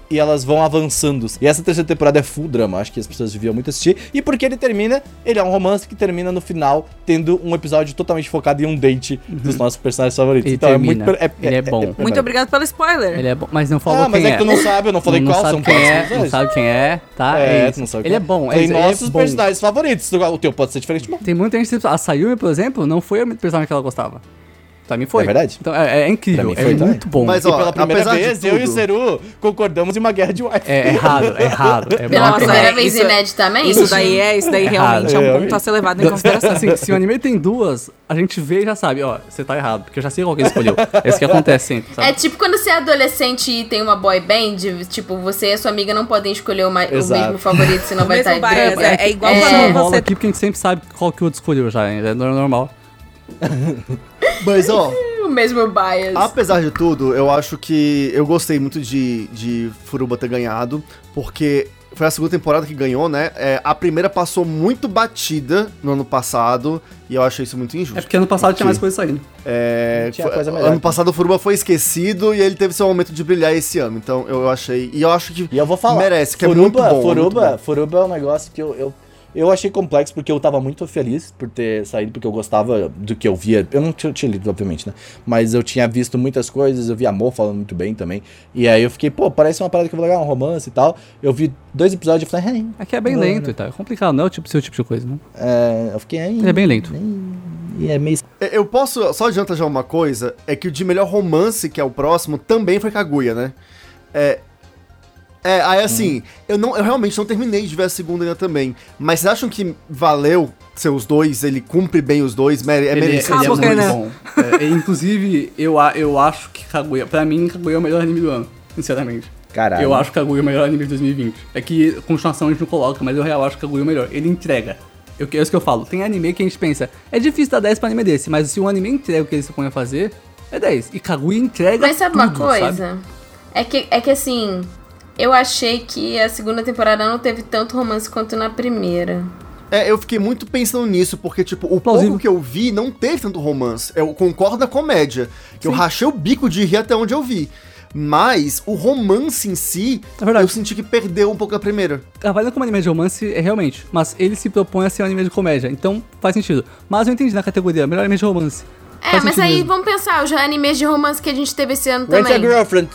Speaker 1: E elas vão avançando. E essa terceira temporada é full drama. Acho que as pessoas deviam muito assistir. E porque ele termina, ele é um romance que termina no final, tendo um episódio totalmente focado em um date dos nossos personagens favoritos.
Speaker 3: Ele
Speaker 1: é
Speaker 3: Uhum. termina.
Speaker 1: per-
Speaker 3: Ele é bom.
Speaker 5: Muito obrigado pelo spoiler.
Speaker 3: Ele é bom, mas não falou
Speaker 1: ah, mas
Speaker 3: quem
Speaker 1: é que tu não sabe, eu não falei
Speaker 3: não
Speaker 1: qual
Speaker 3: sabe
Speaker 1: são
Speaker 3: quem
Speaker 1: quais
Speaker 3: é,
Speaker 1: são os
Speaker 3: Não sabe quem é, tá?
Speaker 1: É,
Speaker 3: É,
Speaker 1: tu
Speaker 3: isso.
Speaker 1: não sabe qual
Speaker 3: Ele é bom, é,
Speaker 1: Tem
Speaker 3: isso, ele
Speaker 1: nossos
Speaker 3: é bom.
Speaker 1: personagens favoritos. O teu pode ser diferente, mas
Speaker 3: Tem muita gente... A Sayumi, por exemplo, não foi a personagem que ela gostava. Pra mim foi.
Speaker 1: É verdade.
Speaker 3: Então, é, é
Speaker 1: Pra
Speaker 3: incrível,
Speaker 1: mim
Speaker 3: é
Speaker 1: foi também.
Speaker 3: muito bom.
Speaker 4: Mas,
Speaker 1: e
Speaker 4: ó,
Speaker 1: pela primeira
Speaker 4: apesar de
Speaker 1: vez, eu e o
Speaker 4: tudo-
Speaker 1: Seru concordamos em uma guerra de wife.
Speaker 3: É errado, é errado. É
Speaker 5: (laughs)
Speaker 2: Pela
Speaker 3: muito
Speaker 1: né?
Speaker 2: primeira
Speaker 5: é,
Speaker 2: vez
Speaker 5: isso-
Speaker 2: ineditamente?
Speaker 5: Isso daí é, isso daí realmente é
Speaker 1: errado.
Speaker 5: um
Speaker 1: É,
Speaker 5: ponto a ser levado em
Speaker 3: Então,
Speaker 5: consideração.
Speaker 3: assim, se o anime tem duas, a gente vê e já sabe, ó, você tá errado, porque eu já sei qual que ele escolheu. É isso que acontece sempre,
Speaker 2: É
Speaker 3: sabe?
Speaker 2: tipo quando você é adolescente e tem uma boy band, tipo, você e a sua amiga não podem escolher uma- o
Speaker 1: Exato.
Speaker 2: mesmo favorito, senão
Speaker 5: O
Speaker 2: vai
Speaker 5: mesmo
Speaker 2: estar
Speaker 5: bias,
Speaker 2: drama.
Speaker 5: é- é igual
Speaker 3: Isso
Speaker 2: é,
Speaker 3: não rola
Speaker 5: você-
Speaker 3: aqui porque a gente sempre sabe qual que o outro escolheu já, é nor- normal.
Speaker 4: Mas, ó,
Speaker 2: o mesmo bias.
Speaker 4: Apesar de tudo, eu acho que eu gostei muito de, de Furuba ter ganhado, porque foi a segunda temporada que ganhou, né? É, a primeira passou muito batida no ano passado, e eu achei isso muito
Speaker 3: É
Speaker 4: injusto.
Speaker 3: porque ano passado
Speaker 4: Ok.
Speaker 3: tinha mais coisa saindo.
Speaker 4: É,
Speaker 1: Tinha
Speaker 4: foi-
Speaker 1: coisa melhor.
Speaker 4: ano passado o Furuba foi esquecido e ele teve seu momento de brilhar esse ano, então eu achei. E eu acho que.
Speaker 1: (laughs) E eu vou falar.
Speaker 4: Merece, que é
Speaker 1: Furuba,
Speaker 4: muito bom, é
Speaker 1: Furuba,
Speaker 4: muito bom.
Speaker 1: Furuba é um negócio que eu, eu, eu achei complexo, porque eu tava muito feliz por ter saído, porque eu gostava do que eu via. Eu não tinha, tinha lido, obviamente, né? Mas eu tinha visto muitas coisas, eu vi amor falando muito bem também. E aí eu fiquei, pô, parece uma parada que eu vou legal, um romance e tal. Eu vi dois episódios e falei, "Hein,
Speaker 3: É que é bem
Speaker 1: Não, né?
Speaker 3: lento e tal, é complicado, não é o tipo, seu tipo de coisa, né?
Speaker 1: é, eu fiquei aí.
Speaker 3: Ele é bem lento.
Speaker 1: E é meio.
Speaker 4: É, Eu posso. Só adianta já uma coisa: é que o de melhor romance, que é o próximo, também foi Kaguya, né? É. É, aí assim,
Speaker 3: Hum.
Speaker 4: eu, não, eu realmente não terminei de ver a segunda ainda também. Mas vocês acham que valeu ser os dois? Ele cumpre bem os dois? mere- É
Speaker 3: Ele, ele
Speaker 4: merecido.
Speaker 5: Ah,
Speaker 3: é
Speaker 5: porque,
Speaker 3: muito
Speaker 5: né?
Speaker 3: bom. É, e, inclusive, eu, a- eu acho que Kaguya... Pra mim, Kaguya é o melhor anime do ano, sinceramente.
Speaker 1: Caralho.
Speaker 3: Eu acho Kaguya o melhor anime de 2020. É que continuação a gente não coloca, mas eu real acho Kaguya é o melhor. Ele entrega. Eu, é isso que eu falo. Tem anime que a gente pensa, é difícil dar 10 pra anime desse, mas se um anime entrega o que ele se põe a fazer, é 10. E Kaguya entrega
Speaker 2: Mas sabe uma
Speaker 3: tudo,
Speaker 2: coisa?
Speaker 3: sabe?
Speaker 2: É, que, é que assim, eu achei que a segunda temporada não teve tanto romance quanto na primeira.
Speaker 4: É, eu fiquei muito pensando nisso, porque, tipo, o
Speaker 3: Plausível.
Speaker 4: pouco que eu vi não teve tanto romance. Eu concordo da comédia, que eu rachei o bico de rir até onde eu vi. Mas o romance em si,
Speaker 3: É verdade.
Speaker 4: eu senti que perdeu um pouco a primeira.
Speaker 3: Trabalhando como anime de romance é realmente, mas ele se propõe a ser um anime de comédia, então faz sentido. Mas eu entendi na categoria, melhor anime de romance.
Speaker 2: É, mas
Speaker 3: Faz sentido
Speaker 2: aí
Speaker 3: mesmo.
Speaker 2: vamos pensar, os animes de romance que a gente teve esse ano
Speaker 1: Rent a
Speaker 2: também.
Speaker 1: Girlfriend.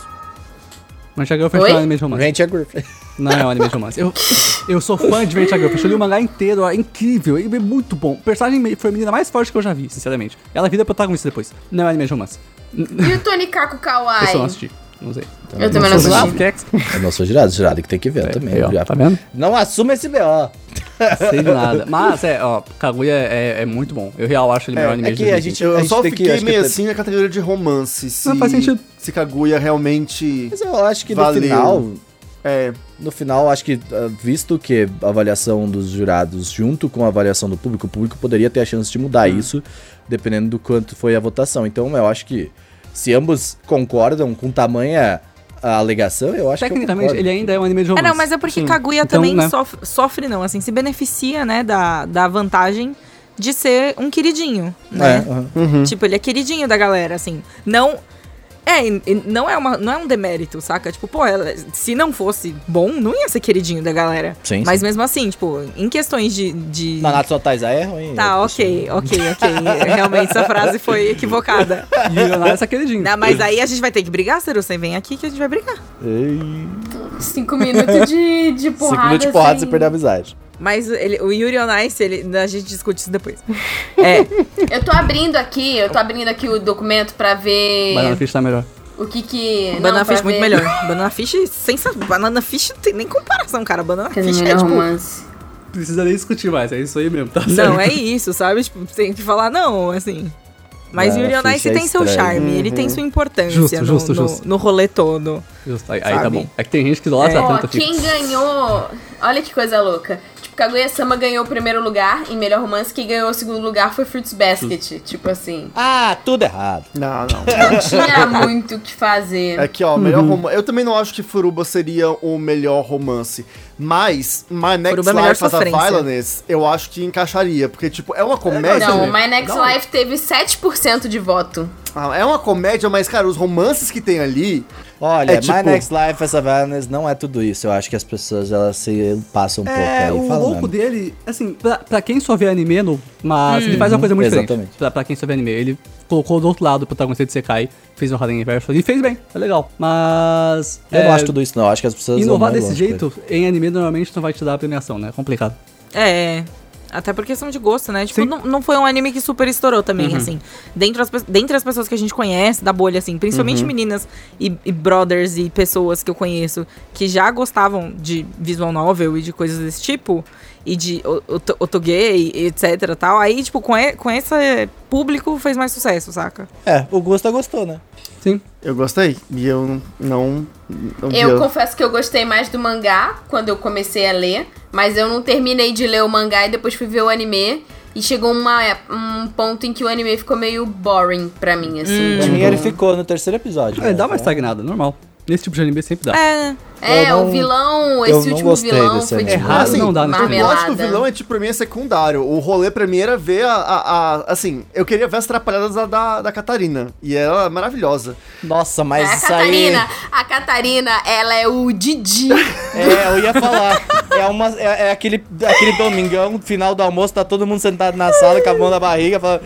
Speaker 3: Venture Girlfriend não é
Speaker 2: Oi?
Speaker 3: um anime de romance.
Speaker 1: Rent a Girlfriend.
Speaker 3: Não é um anime de romance. Eu, eu sou fã de Venture Girlfriend. Eu li o mangá inteiro, ó, é incrível, é muito bom. Personagem me- feminina mais forte que eu já vi, sinceramente. Ela vira protagonista depois. Não é um anime de romance.
Speaker 2: E o Tony Kako
Speaker 3: Eu só não
Speaker 2: Kawaii?
Speaker 3: assisti. Não sei.
Speaker 2: Eu também não
Speaker 3: sou um
Speaker 2: assisti.
Speaker 3: Love Tex.
Speaker 1: (laughs) Eu não sou girado, girado que tem que ver também.
Speaker 3: Aí, ó,
Speaker 1: viado.
Speaker 3: Tá vendo?
Speaker 1: Não assuma esse B.O.
Speaker 3: Sei de nada. Mas é, ó, Kaguya é, é muito bom. Eu real acho ele melhor anime
Speaker 1: É
Speaker 3: de
Speaker 1: que a
Speaker 3: 2020.
Speaker 1: gente,
Speaker 4: Eu
Speaker 1: a gente
Speaker 4: só
Speaker 1: tem que-
Speaker 4: fiquei
Speaker 1: acho que
Speaker 4: meio
Speaker 1: tá-
Speaker 4: assim na categoria de romance. Se,
Speaker 3: faz sentido.
Speaker 4: Se Kaguya realmente.
Speaker 1: Mas eu acho que no
Speaker 4: Valeu.
Speaker 1: final,
Speaker 4: É.
Speaker 1: no final, acho que ah, visto que a avaliação dos jurados junto com a avaliação do público, o público poderia ter a chance de mudar isso, dependendo do quanto foi a votação. Então eu acho que se ambos concordam com tamanha a alegação, eu acho
Speaker 3: Tecnicamente,
Speaker 1: que eu concordo.
Speaker 3: ele ainda é um anime de
Speaker 1: Então,
Speaker 5: É,
Speaker 3: romance.
Speaker 5: não, mas é porque
Speaker 3: Sim.
Speaker 5: Kaguya
Speaker 3: Então,
Speaker 5: também
Speaker 3: né?
Speaker 5: sof- sofre, não, assim, se beneficia, né, da, da vantagem de ser um queridinho,
Speaker 1: É,
Speaker 5: né?
Speaker 1: aham.
Speaker 5: Tipo, ele é queridinho da galera, assim. Não. É, e- e não é, uma, não é um demérito, saca? Tipo, pô, ela- se não fosse bom, não ia ser queridinho da galera.
Speaker 1: Sim,
Speaker 5: Mas mesmo assim, tipo, em questões de. de...
Speaker 1: Nanatsu no Taizai é ruim.
Speaker 5: Tá, ok, ok, ok. Realmente essa frase foi equivocada.
Speaker 3: E o Leonardo é essa queridinha.
Speaker 5: Não, mas aí a gente vai ter que brigar, Cerusen. Vem aqui que a gente vai brigar.
Speaker 2: Cinco minutos de, de porrada.
Speaker 1: Cinco minutos de porrada,
Speaker 2: assim.
Speaker 1: você perdeu a amizade.
Speaker 5: Mas ele, o Yuri on Ice, ele, a gente discute isso depois. É,
Speaker 2: Eu tô abrindo aqui, eu tô abrindo aqui o documento pra ver
Speaker 3: Banana Fish tá melhor.
Speaker 2: o que que... não,
Speaker 5: Banana
Speaker 2: pra
Speaker 5: Fish muito
Speaker 2: ver- (laughs)
Speaker 5: melhor. Banana Fish, sensacional. Banana Fish não tem nem comparação, cara. Banana
Speaker 2: Quer dizer,
Speaker 5: Fish é
Speaker 2: melhor
Speaker 5: tipo...
Speaker 2: romance.
Speaker 3: Precisa nem discutir mais, é isso aí mesmo, tá
Speaker 5: Não, é isso, sabe? Tipo, tem que falar não, assim. Mas
Speaker 1: Banana
Speaker 5: Yuri on
Speaker 1: Fish
Speaker 5: Ice
Speaker 1: é
Speaker 5: tem seu
Speaker 1: estranho.
Speaker 5: charme, ele tem sua importância
Speaker 3: Justo,
Speaker 5: no,
Speaker 3: justo,
Speaker 5: no,
Speaker 3: justo.
Speaker 5: no rolê todo.
Speaker 3: Justo, aí, aí tá
Speaker 5: Sabe?
Speaker 3: bom. É que tem gente que idolatra
Speaker 2: Ó,
Speaker 3: tanto aqui.
Speaker 2: quem ganhou... Olha que coisa louca. Tipo, Kaguya-sama ganhou o primeiro lugar em melhor romance, quem ganhou o segundo lugar foi Fruits Basket. Tipo assim,
Speaker 1: Ah, tudo errado. (laughs)
Speaker 4: Não, não.
Speaker 2: não tinha muito o que fazer.
Speaker 1: É
Speaker 4: Aqui, ó,
Speaker 1: Uhum.
Speaker 4: melhor romance. Eu também não acho que Furuba seria o melhor romance. Mas My Next
Speaker 5: Furuba é a melhor
Speaker 4: Life as a
Speaker 5: sofrência.
Speaker 4: Violence, eu acho que encaixaria. Porque, tipo, é uma comédia.
Speaker 2: Não,
Speaker 3: Não,
Speaker 2: My Next
Speaker 4: não.
Speaker 2: Life teve 7% de voto.
Speaker 4: Ah, É uma comédia, mas, cara, os romances que tem ali.
Speaker 1: Olha,
Speaker 4: É tipo-
Speaker 1: My Next Life, essa Violence não é tudo isso. Eu acho que as pessoas elas se passam um
Speaker 3: É,
Speaker 1: pouco aí
Speaker 3: o
Speaker 1: falando.
Speaker 3: louco dele, assim, pra, pra quem só vê anime, no- mas
Speaker 5: Hum,
Speaker 3: ele faz uma coisa muito
Speaker 1: exatamente.
Speaker 3: diferente. Pra, pra quem só vê anime, ele colocou do outro lado o protagonista de Sekai, fez um Harem Inverso e fez bem, é legal. Mas.
Speaker 1: Eu
Speaker 3: é,
Speaker 1: não acho tudo isso, não. Eu acho que as pessoas. não
Speaker 3: Inovar
Speaker 1: vão
Speaker 3: desse
Speaker 1: longe,
Speaker 3: jeito em anime normalmente não vai te dar a premiação, né? É complicado.
Speaker 5: É. Até por questão de gosto, né? Tipo,
Speaker 3: Sim.
Speaker 5: não, não foi um anime que super estourou também, assim. Dentre as, pe- dentre as pessoas que a gente conhece, da bolha, assim, principalmente meninas e, e brothers e pessoas que eu conheço que já gostavam de visual novel e de coisas desse tipo, e de o- o- otoge, e etc tal. Aí, tipo, com, e- com esse público fez mais sucesso, saca?
Speaker 1: É, o Gusta gostou, né?
Speaker 3: Sim.
Speaker 4: Eu gostei. E eu não.
Speaker 1: um
Speaker 4: não
Speaker 2: Eu
Speaker 4: vi-
Speaker 2: confesso que eu gostei mais do mangá quando eu comecei a ler, mas eu não terminei de ler o mangá e depois fui ver o anime. E chegou uma, um ponto em que o anime ficou meio boring pra mim,
Speaker 4: Hum.
Speaker 2: assim.
Speaker 1: Pra mim, ele ficou no terceiro episódio.
Speaker 3: Uhum. É,
Speaker 1: né?
Speaker 3: dá
Speaker 1: Então,
Speaker 3: uma estagnada, normal. Nesse tipo de anime sempre dá.
Speaker 5: É.
Speaker 2: É,
Speaker 1: Eu
Speaker 2: o
Speaker 1: não- eu
Speaker 2: vilão, esse
Speaker 1: não
Speaker 2: último
Speaker 1: gostei
Speaker 2: vilão
Speaker 1: desse
Speaker 2: foi
Speaker 1: anime.
Speaker 2: tipo
Speaker 1: Errado
Speaker 4: assim,
Speaker 3: não dá,
Speaker 4: O
Speaker 3: né?
Speaker 4: plot do
Speaker 2: marmelada.
Speaker 4: vilão é, tipo, pra mim, é secundário. O rolê pra mim era ver a. a- a- assim, eu queria ver as atrapalhadas da, da, da Catarina. E ela é maravilhosa.
Speaker 1: Nossa,
Speaker 2: É
Speaker 1: mas
Speaker 2: a
Speaker 1: isso aí.
Speaker 2: Catarina, a Catarina, ela é
Speaker 1: (laughs)
Speaker 2: o Didi.
Speaker 1: É, eu ia falar. É, uma, é, é aquele, aquele domingão, final do almoço, tá todo mundo sentado na sala com a mão na barriga, falando.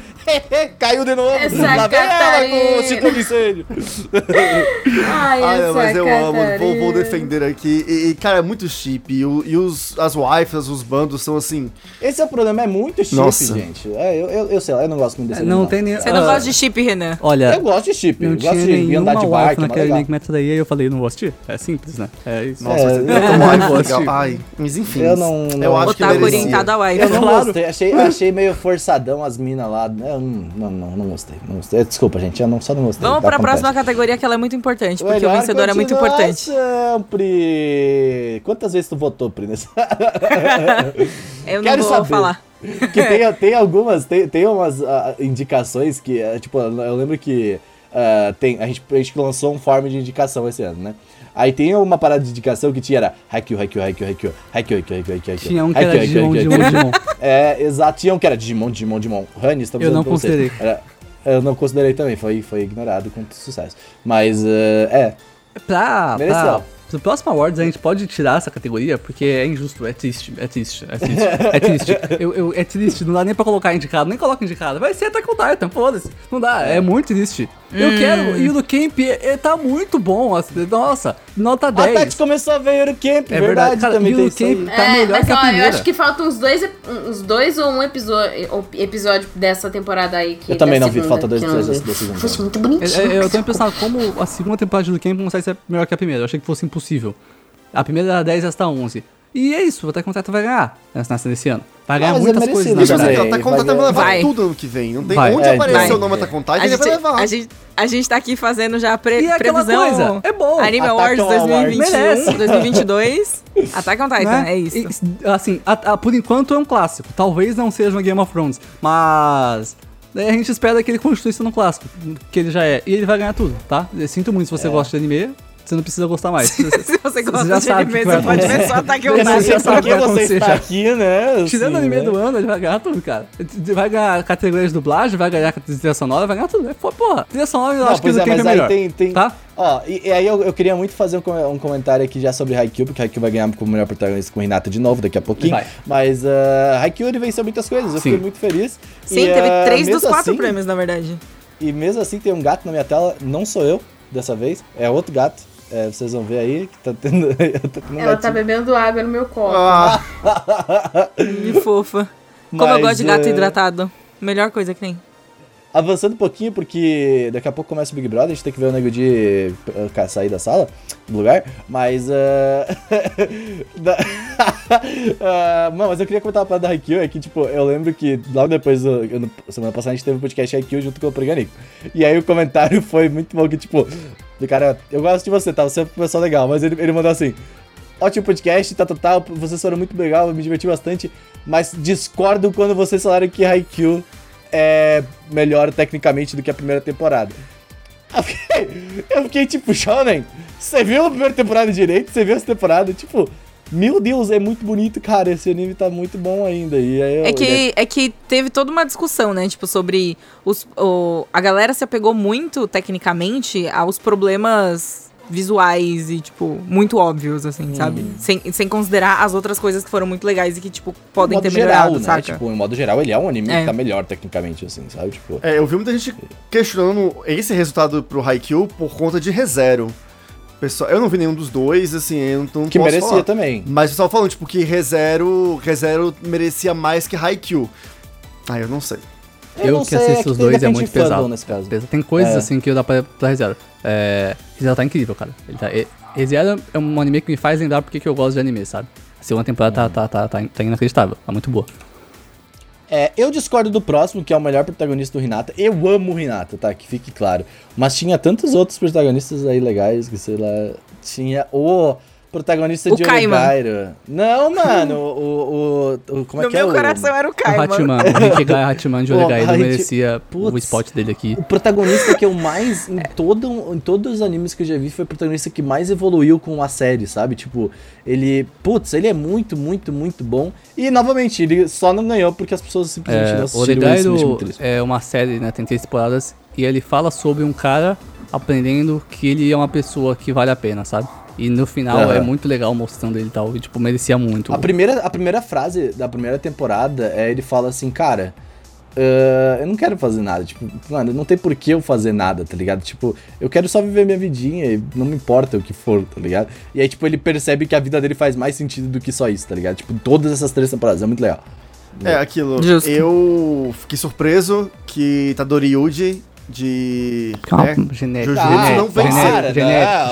Speaker 1: Caiu de novo.
Speaker 2: Essa
Speaker 1: lá vem ela com
Speaker 2: Catarina.
Speaker 1: o ciclo de incêndio.
Speaker 2: Ai,
Speaker 4: Ah,
Speaker 2: essa
Speaker 4: mas eu amo,
Speaker 2: Catarina.
Speaker 4: vou, vou Tinder aqui. E, e, cara, é muito chip. E, o- e os, as waifas, os bandos são assim.
Speaker 1: Esse é o problema, é muito chip,
Speaker 4: Nossa.
Speaker 1: gente. É, eu, eu, eu sei lá, eu não gosto muito desse
Speaker 3: Não
Speaker 1: anime,
Speaker 3: tem nem.
Speaker 5: É, Você não
Speaker 3: ah,
Speaker 5: gosta de chip, Renan?
Speaker 1: Eu
Speaker 3: Olha,
Speaker 1: gosto de chip,
Speaker 3: não
Speaker 1: eu
Speaker 3: tinha
Speaker 1: gosto de andar
Speaker 3: nenhuma
Speaker 1: de
Speaker 3: wife
Speaker 1: bike, mas é.
Speaker 3: naquele
Speaker 1: legal.
Speaker 3: anime que meta daí, aí eu falei, não vou assistir. É simples, né? É isso.
Speaker 4: Nossa,
Speaker 1: É,
Speaker 4: você tem
Speaker 1: eu-
Speaker 4: tanta waifa
Speaker 3: eu-
Speaker 4: legal. Ai, mas enfim.
Speaker 1: Eu não-
Speaker 4: Eu
Speaker 1: não-
Speaker 4: acho
Speaker 1: Otaku
Speaker 4: que
Speaker 5: Otaku um.
Speaker 4: merecia.
Speaker 5: orientado a
Speaker 1: Eu não
Speaker 5: wife.
Speaker 3: Claro.
Speaker 1: gostei, achei, achei meio forçadão as minas lá. né? Eu não, não, não, não gostei, não gostei. Desculpa, gente, eu não, só não gostei.
Speaker 5: Vamos
Speaker 1: tá?
Speaker 5: pra
Speaker 1: Acontece.
Speaker 5: próxima categoria que ela é muito importante, porque o
Speaker 1: Melhor
Speaker 5: vencedor é muito
Speaker 1: continuar
Speaker 5: importante.
Speaker 1: sempre. Quantas vezes tu votou, Pri, nessa?
Speaker 5: Eu não
Speaker 1: Quero
Speaker 5: vou
Speaker 1: saber.
Speaker 5: falar.
Speaker 1: (laughs) que tem, tem algumas, tem, tem umas ah, indicações que, ah, tipo, eu lembro que ah, tem, a, gente, a gente lançou um form de indicação esse ano, né? Aí tem uma parada de indicação que tinha era Haikyuu, Haikyuu, Haikyuu, Haikyuu, Haikyuu, Haikyuu, Haikyuu, Haikyuu.
Speaker 3: Tinha um que era
Speaker 1: Haikyuu, Haikyuu,
Speaker 3: Digimon,
Speaker 1: Haikyuu,
Speaker 3: Digimon, Digimon.
Speaker 1: (laughs) É, exato. Tinha um que era Digimon, Digimon, Digimon. Rani, estamos
Speaker 3: Eu
Speaker 1: dando
Speaker 3: não
Speaker 1: pra vocês.
Speaker 3: considerei.
Speaker 1: Era- eu não considerei também, foi, foi ignorado com sucesso. Mas, eh, é,
Speaker 3: Pra, pra,
Speaker 1: Mereceu.
Speaker 3: pro próximo Awards a gente pode tirar essa categoria, porque é injusto, é triste, é triste,
Speaker 1: (laughs)
Speaker 3: é triste, é triste. Eu, eu- é triste, não dá nem pra colocar indicado, nem coloca indicado. Vai ser Attack on Titan, foda-se. Não dá, é muito triste. Eu quero, e o do Camp é, é- tá muito bom, assim, nossa, nota
Speaker 1: A
Speaker 3: 10.
Speaker 1: Tati começou a ver Eurocamp,
Speaker 3: É
Speaker 1: é
Speaker 3: verdade,
Speaker 1: verdade,
Speaker 3: cara,
Speaker 1: também tem isso
Speaker 3: Eurocamp-
Speaker 1: aí.
Speaker 3: Tá melhor
Speaker 2: É, mas
Speaker 3: que a
Speaker 2: olha,
Speaker 3: primeira.
Speaker 2: eu acho que faltam uns dois, ep- uns dois ou um episódio, episódio dessa temporada aí. Que
Speaker 1: Eu também
Speaker 2: da
Speaker 1: não vi,
Speaker 2: segunda,
Speaker 1: falta dois
Speaker 2: que eu não
Speaker 1: episódios
Speaker 2: vi.
Speaker 1: da segunda.
Speaker 2: Poxa, muito
Speaker 3: É-
Speaker 2: bonitinho.
Speaker 3: é- eu tô impressionado como a segunda temporada do Camp consegue ser melhor que a primeira. Eu achei que fosse impossível. A primeira era 10 e esta 11. E é isso, o Attack on Titan vai ganhar nessa nessa desse ano. Vai ganhar
Speaker 1: mas é
Speaker 3: muitas
Speaker 1: merecido,
Speaker 3: coisas, na
Speaker 1: né,
Speaker 4: Deixa eu
Speaker 3: verdade.
Speaker 1: Vai,
Speaker 4: dizer, Attack on Titan vai
Speaker 1: vai.
Speaker 4: levar
Speaker 5: Vai.
Speaker 4: tudo ano que vem. Não tem
Speaker 3: Vai.
Speaker 4: onde
Speaker 1: É,
Speaker 4: aparecer
Speaker 1: vai.
Speaker 4: o nome Attack on Titan,
Speaker 5: A
Speaker 4: ele
Speaker 5: gente,
Speaker 4: vai levar.
Speaker 5: a, gente, a gente tá aqui fazendo já a pre
Speaker 3: E é aquela
Speaker 5: previsão.
Speaker 3: coisa, é bom.
Speaker 5: Anime
Speaker 1: Attack
Speaker 5: Awards
Speaker 1: on Awards.
Speaker 5: 2021,
Speaker 3: Merece. (laughs)
Speaker 5: 2022. Attack on Titan,
Speaker 1: tá,
Speaker 3: né?
Speaker 5: é isso.
Speaker 3: E, s- assim, a- a- por enquanto é um clássico. Talvez não seja um Game of Thrones, mas né, a gente espera que ele continue sendo um clássico, que ele já é. E ele vai ganhar tudo, tá? Eu sinto muito se
Speaker 1: É.
Speaker 3: você gosta de anime, você não precisa
Speaker 1: (laughs)
Speaker 3: gostar mais.
Speaker 5: (laughs) Se você gosta
Speaker 3: já
Speaker 5: de
Speaker 3: sabe o
Speaker 5: anime,
Speaker 3: que vai
Speaker 5: você pode
Speaker 3: acontecer.
Speaker 5: ver só Attack on
Speaker 1: Eu não
Speaker 3: Mas
Speaker 1: sei
Speaker 3: já
Speaker 5: Titan.
Speaker 1: por
Speaker 3: sabe o é
Speaker 1: que
Speaker 3: que vai
Speaker 1: você
Speaker 3: acontecer
Speaker 1: está
Speaker 3: já.
Speaker 1: aqui, né?
Speaker 3: (laughs) Tirando o
Speaker 1: assim,
Speaker 3: anime
Speaker 1: né?
Speaker 3: do ano, ele vai ganhar tudo, cara. Ele Vai ganhar categorias de dublagem, vai ganhar categoria de trilha sonora, vai ganhar tudo. É, pô, Porra, trilha sonora eu
Speaker 1: Não,
Speaker 3: acho que
Speaker 1: pois
Speaker 3: não
Speaker 1: é,
Speaker 3: tem
Speaker 1: mas
Speaker 3: pra
Speaker 1: aí
Speaker 3: melhor.
Speaker 1: tem. tem...
Speaker 3: Tá?
Speaker 1: Ó, e, e aí eu, eu queria muito fazer um, com- um comentário aqui já sobre Haikyuu, porque Haikyuu vai ganhar como melhor protagonista com o Renata de novo daqui a pouquinho.
Speaker 3: Vai.
Speaker 1: Mas ah, Haikyuu ele venceu muitas coisas, eu
Speaker 3: Sim.
Speaker 1: fiquei muito feliz.
Speaker 5: Sim,
Speaker 1: E,
Speaker 5: teve
Speaker 1: ah,
Speaker 5: três
Speaker 1: mesmo
Speaker 5: dos quatro
Speaker 1: assim-
Speaker 5: prêmios, na verdade.
Speaker 1: E mesmo assim tem um gato na minha tela, não sou eu dessa vez, é outro gato. É, vocês vão ver aí que tá tendo. (laughs) eu tô tendo um
Speaker 2: Ela tá
Speaker 1: gatinho.
Speaker 2: bebendo água no meu copo.
Speaker 4: Ah,
Speaker 5: Que fofa. Como eu
Speaker 1: Mas,
Speaker 5: gosto de gato
Speaker 1: é,
Speaker 5: hidratado. Melhor coisa que tem.
Speaker 1: Avançando um pouquinho, porque daqui a pouco começa o Big Brother, a gente tem que ver o Nego de sair da sala, do lugar, mas... ah, (laughs) da- (laughs) Ah, não, mas eu queria comentar uma parada da Haikyuu, é que, tipo, eu lembro que logo depois, do- ano- semana passada, a gente teve um podcast Haikyuu junto com o Proganico, e aí o comentário (laughs) foi muito bom, que, tipo, do cara, eu gosto de você, tá, você é uma pessoa legal, mas ele, ele mandou assim... Ótimo podcast, tá total, vocês foram muito legal, eu me diverti bastante, mas discordo quando vocês falaram que Haikyuu é melhor tecnicamente do que a primeira temporada. Eu fiquei, eu fiquei tipo, Shonen, você viu a primeira temporada direito? Você viu essa temporada? Tipo, meu Deus, é muito bonito, cara. Esse anime tá muito bom ainda. E aí eu,
Speaker 5: É que, é que teve toda uma discussão, né? Tipo, sobre. Os, o- a galera se apegou muito, tecnicamente, aos problemas visuais e, tipo, muito óbvios, assim, sabe? Sem, sem considerar as outras coisas que foram muito legais e que, tipo,
Speaker 1: de
Speaker 5: podem
Speaker 1: modo
Speaker 5: ter
Speaker 1: geral,
Speaker 5: melhorado,
Speaker 1: né?
Speaker 5: saca?
Speaker 1: Tipo, em modo geral, ele é um anime
Speaker 5: É.
Speaker 1: que tá melhor tecnicamente, assim, sabe? Tipo,
Speaker 4: É, eu vi muita gente questionando esse resultado pro Haikyuu por conta de ReZero. Pessoal, eu não vi nenhum dos dois, assim, eu não, não
Speaker 1: que
Speaker 4: posso
Speaker 1: merecia
Speaker 4: falar.
Speaker 1: também.
Speaker 4: Mas o pessoal falando, tipo, que ReZero, ReZero merecia mais que Haikyuu. Ah, eu não sei.
Speaker 3: Eu
Speaker 1: não
Speaker 3: que
Speaker 1: sei,
Speaker 3: assisto
Speaker 1: que
Speaker 3: os dois é
Speaker 1: depende
Speaker 3: muito
Speaker 1: de fandom
Speaker 3: pesado.
Speaker 1: Nesse caso.
Speaker 3: Beleza, Tem coisas
Speaker 1: É.
Speaker 3: assim que eu dá pra, pra ReZero. É, ReZero tá incrível, cara. Ele tá, e- ReZero é um anime que me faz lembrar porque que eu gosto de anime, sabe? A segunda temporada tá, tá, tá, tá, in- tá inacreditável, tá muito boa.
Speaker 1: É, eu discordo do próximo, que é o melhor protagonista do Hinata. Eu amo o Hinata, tá? Que fique claro. Mas tinha tantos outros protagonistas aí legais que, sei lá. Tinha o protagonista
Speaker 5: O
Speaker 1: de
Speaker 5: Kaiman.
Speaker 1: Oregairo.
Speaker 5: (laughs)
Speaker 1: Não, mano. o, o, o- Como é
Speaker 5: no
Speaker 1: que é
Speaker 5: meu
Speaker 1: o.
Speaker 5: coração era o
Speaker 3: O
Speaker 5: Kai, mano.
Speaker 3: Hachiman, o Rikigai Hachiman de
Speaker 1: (laughs) Pô,
Speaker 3: Olegai, ele
Speaker 1: Hachi-
Speaker 3: merecia o
Speaker 1: Putz.
Speaker 3: spot dele aqui.
Speaker 1: O protagonista que eu mais. Em, todo, em todos os animes que eu já vi, foi o protagonista que mais evoluiu com a série, sabe? Tipo, ele. Putz, ele é muito, muito, muito bom. E, novamente, ele só não ganhou porque as pessoas simplesmente não
Speaker 3: É, o
Speaker 1: assistiram isso. me deixa muito
Speaker 3: Olegairo
Speaker 1: triste.
Speaker 3: é uma série, né? Tem três temporadas. E ele fala sobre um cara aprendendo que ele é uma pessoa que vale a pena, sabe? E no final
Speaker 1: Aham.
Speaker 3: é muito legal mostrando ele e tal. E, tipo, merecia muito.
Speaker 1: A primeira, a primeira frase da primeira temporada é ele fala assim, cara, ah, eu não quero fazer nada. Tipo, mano, não tem por que eu fazer nada, tá ligado? Tipo, eu quero só viver minha vidinha e não me importa o que for, tá ligado? E aí, tipo, ele percebe que a vida dele faz mais sentido do que só isso, tá ligado? Tipo, todas essas três temporadas. É muito legal.
Speaker 4: É, aquilo.
Speaker 5: Justo.
Speaker 4: Eu fiquei surpreso que Tadori Yuji de.
Speaker 1: É.
Speaker 3: Calma,
Speaker 4: né?
Speaker 3: genérico.
Speaker 4: Jujutsu não
Speaker 3: Genérico,
Speaker 4: venceu.
Speaker 1: Para,
Speaker 3: genérico, genérico,
Speaker 1: não,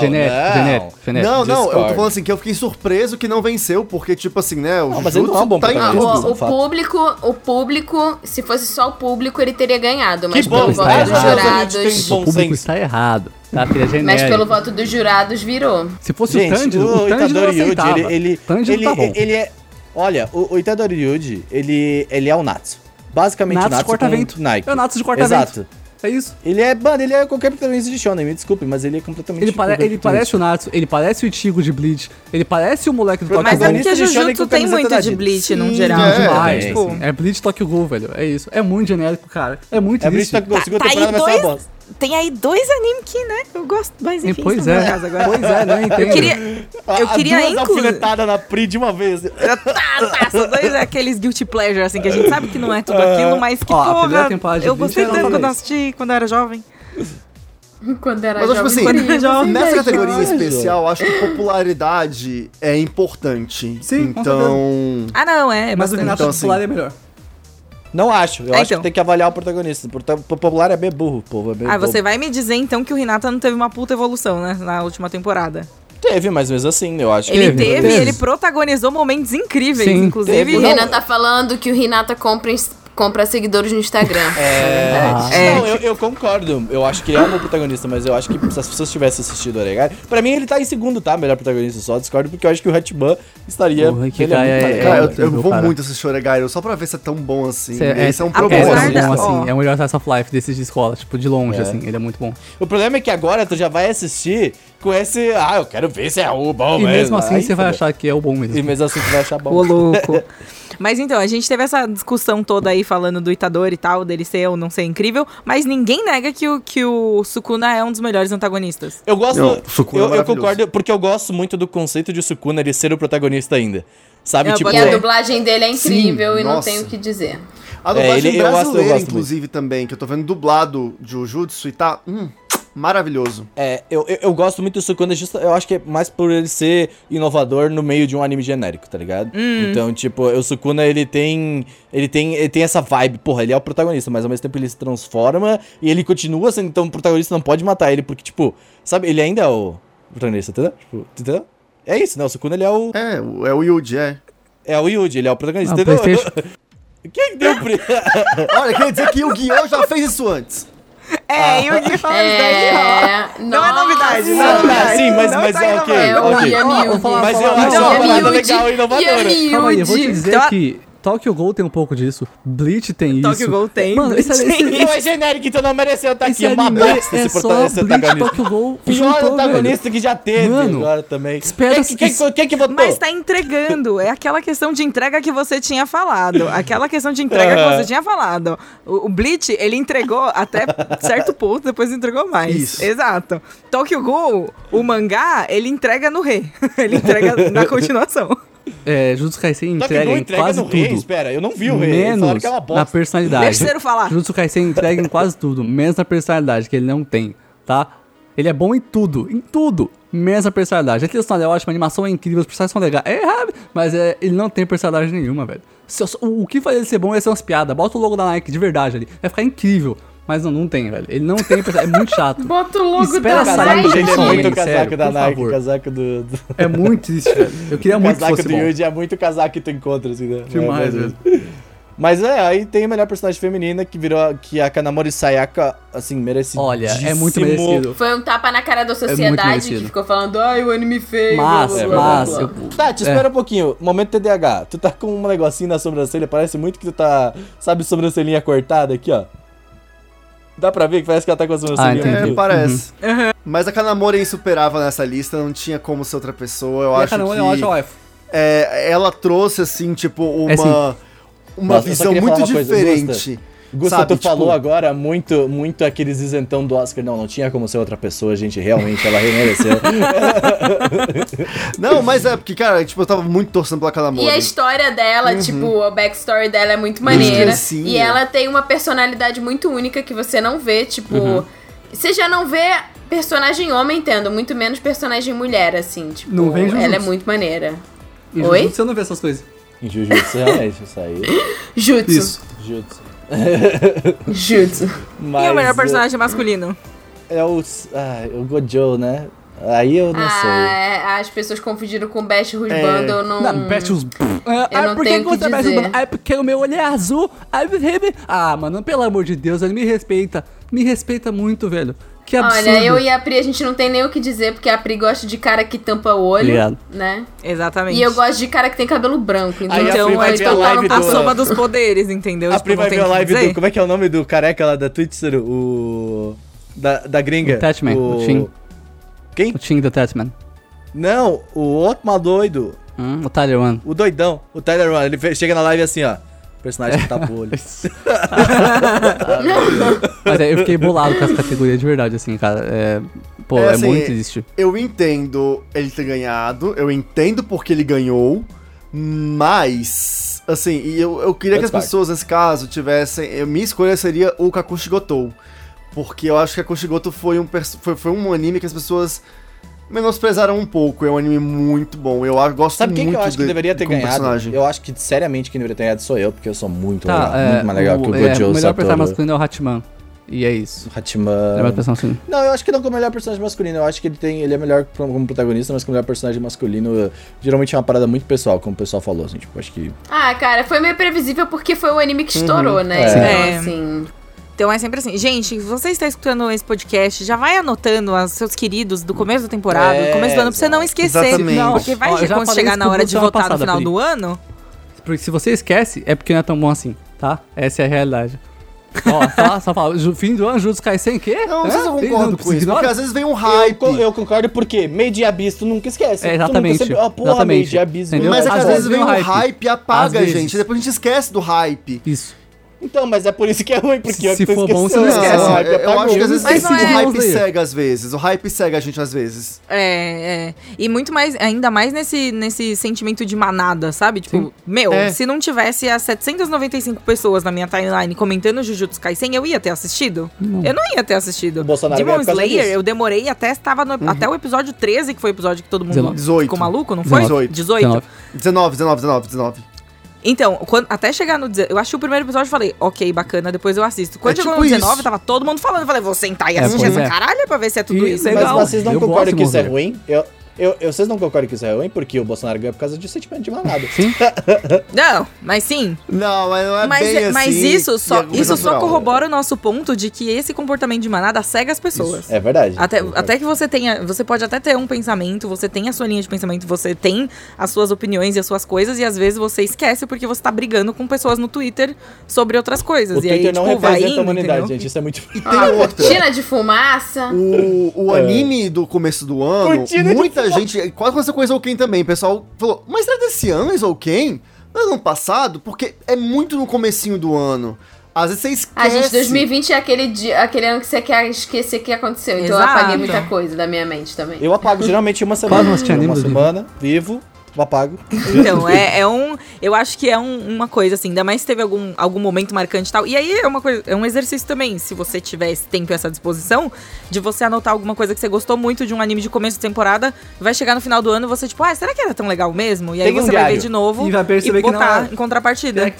Speaker 1: não.
Speaker 3: genérico, genérico,
Speaker 1: Né,
Speaker 3: genérico.
Speaker 4: Não, não, eu tô
Speaker 1: Discord.
Speaker 4: falando assim, que eu fiquei surpreso que não venceu, porque, tipo assim, né, o
Speaker 1: Não, mas ele não é um bom
Speaker 4: tá em
Speaker 1: protagonista.
Speaker 4: tudo.
Speaker 2: Ah, O, o
Speaker 1: fato.
Speaker 2: público, o público, se fosse só o público, ele teria ganhado, mas
Speaker 1: Que
Speaker 2: pelo
Speaker 1: bom,
Speaker 2: voto
Speaker 3: tá
Speaker 2: dos
Speaker 3: errado.
Speaker 2: jurados.
Speaker 3: O
Speaker 1: bom
Speaker 3: público
Speaker 1: senso.
Speaker 3: está errado, tá? Porque ele é
Speaker 2: Mas
Speaker 3: genérico.
Speaker 2: pelo voto dos jurados
Speaker 3: (laughs)
Speaker 2: virou.
Speaker 3: Se fosse o Tanjiro, o Tanjiro não
Speaker 1: Itadori Yuji,
Speaker 3: aceitava.
Speaker 1: ele, ele,
Speaker 3: Tanjiro
Speaker 1: ele,
Speaker 3: tá bom.
Speaker 1: ele é. Olha, o, o Itadori Yuji, ele, ele é o Natsu. Basicamente,
Speaker 3: Natsu
Speaker 1: o Natsu
Speaker 3: de corta-vento.
Speaker 1: com Nike.
Speaker 3: É o Natsu de corta-vento.
Speaker 1: Exato.
Speaker 3: É isso.
Speaker 1: Ele é, mano, ele é qualquer protagonista de shonen, me desculpe, mas ele é completamente...
Speaker 3: Ele, pare- ele
Speaker 1: completamente-
Speaker 3: parece o Natsu, ele parece o Ichigo de Bleach, ele parece o moleque do Tokyo
Speaker 5: Mas é
Speaker 3: Ghoul.
Speaker 5: porque
Speaker 1: Protagonista de shonen
Speaker 5: Jujutsu
Speaker 1: com
Speaker 5: tem
Speaker 1: camiseta
Speaker 5: muito
Speaker 1: da
Speaker 5: de
Speaker 1: Adidas.
Speaker 5: Bleach num
Speaker 4: Sim,
Speaker 5: geral.
Speaker 4: é,
Speaker 3: demais.
Speaker 1: é,
Speaker 5: tipo,
Speaker 3: É Bleach Tokyo Ghoul, velho. É isso. É muito genérico, cara. É muito
Speaker 1: É por isso
Speaker 3: triste.
Speaker 1: que tá com a segunda
Speaker 5: tá aí
Speaker 1: temporada vai ser uma
Speaker 5: dois-
Speaker 1: bosta.
Speaker 5: Tem aí dois animes que, né, eu gosto, mas
Speaker 3: E,
Speaker 5: enfim,
Speaker 3: pois
Speaker 5: isso não
Speaker 3: é.
Speaker 5: caso agora.
Speaker 3: Pois
Speaker 1: (laughs)
Speaker 3: é, não entendo.
Speaker 5: Eu queria, eu
Speaker 1: Ah,
Speaker 5: queria
Speaker 1: duas
Speaker 5: inclusive...
Speaker 1: alfinetadas na Pri de uma vez.
Speaker 5: Tá, tá, são dois aqueles guilty pleasure, assim, que a gente sabe que não é tudo aquilo, mas que
Speaker 3: Ó, a primeira
Speaker 5: porra,
Speaker 3: temporada de
Speaker 5: eu
Speaker 3: Bleach
Speaker 5: gostei
Speaker 3: era
Speaker 5: tanto
Speaker 3: uma
Speaker 5: quando eu
Speaker 3: vez.
Speaker 5: assisti quando eu era jovem.
Speaker 2: Quando era
Speaker 4: Mas eu acho que
Speaker 2: jovem,
Speaker 4: assim,
Speaker 2: quando era jovem.
Speaker 4: nessa categoria
Speaker 1: jovem.
Speaker 4: especial, acho que popularidade é importante.
Speaker 3: Sim, com
Speaker 4: Então.
Speaker 5: Ah, não, é,
Speaker 3: Mas o
Speaker 5: bastante.
Speaker 3: Renato
Speaker 4: Então,
Speaker 3: titular
Speaker 4: assim,
Speaker 3: é melhor.
Speaker 1: Não acho, eu
Speaker 5: É,
Speaker 1: acho
Speaker 5: então.
Speaker 1: que tem que avaliar o protagonista. O prota- o popular é bem burro, povo. É bem
Speaker 5: Ah, você
Speaker 1: bobo.
Speaker 5: vai me dizer então que o Renata não teve uma puta evolução, né? Na última temporada.
Speaker 1: Teve, mas mesmo assim, eu acho
Speaker 5: Ele
Speaker 3: Teve,
Speaker 5: teve,
Speaker 3: teve.
Speaker 5: ele protagonizou momentos incríveis,
Speaker 3: Sim.
Speaker 5: inclusive.
Speaker 2: O
Speaker 1: Não.
Speaker 2: Renan tá falando que o Renata compra, ins- compra seguidores no Instagram. É.
Speaker 4: um
Speaker 5: É.
Speaker 1: Não, eu, eu concordo. Eu acho que ele é um bom protagonista, mas eu acho que se as pessoas tivessem assistido o Oregari. Pra mim, ele tá em segundo, tá? Melhor protagonista só, discordo, porque eu acho que o Hatchman estaria.
Speaker 3: O Hutchman
Speaker 1: ele é muito
Speaker 3: é-
Speaker 1: mais
Speaker 3: é-
Speaker 1: legal.
Speaker 4: Cara, eu,
Speaker 3: entendeu,
Speaker 4: eu vou
Speaker 3: cara?
Speaker 4: muito assistir Oregairo só pra ver se é tão bom assim.
Speaker 3: Cê-
Speaker 4: Esse é um
Speaker 3: é
Speaker 4: problema.
Speaker 5: Apesar
Speaker 3: é tão bom,
Speaker 5: da-
Speaker 3: assim.
Speaker 5: ó.
Speaker 3: É o melhor Slice of Life desses de escola, tipo, de longe, assim. Ele é muito bom.
Speaker 1: O problema é que agora tu já vai assistir com esse. Ah, eu quero ver se é o bom
Speaker 3: E mesmo assim,
Speaker 1: Aí,
Speaker 3: você vai
Speaker 1: fodeu.
Speaker 3: achar que é o bom
Speaker 1: E
Speaker 3: mesmo.
Speaker 1: mesmo assim, tu vai achar bom.
Speaker 5: Ô, louco. (laughs) Mas então, a gente teve essa discussão toda aí falando do Itador e tal, dele ser ou não ser incrível, mas ninguém nega que o, que o Sukuna é um dos melhores antagonistas.
Speaker 1: Eu gosto.
Speaker 4: Não, o Sukuna é
Speaker 1: eu, eu
Speaker 4: maravilhoso.
Speaker 1: concordo, porque eu gosto muito do conceito de Sukuna ele ser o protagonista ainda. Sabe,
Speaker 5: É,
Speaker 1: tipo.
Speaker 2: E a dublagem dele é incrível
Speaker 4: Sim,
Speaker 2: e não
Speaker 4: nossa.
Speaker 2: tenho o que dizer.
Speaker 4: A dublagem
Speaker 1: ele- eu gosto- eu
Speaker 4: brasileira,
Speaker 1: gosto
Speaker 4: inclusive, também, que eu tô vendo dublado de Jujutsu e tá. Hum, maravilhoso.
Speaker 1: É, eu, eu, eu gosto muito do Sukuna, justa, eu acho que é mais por ele ser inovador no meio de um anime genérico, tá ligado? Então, tipo, o Sukuna, ele tem, ele tem ele tem essa vibe, porra, ele é o protagonista, mas ao mesmo tempo ele se transforma e ele continua sendo, então o protagonista não pode matar ele, porque, tipo, sabe, ele ainda é o protagonista, entendeu? Tipo, tu entendeu? É isso, né? O Sukuna, ele é o,
Speaker 4: É, o- é o Yuji, é.
Speaker 1: é o Yuji, ele é o protagonista,
Speaker 3: Ah,
Speaker 1: entendeu?
Speaker 3: PlayStation.
Speaker 1: (laughs) Quem deu pri- (laughs)
Speaker 4: Olha, queria dizer que o Guião já fez isso antes.
Speaker 5: É, e o que fala isso daí, ó.
Speaker 2: É.
Speaker 5: Não é
Speaker 2: nossa.
Speaker 5: novidade, não é
Speaker 1: Não,
Speaker 5: novidade.
Speaker 1: sim, mas, mas
Speaker 5: tá
Speaker 1: é
Speaker 5: indo,
Speaker 1: ok,
Speaker 2: É o
Speaker 1: ok.
Speaker 2: Yamiugi.
Speaker 3: Vou falar-
Speaker 1: Mas eu
Speaker 3: falar-
Speaker 1: acho
Speaker 3: Não,
Speaker 2: é
Speaker 1: uma parada
Speaker 2: Yamiugi.
Speaker 1: legal e inovadora.
Speaker 2: é
Speaker 3: Calma aí, eu vou te dizer
Speaker 5: Então, a-
Speaker 3: que Tokyo Ghoul tem um pouco disso, Bleach tem isso.
Speaker 5: Tokyo Ghoul tem,
Speaker 3: Mano, esse,
Speaker 5: Bleach
Speaker 3: esse,
Speaker 5: tem.
Speaker 1: Não é genérico, então não mereceu estar
Speaker 3: esse
Speaker 1: aqui. É uma
Speaker 3: anime
Speaker 1: bosta
Speaker 3: é
Speaker 1: esse
Speaker 3: só
Speaker 1: protagonista
Speaker 3: Bleach,
Speaker 1: antagonista.
Speaker 3: Tokyo Ghoul
Speaker 1: Pior
Speaker 3: juntou, velho.
Speaker 1: antagonista que já teve
Speaker 3: Mano,
Speaker 1: agora também.
Speaker 3: espera-
Speaker 1: quem, que- quem, que- quem que votou?
Speaker 5: Mas tá entregando. É aquela questão de entrega que você tinha falado. Aquela questão de entrega que você tinha falado. O, o Bleach, ele entregou até
Speaker 1: (laughs)
Speaker 5: certo ponto, depois não entregou mais.
Speaker 4: Isso.
Speaker 5: Exato. Tokyo Ghoul, o mangá, ele entrega no re. (laughs) Ele entrega
Speaker 1: (laughs)
Speaker 5: na continuação.
Speaker 3: É, Jujutsu Kaisen
Speaker 1: Só que
Speaker 3: entrega
Speaker 1: não
Speaker 3: em quase
Speaker 1: no rei,
Speaker 3: tudo.
Speaker 1: espera. Eu não vi o rei. Eles falaram
Speaker 3: Menos
Speaker 1: que é uma
Speaker 3: na
Speaker 1: bosta.
Speaker 3: personalidade.
Speaker 5: Terceiro falar.
Speaker 3: Jujutsu Kaisen entrega em quase tudo, menos na personalidade, que ele não tem, tá? Ele é bom em tudo, em tudo, menos na personalidade. A trilha sonora é ótima, a animação é incrível, os personagens são legais, é, ah, mas é, ele não tem personalidade nenhuma, velho. Se- se- O, o que faz ele ser bom é ser umas piadas, bota o logo da Nike de verdade ali, vai ficar incrível. Mas não, não tem, velho. Ele não tem, personalidade, é muito chato.
Speaker 2: Bota o logo da
Speaker 3: Espera sair
Speaker 2: Nike.
Speaker 3: do
Speaker 1: Ele é
Speaker 3: Sonic,
Speaker 1: muito o casaco
Speaker 3: sério,
Speaker 1: da
Speaker 3: por
Speaker 1: Nike,
Speaker 3: favor.
Speaker 1: o casaco do... do-
Speaker 3: É muito triste, velho. Eu
Speaker 1: (laughs)
Speaker 3: queria
Speaker 1: o
Speaker 3: muito que
Speaker 1: casaco
Speaker 3: fosse
Speaker 1: do
Speaker 3: bom.
Speaker 1: Yuji é muito o casaco que tu encontra, assim, né? Mas-
Speaker 3: Demais, velho.
Speaker 1: Mas é, aí tem a melhor personagem feminina que virou... Que é a Kanamori Sayaka, assim, merecidíssimo.
Speaker 3: Olha, é muito merecido.
Speaker 2: Foi um tapa na cara da sociedade
Speaker 3: merecido.
Speaker 2: que ficou falando, ai, o anime feio.
Speaker 3: Mas,
Speaker 2: blá, blá, blá,
Speaker 3: mas,
Speaker 2: blá,
Speaker 3: É, eu,
Speaker 2: blá."
Speaker 1: Tati,
Speaker 4: É.
Speaker 1: espera um pouquinho. Momento TDAH. Tu tá com um negocinho na sobrancelha, parece muito que tu tá, sabe, sobrancelhinha cortada aqui, ó. Dá pra ver que parece que ela tá com a sobrancelhinha.
Speaker 3: entendi.
Speaker 1: muito-
Speaker 4: É,
Speaker 3: Uhum.
Speaker 4: parece. Mas a Kanamori é insuperável nessa lista, não tinha como ser outra pessoa. Eu
Speaker 3: e a
Speaker 4: acho
Speaker 3: Kanamori
Speaker 4: que
Speaker 3: é ótima, ó, é
Speaker 4: é, ela trouxe, assim, tipo, uma,
Speaker 3: É, sim.
Speaker 4: uma
Speaker 1: Nossa, eu só
Speaker 4: visão
Speaker 1: queria falar
Speaker 4: muito
Speaker 1: uma coisa,
Speaker 4: diferente
Speaker 1: Gusta,
Speaker 4: sabe?
Speaker 1: tu
Speaker 4: Tipo,
Speaker 1: falou agora muito, muito aqueles isentão do Oscar. Não, não tinha como ser outra pessoa, gente. Realmente, ela remereceu.
Speaker 4: Não, mas é porque, cara, tipo, eu tava muito torcendo pela Calamore.
Speaker 2: E a história dela, tipo, a backstory dela é muito maneira.
Speaker 4: criancinha.
Speaker 2: E ela tem uma personalidade muito única que você não vê, tipo. Você já não vê personagem homem tendo, muito menos personagem mulher, assim. Tipo,
Speaker 3: Não vem Jujutsu.
Speaker 2: ela é muito maneira.
Speaker 3: E
Speaker 2: Oi?
Speaker 3: Jujutsu eu não vê essas coisas.
Speaker 1: Em (laughs) Jujutsu, realmente, isso aí.
Speaker 2: Jutsu.
Speaker 3: Isso.
Speaker 1: Jutsu.
Speaker 2: Jutsu.
Speaker 1: Mas,
Speaker 5: Quem é o melhor
Speaker 1: eh,
Speaker 5: personagem masculino?
Speaker 1: É o, ah, o Gojo, né? Aí eu não
Speaker 2: Ah,
Speaker 1: sei. É.
Speaker 2: é, as pessoas confundiram com Best Who's Band, eu não.
Speaker 3: os.
Speaker 2: Hum. Eu não tenho o que dizer.
Speaker 3: Ah, porque o meu olho é azul. Ai, baby. Ah, mano, pelo amor de Deus, ele me respeita. Me respeita muito, velho. Que é absurdo.
Speaker 2: Olha, eu e a Pri, a gente não tem nem o que dizer, porque a Pri gosta de cara que tampa o olho,
Speaker 3: Obrigado.
Speaker 2: né?
Speaker 5: Exatamente.
Speaker 2: E eu gosto de cara que tem cabelo branco. Então,
Speaker 1: Aí a Pri
Speaker 5: Então,
Speaker 1: vai
Speaker 5: é
Speaker 2: eles
Speaker 1: ver
Speaker 5: tipo,
Speaker 1: a
Speaker 5: a,
Speaker 1: live do-
Speaker 5: soma dos poderes, entendeu?
Speaker 1: A
Speaker 5: Tipo,
Speaker 1: Pri
Speaker 5: não
Speaker 1: vai
Speaker 5: tem
Speaker 1: ver a
Speaker 5: o que
Speaker 1: live
Speaker 5: dizer.
Speaker 1: do. Como é que é o nome do careca lá da Twitch? O. Da, da gringa?
Speaker 3: O Tatman, o Tim.
Speaker 1: Quem?
Speaker 3: O Tim do Tatman.
Speaker 1: Não, o outro maluco.
Speaker 3: Hum, o Tyler One.
Speaker 1: O doidão, o Tyler Run, ele fe- chega na live assim, ó. Personagem que tapa o
Speaker 3: (laughs)
Speaker 1: olho.
Speaker 3: é Mas é, eu fiquei bolado com essa categoria de verdade, assim, cara. É, pô,
Speaker 4: É,
Speaker 3: é,
Speaker 4: assim,
Speaker 3: muito triste.
Speaker 4: Eu entendo ele ter ganhado, eu entendo porque ele ganhou, mas, assim, e eu, eu queria que as
Speaker 1: Faz parte.
Speaker 4: pessoas nesse caso tivessem. eu- minha escolha seria o Kakushi Gotou. Porque eu acho que Kakushi Gotou foi um, perso- foi, foi um anime que as pessoas menosprezaram um pouco. É um anime muito bom. Eu a- gosto
Speaker 1: Sabe
Speaker 4: muito
Speaker 1: quem que eu acho que
Speaker 4: de-
Speaker 1: deveria ter
Speaker 4: como
Speaker 1: ganhado?
Speaker 4: personagem.
Speaker 1: Eu acho que, seriamente, quem deveria ter ganhado sou eu, porque eu sou muito,
Speaker 3: Tá,
Speaker 1: legal,
Speaker 3: é,
Speaker 1: muito mais legal que o Gojo
Speaker 3: é, o melhor personagem
Speaker 1: Satoru. Tá.
Speaker 3: masculino é o Hatman. E é isso. É o melhor
Speaker 1: Hatman.
Speaker 3: personagem masculino.
Speaker 1: Não, eu acho que não como melhor personagem masculino. Eu acho que ele tem. Ele é melhor pro- como protagonista, mas como melhor personagem masculino, eh, geralmente é uma parada muito pessoal, como o pessoal falou, assim, tipo, acho que.
Speaker 2: (laughs) Ah, cara, foi meio previsível porque foi o anime que estourou, né?
Speaker 1: É.
Speaker 5: É.
Speaker 2: Então, assim.
Speaker 5: Então é sempre assim. Gente, se você está escutando esse podcast, já vai anotando os seus queridos do começo da temporada,
Speaker 1: É,
Speaker 5: do começo do ano, pra você não
Speaker 1: exato.
Speaker 5: esquecer.
Speaker 4: Exatamente. Não,
Speaker 5: Porque vai
Speaker 3: ó, eu já
Speaker 5: quando
Speaker 3: falei
Speaker 5: chegar
Speaker 3: isso
Speaker 5: na
Speaker 3: pro
Speaker 5: hora
Speaker 3: Bruno
Speaker 5: de
Speaker 3: semana
Speaker 5: votar no
Speaker 3: passada,
Speaker 5: final
Speaker 3: Pri.
Speaker 5: do ano.
Speaker 3: Porque se você esquece, é porque não é tão bom assim, tá? Essa é a realidade.
Speaker 5: (laughs)
Speaker 3: Ó, tá, só, só fala, ju- fim do ano, Jujutsu Kaisen, quê? É?
Speaker 4: Não, não sei se eu
Speaker 3: Hã? Tem-
Speaker 4: concordo
Speaker 3: não,
Speaker 4: com isso,
Speaker 3: ignora?
Speaker 4: porque às vezes vem um hype.
Speaker 1: Ah, Eu, eu concordo porque Made Abyss tu nunca esquece.
Speaker 3: É,
Speaker 1: Tu nunca
Speaker 3: exatamente,
Speaker 1: sempre- Ah, porra,
Speaker 3: exatamente.
Speaker 1: Made Abyss.
Speaker 3: Entendeu?
Speaker 4: Mas é que
Speaker 1: nunca
Speaker 4: às
Speaker 3: Às
Speaker 4: vezes
Speaker 1: esquece.
Speaker 4: vem um
Speaker 3: vem o
Speaker 4: hype,
Speaker 3: hype
Speaker 4: e apaga,
Speaker 3: Às vezes.
Speaker 4: gente. Depois a gente esquece do hype.
Speaker 3: Isso.
Speaker 1: Então, mas é por isso que é ruim, porque
Speaker 3: Se
Speaker 1: é que tu
Speaker 3: for bom, você não
Speaker 1: esqueceu.
Speaker 3: esquece.
Speaker 1: Ah,
Speaker 4: Não,
Speaker 1: hype
Speaker 4: eu, eu
Speaker 1: apagou.
Speaker 4: acho que às vezes
Speaker 5: Mas
Speaker 4: esse-
Speaker 5: não
Speaker 4: o
Speaker 5: é-
Speaker 4: hype
Speaker 3: Slayer.
Speaker 4: cega às vezes. O hype cega a gente às vezes.
Speaker 5: É, é. E muito mais, ainda mais nesse, nesse sentimento de manada, sabe? Tipo, meu,
Speaker 4: É.
Speaker 5: se não tivesse as 795 pessoas na minha timeline comentando Jujutsu Kaisen, eu ia ter assistido? Eu não ia ter assistido.
Speaker 1: O Bolsonaro
Speaker 5: Demon
Speaker 1: ganha por causa
Speaker 5: Slayer,
Speaker 1: disso.
Speaker 5: eu demorei até, estava no-
Speaker 3: Uhum.
Speaker 5: até o episódio 13, que foi o episódio que todo mundo
Speaker 3: 19.
Speaker 4: 18.
Speaker 5: ficou maluco, não foi?
Speaker 4: 19.
Speaker 5: 18.
Speaker 4: 19, 19, 19, 19.
Speaker 5: Então, quando- até chegar no. deze- Eu achei o primeiro episódio e falei, ok, bacana, depois eu assisto. Quando
Speaker 4: É
Speaker 5: chegou
Speaker 4: tipo
Speaker 5: no 19,
Speaker 4: isso.
Speaker 5: tava todo mundo falando. Eu falei, vou sentar e
Speaker 3: É,
Speaker 5: assistir
Speaker 3: pois
Speaker 5: essa
Speaker 3: é.
Speaker 5: caralha pra ver se é tudo
Speaker 3: E-
Speaker 5: isso.
Speaker 1: um. Mas
Speaker 3: Legal.
Speaker 1: vocês não
Speaker 3: Eu
Speaker 1: concordam
Speaker 3: gosto
Speaker 1: que
Speaker 3: de
Speaker 1: isso é
Speaker 3: morrer.
Speaker 1: ruim? Eu, eu, eu, vocês não concordam que isso é ruim? Porque o Bolsonaro ganha por causa de sentimento de manada.
Speaker 3: Sim.
Speaker 5: Não, mas sim.
Speaker 4: Não, mas não é
Speaker 5: mas,
Speaker 4: bem assim.
Speaker 5: mas isso
Speaker 4: e
Speaker 5: só,
Speaker 4: é coisa
Speaker 5: isso só
Speaker 4: natural.
Speaker 5: corrobora o nosso ponto de que esse comportamento de manada cega as pessoas.
Speaker 1: É verdade.
Speaker 5: Até, até que você tenha. Você pode até ter um pensamento, você tem a sua linha de pensamento, você tem as suas opiniões e as suas coisas, e às vezes você esquece porque você tá brigando com pessoas no Twitter sobre outras coisas.
Speaker 1: O
Speaker 5: e
Speaker 1: Twitter
Speaker 5: aí,
Speaker 1: não
Speaker 5: tipo, vai
Speaker 1: representa
Speaker 5: indo,
Speaker 1: a humanidade,
Speaker 5: entendeu?
Speaker 1: gente. Isso é muito. (laughs)
Speaker 4: E tem outra.
Speaker 2: Cortina de fumaça.
Speaker 4: O, o anime do começo do ano,
Speaker 1: Cortina É. de
Speaker 4: muita gente. Quase aconteceu com o Isolken também. O pessoal falou, mas será desse ano, Isolken? Não é do ano passado? Porque é muito no comecinho do ano. Às vezes você
Speaker 2: A
Speaker 4: esquece.
Speaker 2: gente, 2020 é aquele, dia, aquele ano que você quer esquecer que aconteceu. Então
Speaker 5: Exato.
Speaker 2: eu apaguei muita coisa da minha mente também.
Speaker 1: Eu apago geralmente uma semana.
Speaker 3: Quase não assisti anime
Speaker 1: uma
Speaker 3: do
Speaker 1: semana, vivo, um apago.
Speaker 5: Então, é, é um. Eu acho que é um- uma coisa assim, ainda mais se teve algum, algum momento marcante e tal. E aí é uma coisa, é um exercício também, se você tiver esse tempo e essa disposição, de você anotar alguma coisa que você gostou muito de um anime de começo de temporada, vai chegar no final do ano e você, tipo, ah, será que era tão legal mesmo? E aí
Speaker 1: Tem um
Speaker 5: você vai
Speaker 1: galho.
Speaker 5: ver de novo
Speaker 3: E vai perceber que não é.
Speaker 5: botar
Speaker 3: era.
Speaker 5: em contrapartida.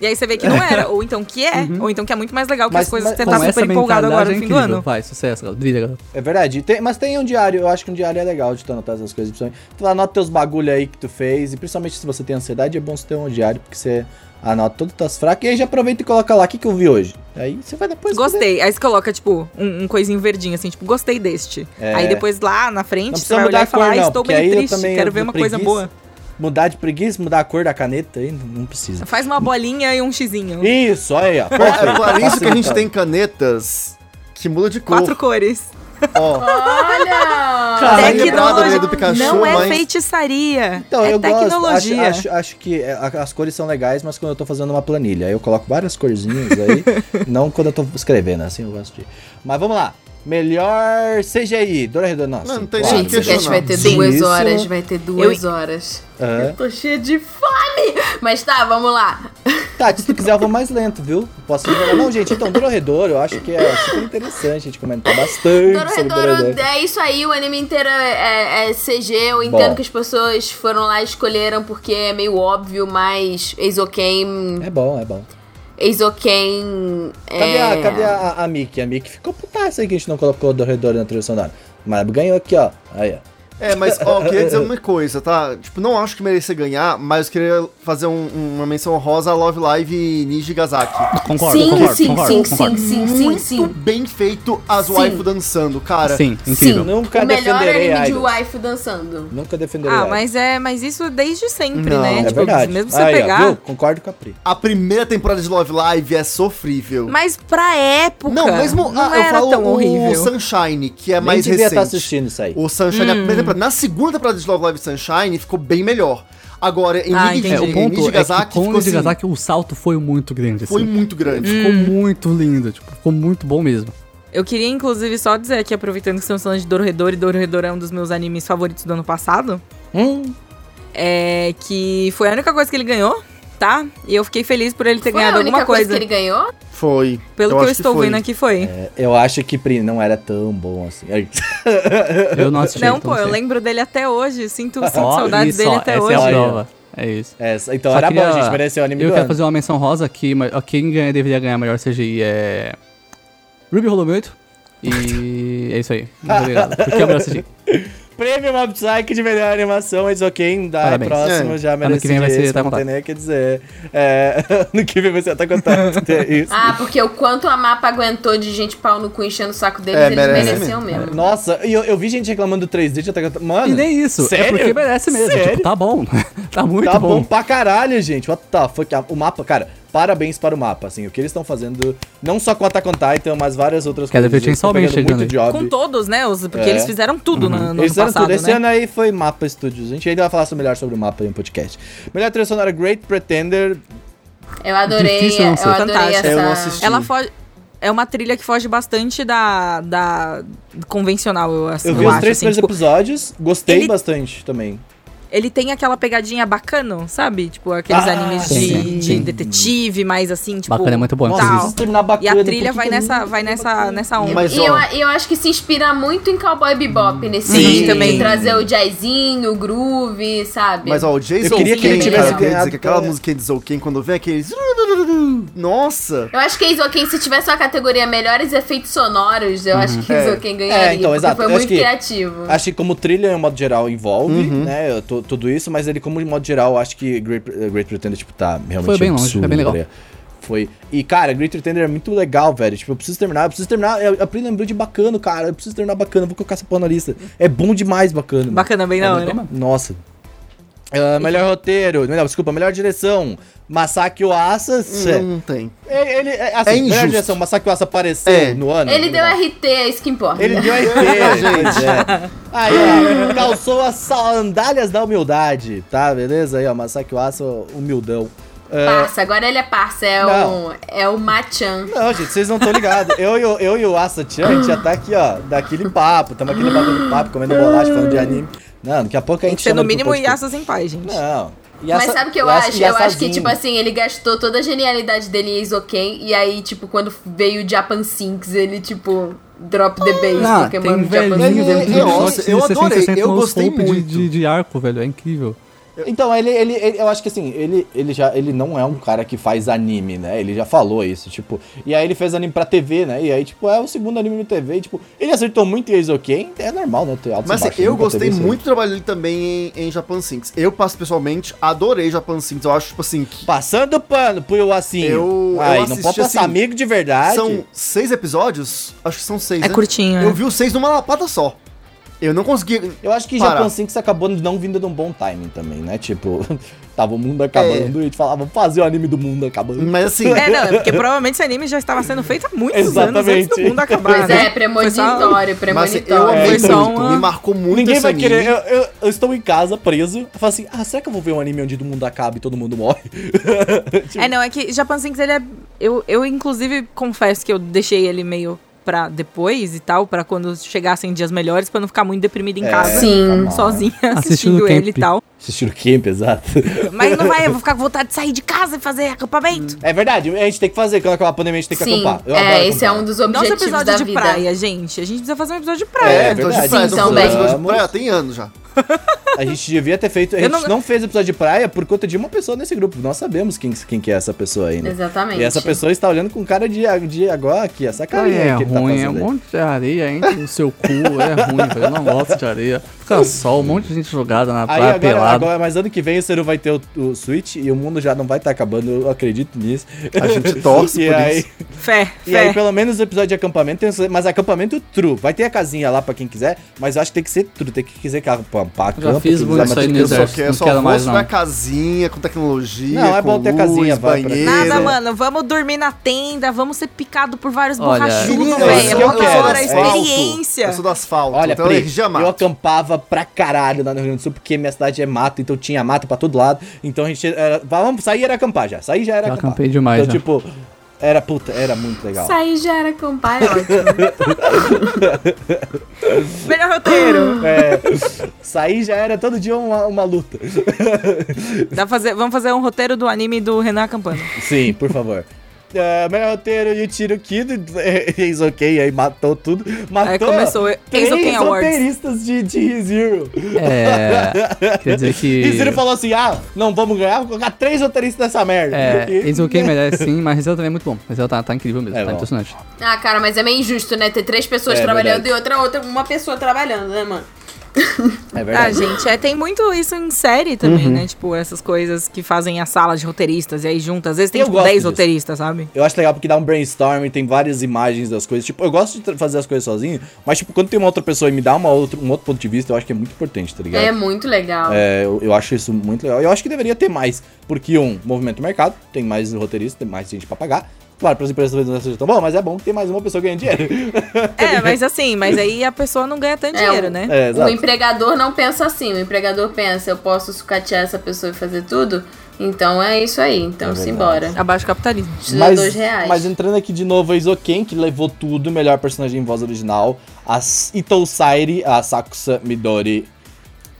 Speaker 5: E aí você vê que
Speaker 3: (laughs)
Speaker 5: não era, ou então que é, ou então que é muito mais legal que
Speaker 1: Mas-
Speaker 5: as coisas
Speaker 1: mas
Speaker 5: que você
Speaker 3: Uhum. Com
Speaker 5: tá
Speaker 3: essa
Speaker 5: super empolgado
Speaker 3: mentalidade
Speaker 5: agora
Speaker 3: é
Speaker 5: no fim do
Speaker 3: incrível.
Speaker 5: ano.
Speaker 3: Vai, sucesso, galera. Brilha, galera.
Speaker 1: É verdade. Tem- mas tem um diário. Eu acho que um diário é legal de tu anotar essas coisas. Principalmente. Tu anota teus bagulho aí que tu fez. E principalmente se você tem ansiedade, é bom você ter um diário, porque você anota todas as tuas fracas. E aí já aproveita e coloca lá o que, que eu vi hoje. Aí você vai depois.
Speaker 5: Gostei. Aí você coloca, tipo, um, um coisinho verdinho, assim, tipo, gostei deste.
Speaker 1: É.
Speaker 5: Aí depois lá na frente,
Speaker 1: Não
Speaker 5: você
Speaker 1: precisa
Speaker 5: vai
Speaker 1: mudar
Speaker 5: olhar
Speaker 1: a
Speaker 5: e falar,
Speaker 1: cor,
Speaker 5: ah,
Speaker 1: não,
Speaker 5: estou
Speaker 1: porque aí
Speaker 5: bem
Speaker 1: eu
Speaker 5: triste,
Speaker 1: também-
Speaker 5: quero
Speaker 1: eu
Speaker 5: ver uma
Speaker 1: preguiça.
Speaker 5: coisa boa.
Speaker 1: Mudar de preguiça, mudar a cor da caneta aí, não- não precisa.
Speaker 5: Faz uma bolinha e um xizinho.
Speaker 1: Isso, olha aí, ó.
Speaker 4: É, é
Speaker 1: Perfeito.
Speaker 4: por isso que a gente
Speaker 1: Facilitado.
Speaker 4: tem canetas que muda de cor.
Speaker 5: Quatro cores.
Speaker 4: Ó,
Speaker 2: Olha!
Speaker 1: Ah,
Speaker 4: Cara,
Speaker 1: é
Speaker 4: lembrado
Speaker 1: né,
Speaker 5: tecnologia.
Speaker 4: ali do Pikachu,
Speaker 5: não é
Speaker 4: mas-
Speaker 5: feitiçaria.
Speaker 1: Então,
Speaker 5: é
Speaker 1: eu
Speaker 5: tecnologia.
Speaker 1: gosto. Acho, acho, acho que é, a- as cores são legais, mas quando eu tô fazendo uma planilha, eu coloco várias corzinhas
Speaker 2: (laughs)
Speaker 1: aí. não quando eu tô escrevendo, assim eu gosto de. Mas vamos lá. Melhor CGI. Dona Redonda. Nossa,
Speaker 4: Não, não tem
Speaker 1: claro. né?
Speaker 4: nem
Speaker 2: Gente,
Speaker 4: que
Speaker 2: esse cast
Speaker 4: questionar.
Speaker 2: vai ter
Speaker 1: Sim,
Speaker 2: duas
Speaker 1: isso- é.
Speaker 2: horas, vai ter duas horas.
Speaker 1: Aham.
Speaker 2: Eu tô cheia de fome! Mas tá, vamos lá.
Speaker 1: Tati, Tá, se tu quiser, eu vou mais lento, viu? Posso falar. Não, gente, então, Dororedor, eu acho que é super interessante a gente comentar bastante sobre
Speaker 2: Dororedoro,
Speaker 1: Dororedor.
Speaker 2: é isso aí, o anime inteiro é, é CG. Eu entendo
Speaker 1: Bom.
Speaker 2: que as pessoas foram lá e escolheram porque é meio óbvio, mas Eizoken.
Speaker 1: É bom, é bom.
Speaker 2: Eizoken.
Speaker 1: Cadê,
Speaker 2: é...
Speaker 1: a, cadê a, a, a Mickey? A Mickey ficou putaça aí que a gente não colocou o Dororedor na trilha sonora. Mas ganhou aqui, ó. Aí, ó.
Speaker 4: É, mas, ó, eu queria dizer uma coisa, tá? Tipo, não acho que merecia ganhar, mas eu queria fazer um- uma menção honrosa a Love Live Nijigasaki.
Speaker 3: Concordo,
Speaker 2: sim,
Speaker 3: concordo,
Speaker 2: sim,
Speaker 3: concordo,
Speaker 2: sim,
Speaker 3: concordo.
Speaker 2: sim, sim, sim,
Speaker 4: Muito
Speaker 2: sim.
Speaker 4: bem feito as
Speaker 2: Sim.
Speaker 4: waifu dançando, cara.
Speaker 3: Sim, incrível.
Speaker 1: Nunca
Speaker 2: o
Speaker 5: é
Speaker 2: melhor
Speaker 1: defenderei
Speaker 2: anime de
Speaker 1: idols.
Speaker 2: waifu dançando.
Speaker 1: Nunca defenderei
Speaker 5: Ah,
Speaker 1: idols.
Speaker 5: mas é, mas isso desde sempre,
Speaker 4: Não,
Speaker 5: né?
Speaker 1: É
Speaker 5: tipo,
Speaker 1: verdade.
Speaker 5: mesmo se você
Speaker 1: Aí, ó,
Speaker 5: pegar.
Speaker 1: viu? Concordo com a Pri.
Speaker 4: A primeira temporada de Love Live é sofrível.
Speaker 5: Mas pra época.
Speaker 4: não, mesmo
Speaker 5: não
Speaker 4: ah, eu
Speaker 5: era
Speaker 4: falo
Speaker 5: tão
Speaker 4: o
Speaker 5: horrível. Hum.
Speaker 4: Sunshine, que é
Speaker 1: Nem
Speaker 4: mais
Speaker 1: devia
Speaker 4: recente.
Speaker 1: estar
Speaker 3: tá
Speaker 1: assistindo isso aí.
Speaker 4: O Sunshine, a primeira temporada. Na segunda temporada de Love Live Sunshine ficou bem melhor. Agora, em
Speaker 5: Ah,
Speaker 4: Niji-
Speaker 5: entendi.
Speaker 3: É, o
Speaker 4: em
Speaker 3: ponto é que
Speaker 4: Nijigasaki
Speaker 3: com o
Speaker 4: ficou assim,
Speaker 3: Nijigasaki o salto foi muito grande, assim.
Speaker 4: foi muito grande.
Speaker 3: Ficou
Speaker 5: Hum.
Speaker 3: muito lindo, tipo, ficou muito bom mesmo.
Speaker 5: Eu queria, inclusive, só dizer aqui, aproveitando que estamos falando de Dorredor, e Dorredor é um dos meus animes favoritos do ano passado.
Speaker 1: Hum?
Speaker 5: É que foi a única coisa que ele ganhou, tá? E eu fiquei feliz por ele ter
Speaker 2: Foi a
Speaker 5: ganhado alguma
Speaker 2: única coisa
Speaker 5: coisa.
Speaker 2: que ele ganhou?
Speaker 4: Foi.
Speaker 5: Pelo que eu
Speaker 4: acho
Speaker 5: estou
Speaker 4: foi.
Speaker 5: vendo aqui foi.
Speaker 1: É, Eu acho que Pri não era tão bom assim. Ai,
Speaker 3: Eu não assisti.
Speaker 5: não,
Speaker 3: então
Speaker 5: pô, eu
Speaker 3: sei.
Speaker 5: lembro dele até hoje. Sinto, sinto
Speaker 3: Ó,
Speaker 5: saudades
Speaker 3: isso,
Speaker 5: dele
Speaker 3: ó,
Speaker 5: até
Speaker 3: essa
Speaker 5: hoje.
Speaker 3: É a prova. É isso.
Speaker 1: É, então
Speaker 3: Só
Speaker 1: era
Speaker 3: queria-
Speaker 1: bom, gente. Mereceu o anime
Speaker 3: Eu
Speaker 1: do
Speaker 3: quero
Speaker 1: ano.
Speaker 3: fazer uma menção rosa aqui, mas ó, quem ganha, deveria ganhar a melhor CGI é. Ruby rolou muito.
Speaker 1: (laughs)
Speaker 3: E é isso aí. Muito obrigado. Porque é o melhor CGI.
Speaker 1: Prêmio Mob Psyche de melhor animação, mas ok, dá
Speaker 3: Parabéns.
Speaker 1: próximo,
Speaker 4: É.
Speaker 1: já
Speaker 3: Ano
Speaker 1: merece
Speaker 3: que vem vai ser
Speaker 1: esse,
Speaker 3: Attack
Speaker 1: não
Speaker 3: on
Speaker 1: tem
Speaker 3: Titan.
Speaker 1: nem o que dizer. É, (laughs) ano que vem vai ser Attack on (laughs) Titan, é isso.
Speaker 2: Ah, porque o quanto a mapa aguentou de gente pau no cu enchendo o saco deles,
Speaker 4: É,
Speaker 2: eles
Speaker 4: merece
Speaker 2: mereciam mesmo.
Speaker 1: Nossa, e eu, eu vi gente reclamando do 3D de Attack on Titan. Mano,
Speaker 3: E nem isso. É
Speaker 1: sério?
Speaker 3: porque merece mesmo.
Speaker 1: Sério?
Speaker 3: Tipo, tá bom. (laughs) tá muito
Speaker 1: tá bom.
Speaker 3: bom.
Speaker 1: pra caralho, gente. What the fuck? Ah, O mapa, cara, parabéns para o mapa, assim. O que eles estão fazendo, não só com Attack on Titan, mas várias outras
Speaker 3: Quer dizer,
Speaker 1: coisas.
Speaker 3: tem
Speaker 1: Eles tão
Speaker 3: só bem
Speaker 1: pegando
Speaker 3: chegando
Speaker 1: muito
Speaker 3: aí.
Speaker 1: job.
Speaker 5: Com todos, né? Os, porque
Speaker 1: É.
Speaker 5: eles fizeram tudo no, no
Speaker 1: Eles
Speaker 5: ano
Speaker 1: fizeram
Speaker 5: passado,
Speaker 1: tudo. Esse
Speaker 5: né?
Speaker 1: ano aí foi Mapa Studios. A gente ainda vai falar sobre- melhor sobre o Mapa em um podcast. Melhor trilha sonora Great Pretender.
Speaker 2: Eu adorei,
Speaker 3: Difícil não
Speaker 2: eu
Speaker 3: ser.
Speaker 2: adorei
Speaker 5: Fantástico.
Speaker 2: essa...
Speaker 4: Eu não assisti.
Speaker 5: Ela foge... É uma trilha que foge bastante da, da convencional, eu, assim,
Speaker 1: Eu
Speaker 5: eu,
Speaker 1: vi os
Speaker 5: acho.
Speaker 1: três
Speaker 5: Assim,
Speaker 1: primeiros
Speaker 5: tipo,
Speaker 1: episódios, gostei
Speaker 5: ele-
Speaker 1: bastante também.
Speaker 5: ele tem aquela pegadinha bacana, sabe? Tipo, aqueles
Speaker 1: Ah,
Speaker 5: animes
Speaker 3: sim,
Speaker 5: de,
Speaker 3: sim,
Speaker 5: de
Speaker 3: sim.
Speaker 5: detetive, mais assim, tipo...
Speaker 3: Bacana é muito bom,
Speaker 5: tal.
Speaker 3: inclusive.
Speaker 1: terminar
Speaker 5: E a trilha
Speaker 1: é
Speaker 5: vai nessa, vai nessa, nessa onda.
Speaker 4: Mas,
Speaker 2: E
Speaker 4: ó,
Speaker 2: eu, e eu acho que se inspira muito em Cowboy
Speaker 3: Hum.
Speaker 2: Bebop nesse
Speaker 5: Sim,
Speaker 2: sentido
Speaker 5: também.
Speaker 2: de trazer o jazzinho, o groove, sabe?
Speaker 4: Mas ó, o Jason
Speaker 1: Eu queria que
Speaker 2: ele
Speaker 4: Kane,
Speaker 2: tivesse
Speaker 4: cara, eu queria dizer
Speaker 1: ganhado,
Speaker 4: que aquela
Speaker 1: é.
Speaker 4: música de Zouken, quando vem aqueles... Nossa!
Speaker 2: Eu acho que Isoken, se tivesse uma categoria melhores efeitos sonoros, eu acho que
Speaker 4: É.
Speaker 2: Isoken ganharia.
Speaker 1: Uhum. É, então,
Speaker 2: porque
Speaker 1: exato.
Speaker 2: Foi
Speaker 1: Eu
Speaker 2: muito
Speaker 1: acho que- Ah,
Speaker 2: criativo.
Speaker 1: Acho que como trilha, em modo geral, envolve,
Speaker 3: Uhum.
Speaker 1: né, tu- tudo isso, mas ele, como de modo geral, eu acho que Great, eh, Great Pretender, tipo, tá realmente
Speaker 3: Foi bem longe,
Speaker 1: absurdo,
Speaker 3: foi bem legal.
Speaker 1: né? Foi. E, cara, Great Pretender é muito legal, velho. Tipo, eu preciso terminar, eu preciso terminar. Eu, a Pri lembrou de bacana, cara. Eu preciso terminar bacana, vou colocar essa porra na lista. É bom demais, bacana. mano.
Speaker 5: Bacana, bem da hora.
Speaker 1: Nossa. Ah, melhor roteiro, não, desculpa, melhor direção, Masaki Oasa.
Speaker 3: Hum.
Speaker 4: Não tem.
Speaker 1: Ele, ele- é, assim,
Speaker 4: É
Speaker 1: melhor
Speaker 4: injusto.
Speaker 1: direção, Masaki Oasa apareceu
Speaker 4: É.
Speaker 1: no ano.
Speaker 2: Ele deu
Speaker 1: não.
Speaker 2: RT, é isso que importa.
Speaker 1: Ele
Speaker 2: (laughs)
Speaker 1: deu RT, gente. É. Aí, ó, calçou as sandálias da humildade, tá? Beleza? Aí, ó, Masaki Oasa, humildão. Ah,
Speaker 2: Parça, agora ele é parça, é
Speaker 1: Não.
Speaker 2: o, é o Machan.
Speaker 1: não, gente, vocês não estão ligados. Eu, e o- eu e o Asa Chan, a gente já tá aqui, ó, daquele papo. Tamo aqui batendo papo, comendo bolacha, falando de anime. Não, daqui a pouco a
Speaker 5: Tem
Speaker 1: gente
Speaker 5: que ser no
Speaker 1: chama ele pro
Speaker 5: mínimo
Speaker 1: podcast.
Speaker 5: Yasa sem pai, gente.
Speaker 1: Não.
Speaker 2: Mas
Speaker 1: Yasa-
Speaker 2: sabe o que eu
Speaker 1: Yasa-
Speaker 2: acho? Eu acho que,
Speaker 1: Yasazinho.
Speaker 2: tipo assim, ele gastou toda a genialidade dele em Isoken, e aí, tipo, quando veio o Japan Sinks, ele, tipo, drop the bass,
Speaker 3: Ah,
Speaker 2: porque
Speaker 3: tem
Speaker 2: mano,
Speaker 4: velhinho
Speaker 2: Japan
Speaker 3: velhinho
Speaker 2: Sinks
Speaker 4: dentro
Speaker 3: dentro
Speaker 4: do
Speaker 3: de
Speaker 4: Nossa,
Speaker 3: shorts
Speaker 4: eu
Speaker 3: de 60,
Speaker 4: adorei,
Speaker 3: 60
Speaker 4: eu
Speaker 3: no
Speaker 4: gostei
Speaker 3: scope de-
Speaker 4: muito.
Speaker 3: De, de arco, velho, é incrível.
Speaker 1: Então, ele, ele, ele- eu acho que assim, ele, ele já ele não é um cara que faz anime, né? Ele já falou isso, tipo. E aí ele fez anime pra TV, né? E aí, tipo, é o segundo anime na TV. E, tipo, ele acertou muito em Eizouken. É normal, né? Ter altos
Speaker 4: Mas
Speaker 1: e
Speaker 4: assim,
Speaker 1: baixos,
Speaker 4: eu
Speaker 1: nunca
Speaker 4: gostei
Speaker 1: teve isso aí.
Speaker 4: muito do trabalho dele também em, em Japan Sinks. Eu, passo pessoalmente, adorei Japan Sinks. Eu acho, tipo assim, que
Speaker 1: Passando pano pro Iwacinho.
Speaker 4: Eu- eu
Speaker 1: Aí, não
Speaker 4: assisti,
Speaker 1: pode passar
Speaker 4: assim,
Speaker 1: amigo de verdade.
Speaker 4: são seis episódios? Acho que são seis,
Speaker 5: É
Speaker 4: né?
Speaker 5: curtinho,
Speaker 4: Eu
Speaker 5: né?
Speaker 4: vi os seis numa lapada só. Eu não consegui.
Speaker 1: Eu acho que
Speaker 4: Para.
Speaker 1: Japan 5 acabou não vindo de um bom timing também, né? Tipo, (laughs) tava o mundo
Speaker 4: É.
Speaker 1: acabando e a gente falava, vamos fazer o anime do mundo acabando.
Speaker 4: Mas assim,
Speaker 5: É, não, é porque provavelmente esse anime já estava sendo feito há muitos anos antes do
Speaker 1: Exatamente.
Speaker 5: mundo acabar.
Speaker 2: Pois
Speaker 5: né?
Speaker 2: é,
Speaker 5: Foi
Speaker 2: premonitório,
Speaker 4: mas assim, eu
Speaker 2: premonitório.
Speaker 4: amei
Speaker 5: é, Foi só
Speaker 4: muito,
Speaker 5: uma-
Speaker 4: me marcou muito
Speaker 1: Ninguém
Speaker 4: esse
Speaker 1: vai
Speaker 4: anime.
Speaker 1: querer. Eu, eu- eu estou em casa, preso. Eu falo assim: ah, será que eu vou ver um anime onde todo mundo acaba e todo mundo morre?
Speaker 5: só- É, não, é que Japan Sinks, ele é... Eu, eu, inclusive, confesso que eu deixei ele meio pra depois e tal, pra quando chegassem dias melhores, pra não ficar muito deprimida
Speaker 1: É.
Speaker 5: em
Speaker 1: né?
Speaker 5: casa.
Speaker 2: Sim.
Speaker 5: Sozinha
Speaker 3: Assistindo
Speaker 5: assistindo ele e
Speaker 3: Camp.
Speaker 5: tal.
Speaker 1: Assistir o Camp, exato.
Speaker 5: Mas não vai, eu vou ficar com vontade de sair de casa e fazer acampamento.
Speaker 1: É verdade, a gente tem que fazer. Quando acabar a pandemia, a gente tem que
Speaker 2: Sim,
Speaker 1: acampar. Eu adoro
Speaker 2: é, esse é
Speaker 1: acampar.
Speaker 2: um dos
Speaker 5: Nosso
Speaker 2: objetivos
Speaker 5: episódio
Speaker 2: da
Speaker 5: de
Speaker 2: vida.
Speaker 5: praia, gente. A gente precisa fazer um episódio de
Speaker 4: É,
Speaker 5: praia.
Speaker 1: É
Speaker 4: episódio
Speaker 1: verdade.
Speaker 4: de praia,
Speaker 2: Sim,
Speaker 4: tô fazendo
Speaker 2: também.
Speaker 4: episódio de praia, tem anos já.
Speaker 2: é um
Speaker 1: A gente devia ter feito. A
Speaker 5: Eu
Speaker 1: gente não...
Speaker 5: não-
Speaker 1: fez episódio de praia por conta de uma pessoa nesse grupo. Nós sabemos quem, quem que é essa pessoa ainda.
Speaker 2: Exatamente.
Speaker 1: E essa pessoa está olhando com cara de, de agora aqui, essa carinha
Speaker 3: é
Speaker 1: que ele tá
Speaker 3: ruim, é um
Speaker 1: fazendo. aí.
Speaker 3: monte de areia, entra no seu cu, é ruim, velho. Eu não gosto de areia. Fica sol, um monte de gente jogada na
Speaker 1: Aí
Speaker 3: praia,
Speaker 1: agora,
Speaker 3: pelada.
Speaker 1: agora, mas ano que vem o Seru vai ter o, o Switch e o mundo já não vai estar acabando, eu acredito nisso.
Speaker 4: A gente
Speaker 1: (laughs)
Speaker 4: torce
Speaker 1: e
Speaker 4: por
Speaker 1: aí,
Speaker 4: isso.
Speaker 5: Fé,
Speaker 1: E
Speaker 5: fé.
Speaker 1: aí, pelo menos o episódio de acampamento tem esse- Mas acampamento true. Vai ter a casinha lá pra quem quiser, mas eu acho que tem que ser true. Tem que quiser que acampar
Speaker 3: Já
Speaker 1: acampa,
Speaker 3: fiz
Speaker 1: quem
Speaker 3: muito
Speaker 1: quiser,
Speaker 3: isso
Speaker 1: mas
Speaker 3: aí
Speaker 1: tem
Speaker 3: no
Speaker 1: que-
Speaker 4: Eu só,
Speaker 3: exército,
Speaker 4: quero,
Speaker 3: não
Speaker 4: só
Speaker 3: quero mais
Speaker 4: gosto
Speaker 3: não.
Speaker 4: da casinha, com tecnologia,
Speaker 1: Não, é
Speaker 4: com
Speaker 1: bom ter
Speaker 4: luz,
Speaker 1: casinha, vai, pra-
Speaker 4: banheiro.
Speaker 5: Nada,
Speaker 1: É.
Speaker 5: mano. Vamos dormir na tenda, vamos ser picado por vários
Speaker 3: Olha,
Speaker 5: borrachudos,
Speaker 4: Menino,
Speaker 1: é isso
Speaker 5: velho.
Speaker 1: que
Speaker 5: É
Speaker 1: eu
Speaker 5: uma
Speaker 1: quero,
Speaker 5: hora a
Speaker 1: é isso.
Speaker 5: experiência.
Speaker 4: Eu sou do asfalto,
Speaker 1: Olha,
Speaker 4: então
Speaker 1: Pri,
Speaker 4: energia
Speaker 1: eu
Speaker 4: mata.
Speaker 1: acampava pra caralho lá no Rio Grande do Sul, porque minha cidade é mato, então tinha mato pra todo lado. Então a gente era, vamos, sair era acampar já. Sair já era
Speaker 3: Já
Speaker 1: acampar.
Speaker 3: acampei demais, né?
Speaker 1: Então,
Speaker 3: já.
Speaker 1: tipo, era puta, era muito é legal.
Speaker 2: Isso aí já era compadre, ótimo.
Speaker 5: (laughs) Melhor
Speaker 1: (laughs)
Speaker 5: roteiro.
Speaker 1: É, sair já era todo dia uma, uma luta.
Speaker 5: Dá pra fazer, vamos fazer um roteiro do anime do Renan Campano.
Speaker 1: Sim, por favor. É, melhor roteiro e o tiro (laughs) Kido, ex ok, aí matou tudo. Matou
Speaker 5: Aí começou o
Speaker 1: Ah, três
Speaker 5: Eis Open Awards.
Speaker 1: roteiristas de, de Zero.
Speaker 3: É. Quer dizer
Speaker 1: (laughs) E Zero
Speaker 3: que.
Speaker 1: falou assim: ah, não vamos ganhar, vou colocar três roteiristas nessa merda.
Speaker 3: (laughs) É,
Speaker 1: E-
Speaker 3: Enzo Ken merece sim, mas Rezela também é muito bom. Rezela tá, tá incrível mesmo,
Speaker 1: É
Speaker 3: tá
Speaker 1: bom.
Speaker 3: impressionante.
Speaker 2: (laughs) Ah, cara, mas é meio injusto, né? Ter três pessoas
Speaker 1: É,
Speaker 2: trabalhando
Speaker 1: verdade.
Speaker 2: e outra, outra, uma pessoa trabalhando, né, mano?
Speaker 1: É
Speaker 5: Ah,
Speaker 1: verdade.
Speaker 5: gente, é, tem muito isso em série também,
Speaker 1: Uhum.
Speaker 5: né? Tipo, essas coisas que fazem a sala de roteiristas e aí juntas. Às vezes tem
Speaker 1: Eu
Speaker 5: tipo
Speaker 1: gosto
Speaker 5: 10
Speaker 1: disso. (laughs)
Speaker 5: roteiristas, sabe?
Speaker 1: Eu acho legal porque dá um brainstorming, tem várias imagens das coisas. Tipo, eu gosto de tra- fazer as coisas sozinho, mas, tipo, quando tem uma outra pessoa e me dá uma outra, um outro ponto de vista, eu acho que é muito importante, tá ligado?
Speaker 2: É muito legal.
Speaker 1: É, eu, eu acho isso muito legal. Eu acho que deveria ter mais, porque um, movimento do mercado, tem mais roteiristas, tem mais gente pra pagar. Claro, para as empresas não seja tão bom, mas é bom que tem mais uma pessoa ganhando dinheiro. (laughs)
Speaker 5: É, mas assim, mas aí a pessoa não ganha tanto
Speaker 2: É,
Speaker 5: dinheiro,
Speaker 2: o-
Speaker 5: né?
Speaker 1: É,
Speaker 2: O
Speaker 1: exato.
Speaker 2: empregador não pensa assim. O empregador pensa, eu posso sucatear essa pessoa e fazer tudo? Então é isso aí. Então
Speaker 1: É
Speaker 2: simbora.
Speaker 5: Abaixo do capitalismo.
Speaker 2: Te dou
Speaker 1: Mas,
Speaker 2: dois reais.
Speaker 1: mas entrando aqui de novo, a Isoken, que levou tudo, melhor personagem em voz original, a S- Itou Sairi, a Sakusa Midori.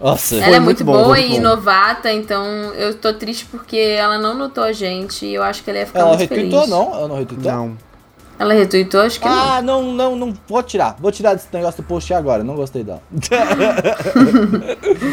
Speaker 1: Nossa,
Speaker 2: Ela
Speaker 4: Foi
Speaker 2: é
Speaker 4: muito
Speaker 2: muito,
Speaker 4: bom,
Speaker 2: boa
Speaker 4: muito
Speaker 2: e
Speaker 4: bom.
Speaker 2: novata, então eu tô triste porque ela não notou a gente e eu acho que ela ia ficar
Speaker 1: ela
Speaker 2: muito
Speaker 1: retweetou,
Speaker 2: feliz.
Speaker 1: não? Ela não retweetou?
Speaker 4: Não.
Speaker 2: Ela retweetou? Acho que não.
Speaker 1: Ah, não, não, não. Vou tirar. Vou tirar desse negócio do post agora. Não gostei dela.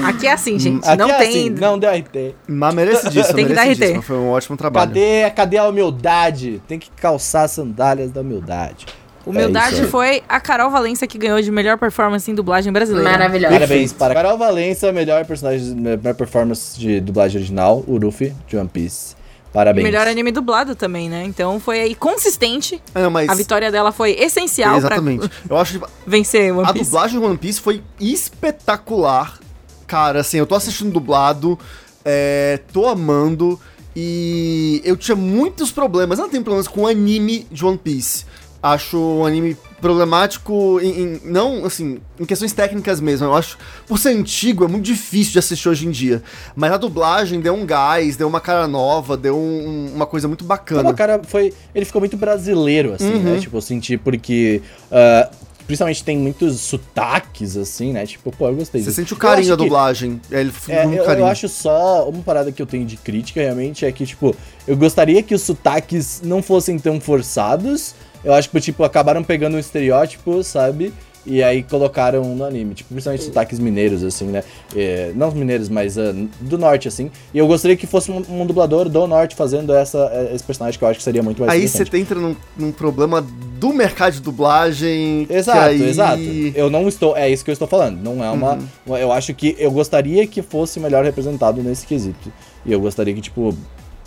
Speaker 5: Aqui é assim, gente.
Speaker 1: Aqui
Speaker 5: não
Speaker 1: é
Speaker 5: tem.
Speaker 1: assim, não deu RT.
Speaker 4: Mas merecidíssimo,
Speaker 5: Tem que dar
Speaker 4: merecidíssimo.
Speaker 5: RT.
Speaker 4: Foi um ótimo trabalho.
Speaker 1: Cadê, cadê a humildade? Tem que calçar as sandálias da humildade. É
Speaker 5: Humildade
Speaker 1: isso aí.
Speaker 5: foi a Carol Valença que ganhou de melhor performance em dublagem
Speaker 4: Ah,
Speaker 5: brasileira.
Speaker 2: Maravilhosa.
Speaker 1: Parabéns para Carol Valença, melhor personagem, melhor performance de dublagem original, Urufi, de One Piece.
Speaker 5: E
Speaker 1: Parabéns.
Speaker 5: melhor anime dublado também, né? Então foi aí consistente.
Speaker 4: É, não, mas...
Speaker 5: A vitória dela foi essencial
Speaker 4: Exatamente. Eu acho que
Speaker 5: pra vencer One
Speaker 4: a
Speaker 5: Piece.
Speaker 4: dublagem de One Piece foi espetacular. Cara, assim, eu tô assistindo dublado, é, tô amando, e eu tinha muitos problemas. Eu não tenho problemas com o anime de One Piece. Acho o anime problemático em, em- não assim em questões técnicas mesmo eu acho por ser antigo é muito difícil de assistir hoje em dia mas a dublagem deu um gás deu uma cara nova deu um- uma coisa muito
Speaker 1: Então,
Speaker 4: bacana
Speaker 1: o cara foi. Ele ficou muito brasileiro, assim,
Speaker 4: Uhum.
Speaker 1: né? Tipo, eu senti porque. ah, principalmente tem muitos sotaques, assim, né? Tipo, pô, eu gostei
Speaker 4: você
Speaker 1: disso.
Speaker 4: sente o
Speaker 1: Eu acho
Speaker 4: carinho da
Speaker 1: que-
Speaker 4: dublagem ele
Speaker 1: É,
Speaker 4: é,
Speaker 1: eu,
Speaker 4: muito
Speaker 1: eu
Speaker 4: carinho
Speaker 1: acho só uma parada que eu tenho de crítica realmente é que, tipo, eu gostaria que os sotaques não fossem tão forçados. Eu acho que, tipo, acabaram pegando um estereótipo, sabe? E aí colocaram no anime, tipo, principalmente sotaques mineiros, assim, né? É, não os mineiros, mas ah, do norte, assim. E eu gostaria que fosse um, um dublador do norte fazendo essa, esse personagem que eu acho que seria muito mais
Speaker 4: Aí você
Speaker 1: interessante.
Speaker 4: entra num, num problema do mercado de dublagem. que
Speaker 1: Exato,
Speaker 4: aí-
Speaker 1: exato. Eu não estou. É isso que eu estou falando. Não é uma.
Speaker 4: Uhum.
Speaker 1: Eu acho que eu gostaria que fosse melhor representado nesse quesito. E eu gostaria que, tipo,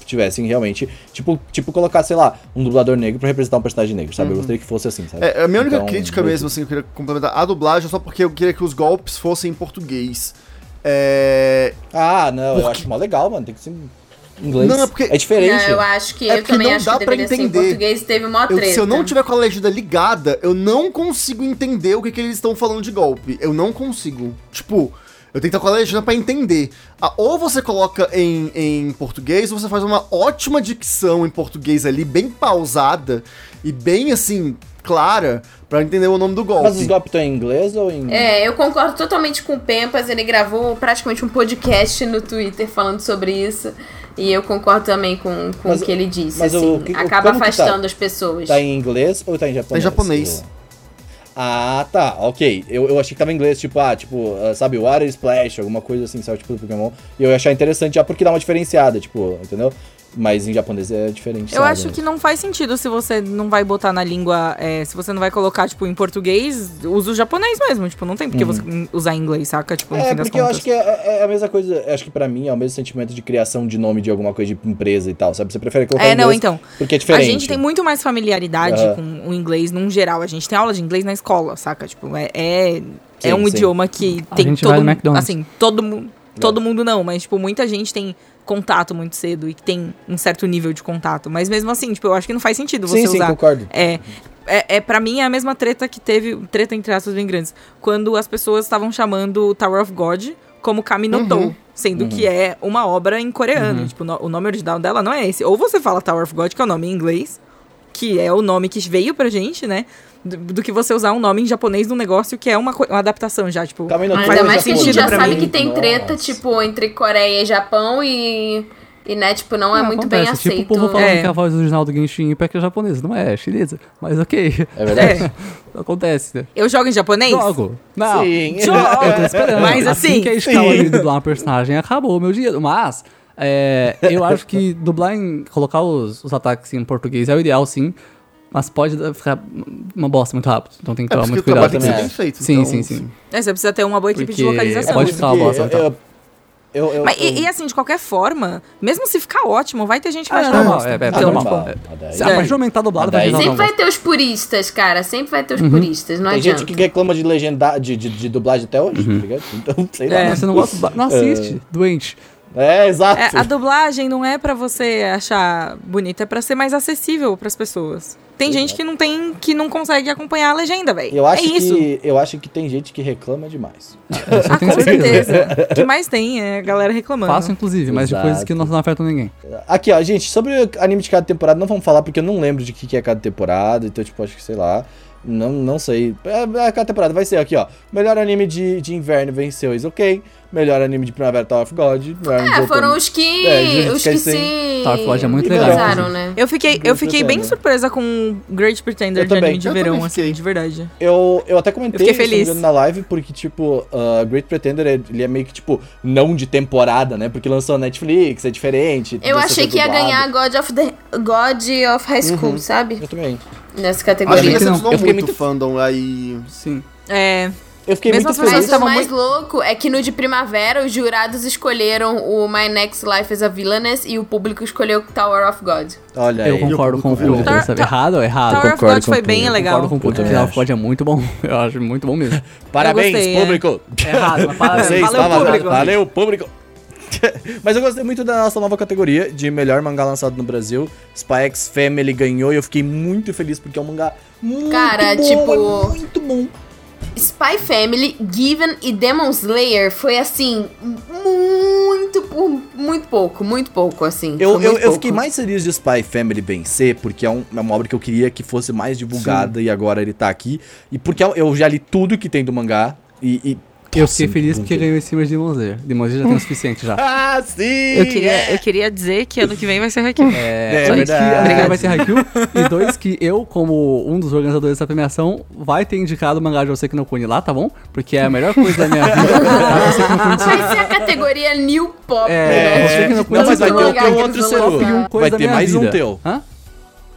Speaker 1: tivessem realmente. Tipo, tipo colocar, sei lá, um dublador negro pra representar um personagem negro, sabe? Eu gostaria que fosse assim, sabe?
Speaker 4: Uhum. É, a minha única
Speaker 1: Então,
Speaker 4: crítica mesmo, assim, que eu queria complementar a dublagem é só porque eu queria que os golpes fossem em português. É.
Speaker 1: Ah, não, eu acho mó legal, mano. Tem que ser em inglês.
Speaker 4: Não, é porque-
Speaker 1: diferente.
Speaker 2: Não, eu acho que
Speaker 4: É
Speaker 2: eu
Speaker 4: porque
Speaker 2: também
Speaker 4: não
Speaker 2: acho
Speaker 4: dá
Speaker 2: que
Speaker 4: pra
Speaker 2: deveria ser em
Speaker 4: entender.
Speaker 2: português teve mó
Speaker 4: eu-
Speaker 2: treta.
Speaker 4: se eu não tiver com a legenda ligada, eu não consigo entender o que, que eles estão falando de golpe. Eu não consigo. Tipo, eu tenho que estar com a legenda pra entender. Ah, ou você coloca em, em português, ou você faz uma ótima dicção em português ali, bem pausada e bem assim, clara, pra entender o nome do golpe.
Speaker 1: Mas os golpes estão em inglês ou em.
Speaker 2: É, eu concordo totalmente com o Pempas, ele gravou praticamente um podcast no Twitter falando sobre isso. E eu concordo também com, com
Speaker 1: Mas-
Speaker 2: o que ele disse,
Speaker 1: mas
Speaker 2: assim.
Speaker 1: o que-
Speaker 2: acaba
Speaker 1: como que tá?
Speaker 2: afastando as pessoas.
Speaker 1: Tá em inglês ou tá em japonês?
Speaker 4: Tá em japonês.
Speaker 1: Ah, tá, ok. Eu, eu achei que tava em inglês, tipo, ah, tipo, ah, sabe, Water Splash, alguma coisa assim, sabe, tipo do Pokémon. E eu ia achar interessante já porque dá uma diferenciada, tipo, entendeu? Mas em japonês é diferente.
Speaker 5: Eu
Speaker 1: sabe?
Speaker 5: acho que não faz sentido se você não vai botar na língua. é, se você não vai colocar, tipo, em português, usa o japonês mesmo. Tipo, não tem porque
Speaker 4: Uhum.
Speaker 5: você usar em inglês, saca? Tipo, no
Speaker 1: É,
Speaker 5: fim das
Speaker 1: porque eu
Speaker 5: contas.
Speaker 1: acho que é, é- é a mesma coisa, acho que pra mim é o mesmo sentimento de criação de nome de alguma coisa de empresa e tal, sabe? Você prefere colocar
Speaker 5: É,
Speaker 1: em
Speaker 5: não,
Speaker 1: inglês
Speaker 5: então.
Speaker 1: porque é diferente.
Speaker 5: A gente tem muito mais familiaridade
Speaker 1: Aham.
Speaker 5: com o inglês num geral. A gente tem aula de inglês na escola, saca? Tipo, é, é, é
Speaker 1: Sim,
Speaker 5: um
Speaker 1: sim.
Speaker 5: idioma que
Speaker 3: A
Speaker 5: tem
Speaker 3: gente
Speaker 5: todo
Speaker 3: vai no
Speaker 5: mu-
Speaker 3: McDonald's.
Speaker 5: Assim, todo, mu- todo
Speaker 1: É.
Speaker 5: mundo não, mas, tipo, muita gente tem contato muito cedo e que tem um certo nível de contato. Mas mesmo assim, tipo, eu acho que não faz sentido você
Speaker 1: Sim, sim,
Speaker 5: usar.
Speaker 1: concordo.
Speaker 5: É, é, é para mim é a mesma treta que teve, treta entre aspas bem grandes, quando as pessoas estavam chamando o Tower of God como Kaminotou,
Speaker 3: Uhum.
Speaker 5: sendo que é uma obra em coreano, tipo, no- o nome original dela não é esse. Ou você fala Tower of God, que é o nome em inglês, que é o nome que veio pra gente, né? Do, do que você usar um nome em japonês num negócio que é uma, co- uma adaptação já, tipo.
Speaker 1: Também não
Speaker 2: Ainda
Speaker 5: faz
Speaker 2: mais
Speaker 5: muito
Speaker 2: que a gente
Speaker 5: sentido
Speaker 2: já
Speaker 5: pra
Speaker 2: sabe
Speaker 5: mim.
Speaker 2: que tem treta,
Speaker 1: Nossa.
Speaker 2: tipo, entre Coreia e Japão e. E, né, tipo, não é
Speaker 3: Não,
Speaker 2: muito bem
Speaker 3: acontece.
Speaker 2: aceito.
Speaker 3: Tipo, o povo falando
Speaker 5: É.
Speaker 3: que a voz original do Genshin Impact é japonesa. Não é, é chinesa. Mas ok.
Speaker 1: É
Speaker 3: (laughs)
Speaker 1: verdade?
Speaker 3: Acontece,
Speaker 2: É
Speaker 3: né?
Speaker 5: Eu jogo em japonês?
Speaker 3: Jogo. Não.
Speaker 1: Sim.
Speaker 3: Eu tô esperando.
Speaker 5: Mas assim-
Speaker 3: que a escala de dublar um personagem acabou o meu dinheiro. Mas, é, eu acho que dublar em. colocar os, os ataques em português é o ideal, sim. Mas pode dar- ficar uma bosta muito rápido. Então tem que
Speaker 4: É
Speaker 3: tomar
Speaker 4: porque o
Speaker 3: muito cuidado
Speaker 4: trabalho tem que
Speaker 1: também.
Speaker 4: ser
Speaker 3: também.
Speaker 4: bem feito.
Speaker 3: Sim,
Speaker 4: então,
Speaker 3: sim,
Speaker 4: assim.
Speaker 3: sim.
Speaker 5: É, você precisa ter uma boa equipe de
Speaker 3: Porque
Speaker 5: localização.
Speaker 3: pode ficar uma bosta.
Speaker 1: eu,
Speaker 3: Então.
Speaker 1: É eu, eu, eu,
Speaker 5: É. Mas, e, e assim, de qualquer forma, mesmo se ficar ótimo, vai ter gente que vai
Speaker 3: Ah,
Speaker 5: achar
Speaker 3: não,
Speaker 5: bosta.
Speaker 3: é, é, é
Speaker 5: Então,
Speaker 3: normal.
Speaker 5: tipo,
Speaker 3: Se a partir do momento que tá dublado, vai
Speaker 1: Daí-
Speaker 3: gerar
Speaker 2: Sempre
Speaker 3: uma
Speaker 2: vai ter os puristas, cara. Sempre vai
Speaker 3: Uhum.
Speaker 2: ter os puristas. Não
Speaker 1: Tem
Speaker 2: adianta.
Speaker 1: gente que reclama de legendar, de, de, de dublagem até hoje, tá ligado? (laughs) Então, sei lá.
Speaker 5: É.
Speaker 1: né?
Speaker 3: Mas você não gosta, não assiste, doente.
Speaker 1: É, exato.
Speaker 5: É, a dublagem não é pra você achar bonita, é pra ser mais acessível pras pessoas. Tem gente que não tem, que não consegue acompanhar a legenda, velho.
Speaker 1: eu,
Speaker 5: É
Speaker 1: acho
Speaker 5: isso.
Speaker 1: que, eu acho que tem gente que reclama demais.
Speaker 3: Eu só
Speaker 5: Ah,
Speaker 1: (laughs)
Speaker 3: tenho
Speaker 5: com
Speaker 3: certeza.
Speaker 5: certeza. O que mais tem é a galera reclamando.
Speaker 3: Faço, inclusive, mas de coisas
Speaker 1: Exato.
Speaker 3: que não não afetam ninguém.
Speaker 1: Aqui, ó, gente, sobre o anime de cada temporada, não vamos falar porque eu não lembro de que, que é cada temporada, então, tipo, acho que sei lá. Não, não sei. É, é cada temporada vai ser aqui, ó. Melhor anime de, de inverno venceu Is Ok. Melhor anime de primavera Tower of God. melhor anime de
Speaker 2: É,
Speaker 1: outono-
Speaker 2: foram os que.
Speaker 1: É, gente,
Speaker 2: os que
Speaker 1: esquece,
Speaker 2: se.
Speaker 3: Tá, Floyd é muito
Speaker 1: legal.
Speaker 2: Usaram, né?
Speaker 5: Eu fiquei, eu
Speaker 1: Great
Speaker 5: fiquei bem
Speaker 1: Pretender.
Speaker 5: surpresa com o Great Pretender
Speaker 1: Eu
Speaker 5: de
Speaker 1: também.
Speaker 5: anime de
Speaker 4: Eu
Speaker 5: verão,
Speaker 4: também
Speaker 5: assim,
Speaker 4: fiquei.
Speaker 5: de verdade.
Speaker 1: Eu, eu até
Speaker 5: Eu
Speaker 1: comentei
Speaker 5: fiquei
Speaker 1: se não me
Speaker 5: feliz.
Speaker 1: engano, na live, porque, tipo, ah, Great Pretender, ele é meio que, tipo, não de temporada, né? Porque lançou na Netflix, é diferente.
Speaker 2: Eu
Speaker 1: deve ser
Speaker 2: achei que ia
Speaker 1: dublado. Uhum.
Speaker 2: ganhar God of, the, God of High School, sabe?
Speaker 1: Eu também.
Speaker 2: Nessa
Speaker 4: Acho que
Speaker 3: Olha,
Speaker 2: categoria.
Speaker 3: não.
Speaker 4: decepcionou
Speaker 1: Eu
Speaker 4: muito,
Speaker 1: fiquei
Speaker 4: muito
Speaker 1: muito-
Speaker 4: fandom aí.
Speaker 3: Sim.
Speaker 5: É,
Speaker 1: Eu fiquei
Speaker 5: Mesmo tá
Speaker 1: muito
Speaker 5: as pessoas
Speaker 1: feliz.
Speaker 2: Mas o
Speaker 5: estavam
Speaker 2: mais louco é que no de primavera os jurados escolheram o My Next Life is a Villainess e o público escolheu Tower of God.
Speaker 1: Olha
Speaker 3: Eu
Speaker 1: aí.
Speaker 3: concordo com o Fulton,
Speaker 5: Tower-
Speaker 3: sabe? Errado ou errado?
Speaker 5: Tower of
Speaker 1: Ah, concordo
Speaker 5: God
Speaker 1: com
Speaker 5: foi
Speaker 1: tudo.
Speaker 5: bem
Speaker 1: Eu
Speaker 5: legal.
Speaker 3: Concordo com o Fulton,
Speaker 1: É.
Speaker 3: o final do Floyd é muito bom. (laughs) Eu acho muito
Speaker 1: (laughs)
Speaker 3: bom mesmo.
Speaker 1: Parabéns,
Speaker 5: gostei, é.
Speaker 1: público.
Speaker 3: Errado, mas parabéns.
Speaker 1: Você
Speaker 5: Valeu,
Speaker 1: estava
Speaker 5: público.
Speaker 1: Valeu, público. (laughs) Mas eu gostei muito da nossa nova categoria de melhor mangá lançado no Brasil. Spy X Family ganhou e eu fiquei muito feliz porque é um mangá muito
Speaker 2: Cara,
Speaker 1: bom,
Speaker 2: tipo-
Speaker 1: é muito bom.
Speaker 2: Spy Family, Given e Demon Slayer foi assim, muito por muito pouco, muito pouco, assim.
Speaker 1: Eu,
Speaker 2: Foi
Speaker 1: eu,
Speaker 2: muito
Speaker 1: eu fiquei
Speaker 2: pouco.
Speaker 1: mais feliz de Spy Family vencer, porque é, um- é uma obra que eu queria que fosse mais divulgada e agora ele tá aqui. E porque eu- eu já li tudo que tem do mangá e. e-
Speaker 3: Eu fiquei
Speaker 1: Nossa,
Speaker 3: feliz
Speaker 1: muito
Speaker 3: porque
Speaker 1: bom.
Speaker 3: ganhou em cima de Demon Slayer. Demon Slayer já tem o suficiente já.
Speaker 1: Ah, sim!
Speaker 5: Eu queria, eu queria dizer que ano que vem vai ser
Speaker 1: (laughs)
Speaker 5: Haikyuu.
Speaker 1: É,
Speaker 3: Dois, que
Speaker 1: verdade.
Speaker 3: a primeira vai ser Haikyuu, e dois, que eu, como um dos organizadores dessa premiação, vai ter indicado o mangá de Osei no Kuni lá, tá bom? Porque é a melhor coisa
Speaker 1: (laughs)
Speaker 3: da minha vida.
Speaker 2: Vai ser é a categoria New Pop,
Speaker 3: É,
Speaker 2: né?
Speaker 3: você fica no
Speaker 1: Não, mas vai ter o
Speaker 2: lugar
Speaker 1: teu
Speaker 2: que
Speaker 1: outro
Speaker 2: eles
Speaker 1: Seru.
Speaker 2: colocam.
Speaker 3: Top 1 coisa
Speaker 1: Vai
Speaker 3: da
Speaker 1: ter
Speaker 3: minha
Speaker 1: mais um
Speaker 3: vida.
Speaker 1: teu.
Speaker 3: Hã?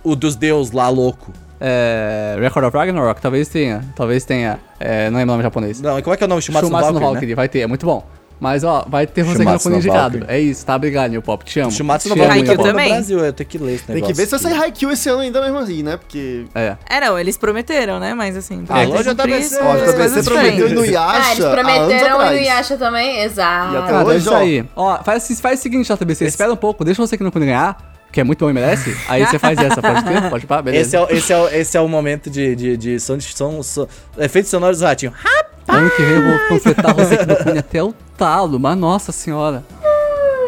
Speaker 1: O dos deus lá, louco.
Speaker 3: É, Record of Ragnarok, talvez tenha. Talvez tenha. É, não lembro o nome japonês.
Speaker 1: Não, como é que é o nome? Shumatsu,
Speaker 3: Shumatsu no
Speaker 1: Valkyrie, né?
Speaker 3: Valkyrie, vai ter, é muito bom. Mas, ó, vai ter você
Speaker 1: Shumatsu
Speaker 3: com
Speaker 1: no
Speaker 3: indicado.
Speaker 1: Valkyrie.
Speaker 3: é isso, tá? Obrigado, meu pop. Te amo.
Speaker 1: né? Shumatsu não
Speaker 3: Te
Speaker 1: vai
Speaker 3: amo,
Speaker 1: vir
Speaker 5: Haikyuu
Speaker 1: pra
Speaker 3: meu
Speaker 1: bola
Speaker 3: pop.
Speaker 1: no
Speaker 5: também.
Speaker 1: Brasil, eu tenho que ler esse
Speaker 4: Tem
Speaker 1: negócio.
Speaker 4: que ver se vai sair
Speaker 1: aqui.
Speaker 4: Haikyuu esse ano ainda mesmo assim, né? Porque... É, tá
Speaker 3: É.
Speaker 5: É, não, eles prometeram, né? Mas assim,
Speaker 1: Ah,
Speaker 5: tem que
Speaker 1: loja da
Speaker 5: cumprir,
Speaker 1: ABC.
Speaker 4: Ó,
Speaker 1: As
Speaker 4: a
Speaker 5: coisas
Speaker 4: BBC
Speaker 5: diferentes.
Speaker 4: prometeu Inuyasha
Speaker 2: Ah, eles
Speaker 4: há
Speaker 2: prometeram
Speaker 4: anos
Speaker 2: e o
Speaker 4: atrás.
Speaker 2: Yasha também? Exato.
Speaker 4: E até
Speaker 3: Ah,
Speaker 4: Hoje,
Speaker 3: deve
Speaker 4: ó.
Speaker 3: sair. Ó, faz, faz o seguinte, JBC, espera um pouco, deixa você que não quando ganhar, que é muito bom e merece, aí você faz essa, pode ter? Pode pá, beleza.
Speaker 1: Esse é, o- esse, é, o- esse é o momento de, de, de som de som, som- efeitos sonoros do ratinho.
Speaker 3: Ano que vem eu vou completar você que não cunha até o talo, mas nossa senhora.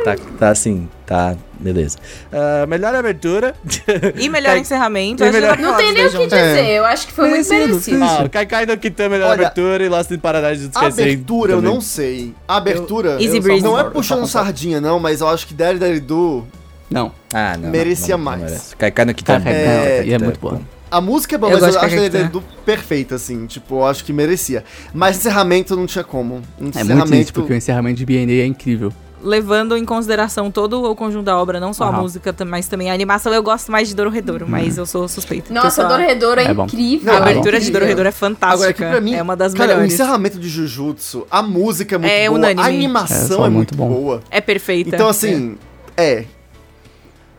Speaker 1: Tá, tá assim, tá, beleza. Ah, melhor abertura. (laughs)
Speaker 5: E melhor encerramento.
Speaker 1: E
Speaker 5: acho que
Speaker 1: melhor-
Speaker 5: tá
Speaker 2: Não tem nem o que
Speaker 5: próximo,
Speaker 2: dizer, eu acho que foi muito
Speaker 3: Merecido,
Speaker 2: merecido.
Speaker 4: (laughs)
Speaker 3: sim.
Speaker 1: Ah, Kaikai no Kita, melhor
Speaker 4: Olha,
Speaker 1: abertura e Lost in Paradise do
Speaker 4: A
Speaker 1: Esquecem
Speaker 4: Abertura, eu
Speaker 1: também.
Speaker 4: não sei. A Abertura,
Speaker 5: Eu- Easy
Speaker 4: eu-
Speaker 5: breezy.
Speaker 4: não é
Speaker 5: Eu só
Speaker 4: puxando
Speaker 3: concordo.
Speaker 4: sardinha, não, mas eu acho que Daddy Daddy Do...
Speaker 3: Não,
Speaker 1: Ah, não. não,
Speaker 4: Merecia
Speaker 1: não, não
Speaker 4: mais.
Speaker 1: merece. Kaikai no Kita.
Speaker 3: tá, tá,
Speaker 4: é,
Speaker 3: tá, e é muito bom.
Speaker 4: A música é boa,
Speaker 5: Eu
Speaker 4: mas eu
Speaker 5: gosto
Speaker 4: acho
Speaker 5: de né?
Speaker 4: Daddy
Speaker 5: Kakekita.
Speaker 4: Daddy Do perfeita, assim. Tipo, eu acho que merecia. Mas encerramento não tinha como.
Speaker 3: É muito
Speaker 4: Encerramento...
Speaker 3: isso, porque o encerramento de BNA é incrível.
Speaker 5: levando em consideração todo o conjunto da obra, não só
Speaker 3: Aham.
Speaker 5: a música, tam- mas também a animação. Eu gosto mais de Dororedoro,
Speaker 1: Uhum.
Speaker 5: mas eu sou suspeita.
Speaker 2: Nossa,
Speaker 5: porque eu sou a-
Speaker 2: Dorredor é,
Speaker 3: É bom.
Speaker 2: incrível.
Speaker 4: Não,
Speaker 5: a abertura de
Speaker 4: incrível.
Speaker 5: Dororedoro
Speaker 4: Agora,
Speaker 5: é fantástica.
Speaker 4: aqui pra mim,
Speaker 5: é uma das
Speaker 4: cara,
Speaker 5: melhores.
Speaker 4: o encerramento de Jujutsu, a música é muito
Speaker 5: É
Speaker 4: boa,
Speaker 5: unânime.
Speaker 4: a
Speaker 3: É,
Speaker 4: animação
Speaker 3: só
Speaker 4: é, muito,
Speaker 3: muito bom.
Speaker 4: boa.
Speaker 5: É perfeita.
Speaker 4: Então, assim, é.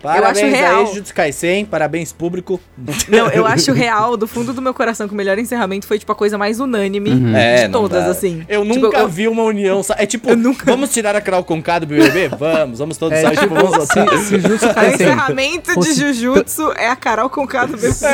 Speaker 1: Parabéns
Speaker 5: Eu acho real.
Speaker 1: aí, Jujutsu Kaisen, parabéns público.
Speaker 5: É. (laughs) Não, eu acho real, do fundo do meu coração, que o melhor encerramento foi, tipo, a coisa mais unânime de
Speaker 1: Uhum. Hum. É, não
Speaker 5: todas,
Speaker 1: dá.
Speaker 5: assim.
Speaker 1: Eu
Speaker 5: Tipo,
Speaker 1: nunca
Speaker 5: eu-
Speaker 1: vi uma união. sa- É tipo, vamos tirar a Kral Conká do
Speaker 5: (laughs)
Speaker 1: BBB? vamos, vamos
Speaker 5: É,
Speaker 1: todos.
Speaker 4: É,
Speaker 1: sabe? Tipo, vamos
Speaker 3: se,
Speaker 1: (laughs)
Speaker 3: se Jutsu
Speaker 1: Assim.
Speaker 5: O
Speaker 3: Kaisen...
Speaker 5: encerramento de
Speaker 3: Fosse-
Speaker 5: Jujutsu é a Carol com cada vez.
Speaker 3: Se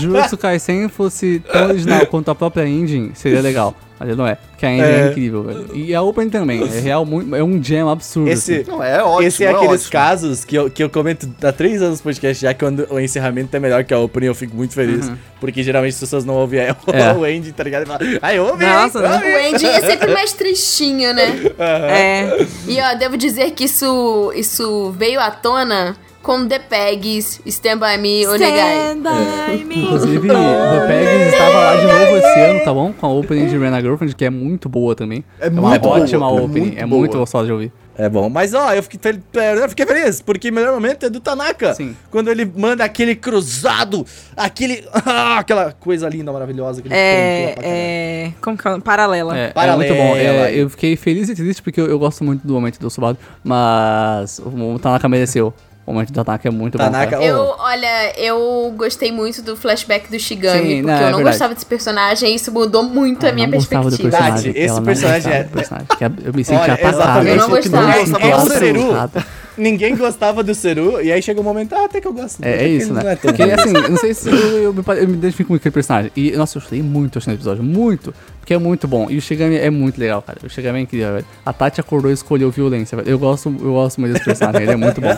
Speaker 3: Jutsu Kaisen fosse tão original quanto a própria engine, seria legal. Mas ele não é, porque a engine é,
Speaker 1: É.
Speaker 3: incrível, velho. E a open também, é real, muito, é um jam absurdo. assim.
Speaker 1: Esse,
Speaker 4: Não, é ótimo.
Speaker 1: esse é aqueles
Speaker 4: ótimo.
Speaker 1: casos que eu, que eu comento há três anos no podcast já, quando o encerramento é melhor que a opening, eu fico muito feliz.
Speaker 5: Uhum.
Speaker 1: Porque geralmente as pessoas não ouvem a-
Speaker 3: É.
Speaker 1: (laughs) o Andy, tá ligado? E falam, ai, ouve!
Speaker 5: Nossa,
Speaker 1: hein?
Speaker 5: né?
Speaker 2: O Andy é sempre
Speaker 3: (laughs)
Speaker 2: mais tristinho, né?
Speaker 5: É.
Speaker 2: E ó, devo dizer que isso, isso veio à tona com The Pegs, Stand By Me, Onegai.
Speaker 5: Stand
Speaker 1: É.
Speaker 5: by
Speaker 1: (laughs)
Speaker 5: me.
Speaker 3: Inclusive, The Pegs estava lá de novo esse ano, tá bom? Com a opening de Rena Girlfriend, que é muito boa também.
Speaker 4: É
Speaker 3: uma
Speaker 4: muito boa,
Speaker 3: ótima
Speaker 4: é
Speaker 3: opening,
Speaker 4: muito
Speaker 3: é muito
Speaker 4: boa.
Speaker 3: gostosa de ouvir.
Speaker 1: É bom, mas ó, eu fiquei, fel- é, eu fiquei feliz, porque o melhor momento é do Tanaka.
Speaker 3: Sim.
Speaker 1: Quando ele manda aquele cruzado, aquele. Ah, aquela coisa linda, maravilhosa. Aquele ponto lá pra caralho.
Speaker 5: É, é. Como que é? o nome? Paralela.
Speaker 3: É, é
Speaker 1: Paralela.
Speaker 3: muito bom. É, eu fiquei feliz e triste porque eu, eu gosto muito do momento do Subado, mas o, o Tanaka mereceu. O momento do Tanaka é muito
Speaker 1: Tanaka,
Speaker 3: bom.
Speaker 1: ó,
Speaker 2: Eu, olha, eu gostei muito do flashback do Shigami, porque
Speaker 3: Sim, não, é
Speaker 2: eu não
Speaker 3: verdade.
Speaker 2: gostava desse personagem e isso mudou muito
Speaker 1: é
Speaker 3: cara.
Speaker 2: a minha
Speaker 3: Eu não gostava do
Speaker 2: perspectiva.
Speaker 3: personagem.
Speaker 1: Verdade, esse
Speaker 3: ela não
Speaker 1: personagem
Speaker 3: gostava
Speaker 1: é-
Speaker 3: do personagem, que eu me senti
Speaker 1: Olha,
Speaker 3: atacado.
Speaker 1: exatamente.
Speaker 2: Eu não
Speaker 3: me senti
Speaker 2: gostava.
Speaker 3: muito
Speaker 4: É o
Speaker 1: Seru.
Speaker 3: atacado.
Speaker 1: Ninguém gostava do Seru, e aí chega um momento, ah, até que eu gosto.
Speaker 3: É,
Speaker 1: dele,
Speaker 3: é
Speaker 1: até que
Speaker 3: isso,
Speaker 1: ele
Speaker 3: né?
Speaker 1: não é tão
Speaker 3: Porque,
Speaker 1: ruim.
Speaker 3: assim, eu não sei se eu, eu me, pare- eu me identifico muito com aquele personagem. E, nossa, eu gostei muito achando episódio, muito. Porque é muito bom. E o Shigami é muito legal, cara. O Shigami é incrível, velho. A Tati acordou e escolheu violência, velho. Eu gosto, eu gosto muito desse personagem, ele é
Speaker 1: (laughs)
Speaker 3: muito bom.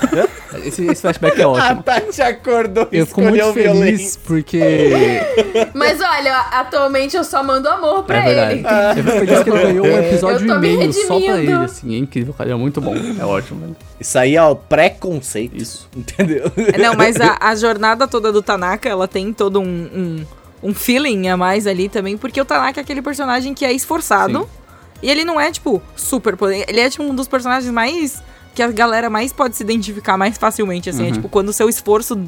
Speaker 3: Esse, esse flashback é
Speaker 1: A
Speaker 3: ótimo.
Speaker 1: Tati acordou e
Speaker 3: Eu fico muito
Speaker 1: escolheu
Speaker 3: feliz
Speaker 1: violência.
Speaker 2: (laughs)
Speaker 3: porque
Speaker 2: Mas olha, atualmente eu só mando amor pra
Speaker 3: é
Speaker 2: ele.
Speaker 3: verdade. Eu fico feliz que ele ganhou um
Speaker 2: Eu
Speaker 3: episódio
Speaker 2: tô
Speaker 3: e
Speaker 2: me
Speaker 3: meio só pra ele,
Speaker 2: redimindo.
Speaker 3: assim. É incrível, cara. É muito bom. É ótimo, velho.
Speaker 1: Isso aí é o preconceito. Isso. Entendeu?
Speaker 5: É, (laughs) Não, mas a, a jornada toda do Tanaka, ela tem todo um, um, um feeling a mais ali também, porque o Tanaka é aquele personagem que é esforçado.
Speaker 3: Sim.
Speaker 5: E ele não é, tipo, super poder. Ele é, tipo, um dos personagens mais. que a galera mais pode se identificar mais facilmente, assim. É, tipo, quando o seu esforço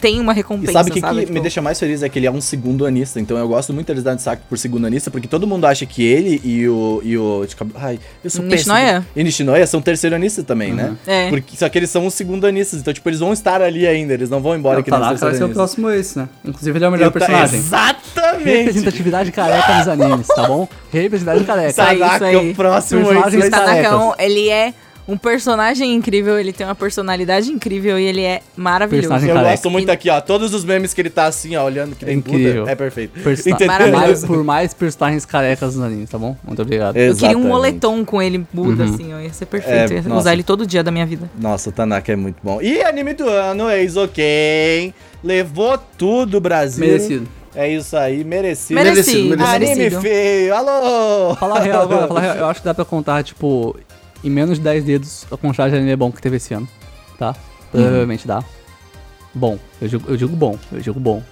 Speaker 5: tem
Speaker 1: Uhum.
Speaker 5: uma
Speaker 1: E
Speaker 5: recompensa.
Speaker 1: sabe o que, que
Speaker 5: sabe? Tipo,
Speaker 1: me deixa mais feliz? É que ele é um segundo anista, então eu gosto muito deles darem saco por segundo anista, porque todo mundo acha que ele e o. E o de cab- ai, eu sou péssimo.
Speaker 5: Nishinoya?
Speaker 1: E Nishinoya são terceiro anista também, né?
Speaker 5: É.
Speaker 1: Porque, só que eles são os segundo anistas, então, tipo, eles vão estar ali ainda, eles não vão embora
Speaker 3: O
Speaker 1: que nem os
Speaker 3: Tanaka vai ser o
Speaker 1: terceiro anistas.
Speaker 3: próximo tá esse, né? Inclusive, ele é o
Speaker 1: Eu
Speaker 3: melhor
Speaker 1: tá-
Speaker 3: personagem. (laughs)
Speaker 1: Exatamente!
Speaker 3: Representatividade careca nos animes, tá bom? Representatividade careca.
Speaker 5: aí,
Speaker 1: Tanaka
Speaker 5: isso
Speaker 1: é
Speaker 5: aí.
Speaker 1: o próximo
Speaker 3: Personagens
Speaker 1: anista.
Speaker 3: carecas.
Speaker 5: Tanaka, é um- ele é um personagem incrível, ele tem uma personalidade incrível e ele é maravilhoso.
Speaker 3: Personagem
Speaker 1: Eu
Speaker 3: Careca.
Speaker 1: gosto muito aqui, ó. Todos os memes que ele tá assim, ó, olhando que nem
Speaker 3: Incrível.
Speaker 1: Buda. É perfeito.
Speaker 3: Perso-
Speaker 1: Entendeu?
Speaker 5: Maravilhoso.
Speaker 3: Por mais personagens carecas nos animes, tá bom? Muito obrigado.
Speaker 5: Eu queria um
Speaker 1: Exatamente. Uhum.
Speaker 5: moletom com ele muda, assim, ó. Ia ser perfeito.
Speaker 1: É,
Speaker 5: ia
Speaker 1: nossa.
Speaker 5: usar ele todo dia da minha vida.
Speaker 1: Nossa, o Tanaka é muito bom. E anime do ano, eis ok. Levou tudo, Brasil.
Speaker 3: Merecido.
Speaker 1: É isso aí, merecido.
Speaker 4: Mere-
Speaker 5: Merecido,
Speaker 4: merecido.
Speaker 1: Anime
Speaker 5: merecido.
Speaker 1: feio, alô!
Speaker 3: Falar real agora, falar real. Eu acho que dá pra contar, tipo, em menos de 10 dedos a quantidade de anime é bom que teve esse ano, tá? Provavelmente dá. Bom, eu digo, eu digo bom, eu digo bom.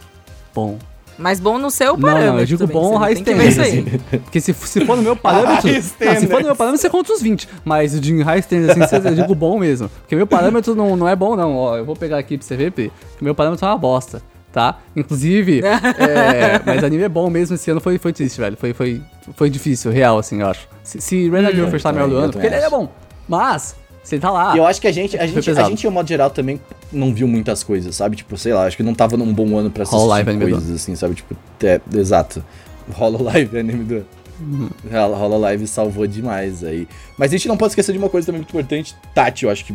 Speaker 3: Bom.
Speaker 5: Mas bom no seu
Speaker 3: Não,
Speaker 5: parâmetro.
Speaker 3: não, eu digo
Speaker 5: também,
Speaker 3: bom
Speaker 5: você
Speaker 3: high
Speaker 5: tem que ver
Speaker 3: standards.
Speaker 5: isso aí.
Speaker 3: assim. Porque se, se for
Speaker 1: (laughs)
Speaker 3: no meu parâmetro.
Speaker 1: High
Speaker 3: não, se for no meu
Speaker 1: standards.
Speaker 3: parâmetro, você conta uns 20. Mas de high standards, assim, eu digo bom mesmo. Porque meu parâmetro não, não é bom, não. Ó, eu vou pegar aqui pra você ver, Pri, que meu parâmetro é uma bosta. tá?
Speaker 1: (laughs)
Speaker 3: Inclusive, é, mas anime é bom mesmo, esse ano foi, foi triste, velho. Foi, foi, foi difícil, real, assim, eu acho. Se, se Rena hum, Girlfriend tá melhor do
Speaker 1: também, eu
Speaker 3: ano, porque ele
Speaker 1: também
Speaker 3: é bom. Mas, se ele tá lá.
Speaker 1: E eu acho que a gente, a gente, a
Speaker 3: pesado.
Speaker 1: gente, de um modo geral, também não viu muitas coisas, sabe? Tipo, sei lá, acho que não tava num bom ano pra
Speaker 3: Hololive
Speaker 1: assistir
Speaker 3: Anime do
Speaker 1: coisas, assim, sabe? Tipo, é, exato. (laughs) Hololive anime do
Speaker 3: Uhum.
Speaker 1: Hol- Hololive salvou demais aí. Mas a gente não pode esquecer de uma coisa também muito importante. Tati, eu acho que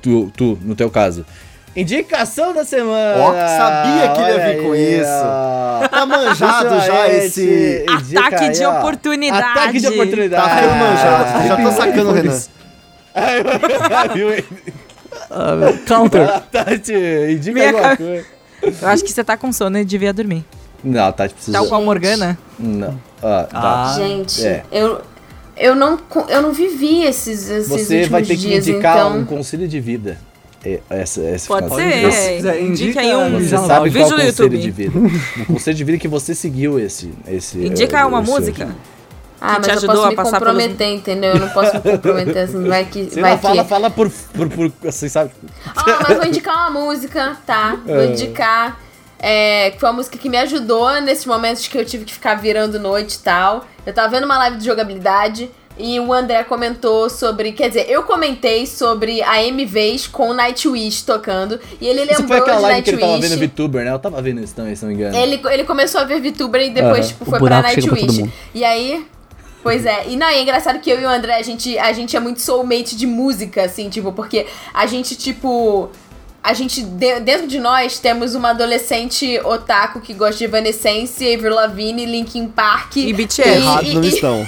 Speaker 1: tu, tu no teu caso. Indicação da semana!
Speaker 4: Ó, sabia que ele ia vir com isso.
Speaker 1: (laughs) isso. é
Speaker 4: Tá manjado já esse.
Speaker 5: Ataque de oportunidade.
Speaker 1: Ataque de oportunidade.
Speaker 4: Tá ficando
Speaker 1: (laughs)
Speaker 4: manjado. Já tô sacando o Renan.
Speaker 1: Viu?
Speaker 3: Ah, meu,
Speaker 1: (laughs)
Speaker 3: counter.
Speaker 1: Tati, indica
Speaker 5: Minha
Speaker 1: alguma
Speaker 5: cara-
Speaker 1: coisa.
Speaker 5: Eu acho que você tá com sono e devia dormir.
Speaker 1: Não, Tati precisa...
Speaker 5: Tal qual Tá Morgana.
Speaker 1: Não. Ah, tá.
Speaker 3: Ah,
Speaker 2: Gente,
Speaker 1: é.
Speaker 2: eu, eu, não, co- eu não vivi esses, esses
Speaker 1: Você
Speaker 2: últimos
Speaker 1: vai ter que
Speaker 2: dias,
Speaker 1: indicar
Speaker 2: então...
Speaker 1: um conselho de vida. É, Essa, essa
Speaker 5: Pode
Speaker 1: final-
Speaker 5: ser.
Speaker 1: Esse-
Speaker 3: Se quiser,
Speaker 5: Indica
Speaker 3: indica
Speaker 5: aí um
Speaker 1: Você
Speaker 3: Vídeo no
Speaker 1: sabe qual
Speaker 5: vídeo no
Speaker 1: conselho
Speaker 5: YouTube.
Speaker 1: de vida. O conselho de vida que você seguiu esse... esse
Speaker 5: (laughs) Indica
Speaker 1: eh,
Speaker 5: uma
Speaker 1: esse-
Speaker 5: música.
Speaker 2: Ah,
Speaker 5: que
Speaker 2: mas
Speaker 5: te
Speaker 2: eu
Speaker 5: ajudou
Speaker 2: posso
Speaker 5: a
Speaker 2: me
Speaker 5: passar um pelos-
Speaker 2: comprometer, entendeu? Eu não posso me comprometer assim, vai que...
Speaker 1: Sei
Speaker 2: vai
Speaker 1: lá, fala,
Speaker 2: que...
Speaker 1: fala por, por, por... Assim, sabe?
Speaker 2: Ah, mas vou indicar uma música, tá? Vou
Speaker 1: É.
Speaker 2: indicar. é, que foi uma música que me ajudou nesses momentos que eu tive que ficar virando noite e tal. Eu tava vendo uma live de jogabilidade e o André comentou sobre. Quer dizer, eu comentei sobre a MVs com Nightwish tocando. E ele
Speaker 1: Isso
Speaker 2: lembrou
Speaker 1: foi aquela
Speaker 2: de
Speaker 1: live que ele tava
Speaker 2: Nightwish.
Speaker 1: vendo VTuber, né? Eu tava vendo isso também, se não me engano.
Speaker 2: Ele, ele começou a ver VTuber e depois,
Speaker 1: Aham.
Speaker 2: tipo,
Speaker 3: O
Speaker 2: foi pra
Speaker 3: buraco chega pra todo
Speaker 2: Nightwish.
Speaker 3: mundo.
Speaker 2: E aí. Pois é, e não, e é engraçado que eu e o André, a gente, a gente é muito soulmate de música, assim, tipo, porque a gente, tipo. A gente, de- dentro de nós, temos uma adolescente otaku que gosta de Evanescence, Avril Lavigne, Linkin Park.
Speaker 5: E
Speaker 2: e-
Speaker 5: BTS.
Speaker 4: Errado não
Speaker 2: e-
Speaker 4: estão.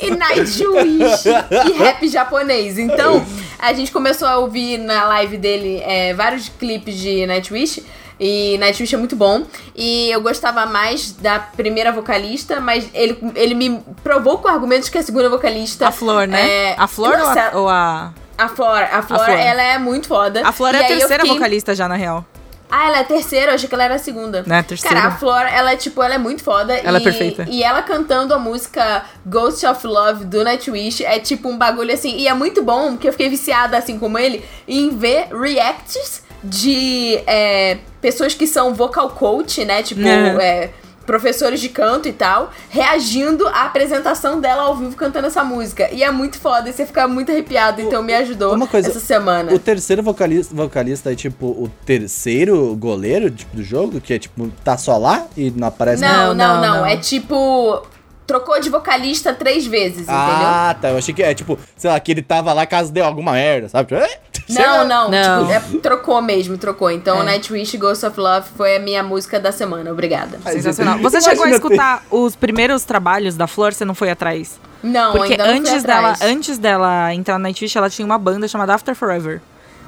Speaker 2: e Nightwish e rap japonês. Então, a gente começou a ouvir na live dele é, vários clipes de Nightwish. E Nightwish é muito bom. E eu gostava mais da primeira vocalista, mas ele, ele me provou com argumentos que a segunda vocalista.
Speaker 5: A Flor, né?
Speaker 2: É,
Speaker 5: A Flor ou
Speaker 2: nossa,
Speaker 5: a, ou a...
Speaker 2: a Flor, a Flor,
Speaker 5: Flor.
Speaker 2: ela é muito foda.
Speaker 5: A Flor
Speaker 2: E
Speaker 5: é a
Speaker 2: aí eu
Speaker 5: terceira
Speaker 2: fiquei-
Speaker 5: vocalista já, na real.
Speaker 2: Ah, ela é a terceira, eu achei que ela era a segunda.
Speaker 5: Né, a terceira.
Speaker 2: Cara, a Flor, ela é tipo, ela é muito foda.
Speaker 5: Ela é
Speaker 2: e,
Speaker 5: perfeita.
Speaker 2: E ela cantando a música Ghost of Love do Nightwish é tipo um bagulho assim. E é muito bom, porque eu fiquei viciada, assim como ele, em ver reacts de é, pessoas que são vocal coach, né? Tipo,
Speaker 5: Né.
Speaker 2: é, professores de canto e tal, reagindo à apresentação dela ao vivo cantando essa música. E é muito foda, e você fica muito arrepiado. Então me ajudou
Speaker 1: uma coisa,
Speaker 2: essa semana.
Speaker 1: O terceiro vocalista, vocalista é tipo o terceiro goleiro tipo, do jogo, que é tipo, tá só lá e não aparece
Speaker 2: Não,
Speaker 5: Não,
Speaker 2: não, não,
Speaker 5: não, não.
Speaker 2: É tipo. Trocou de vocalista três vezes,
Speaker 1: Ah, tá. Eu achei que é tipo, sei lá, que ele tava lá caso deu alguma merda, sabe? Tipo, "Eh?" Sei
Speaker 2: entendeu?
Speaker 1: lá.
Speaker 2: Não, não.
Speaker 5: Não.
Speaker 2: tipo, é- trocou mesmo, trocou. Então,
Speaker 5: É.
Speaker 2: Nightwish Ghost of Love foi a minha música da semana. Obrigada.
Speaker 1: Ai,
Speaker 5: Sensacional.
Speaker 1: gente,
Speaker 5: Você chegou a
Speaker 1: imagina ter-
Speaker 5: escutar os primeiros trabalhos da Flor, você não foi atrás?
Speaker 2: Não,
Speaker 5: Porque
Speaker 2: ainda não fui
Speaker 5: antes dela,
Speaker 2: atrás.
Speaker 5: antes dela entrar na Nightwish, ela tinha uma banda chamada After Forever.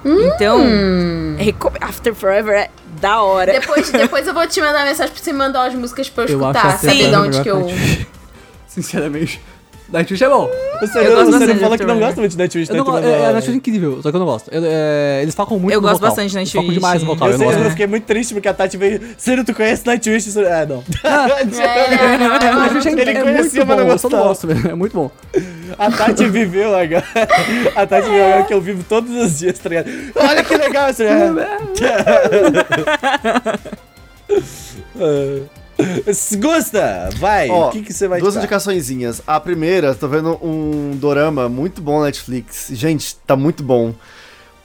Speaker 2: Hum.
Speaker 5: Então, reco- After Forever é da hora.
Speaker 2: Depois, depois eu vou te mandar mensagem pra você mandar umas músicas pra eu
Speaker 3: eu acho
Speaker 2: escutar.
Speaker 3: essa
Speaker 2: Sabe Tá, de
Speaker 3: banda
Speaker 2: onde que
Speaker 3: é melhor
Speaker 2: eu.
Speaker 3: Nightwish. (laughs) Sinceramente. Nightwish é bom.
Speaker 1: Você,
Speaker 5: Eu gosto
Speaker 1: você
Speaker 5: bastante
Speaker 1: não fala que
Speaker 5: de
Speaker 1: não
Speaker 5: Nightwish.
Speaker 1: gosta muito de Nightwish,
Speaker 3: Eu
Speaker 1: né?
Speaker 3: não,
Speaker 1: Tu
Speaker 3: go-
Speaker 1: não-
Speaker 3: é, é, Nightwish é incrível, só que eu não gosto. Eu- é, eles focam muito
Speaker 5: Eu
Speaker 3: no
Speaker 5: gosto
Speaker 3: vocal.
Speaker 5: bastante de
Speaker 3: Eles
Speaker 5: Nightwish.
Speaker 3: focam demais no vocal.
Speaker 1: Eu sei, mas
Speaker 3: não-
Speaker 1: eu fiquei muito triste porque a Tati veio. Sério, tu conhece Nightwish? Isso- Ah, não.
Speaker 2: É, não, não, não.
Speaker 3: Nightwish é,
Speaker 1: Ele
Speaker 3: é
Speaker 1: conhecia, mas
Speaker 3: muito bom,
Speaker 1: não
Speaker 3: eu só não
Speaker 1: gostava.
Speaker 3: gosto, velho. É muito bom.
Speaker 1: (laughs) A Tati viveu agora. A Tati viveu agora que eu vivo todos os dias, tá ligado? Olha que legal isso, (laughs) né? Gusta, vai. O
Speaker 4: Ó,
Speaker 1: que, que você vai
Speaker 4: duas
Speaker 1: indicar?
Speaker 4: indicaçõezinhas. A primeira, tô vendo um dorama muito bom na Netflix. Gente, tá muito bom.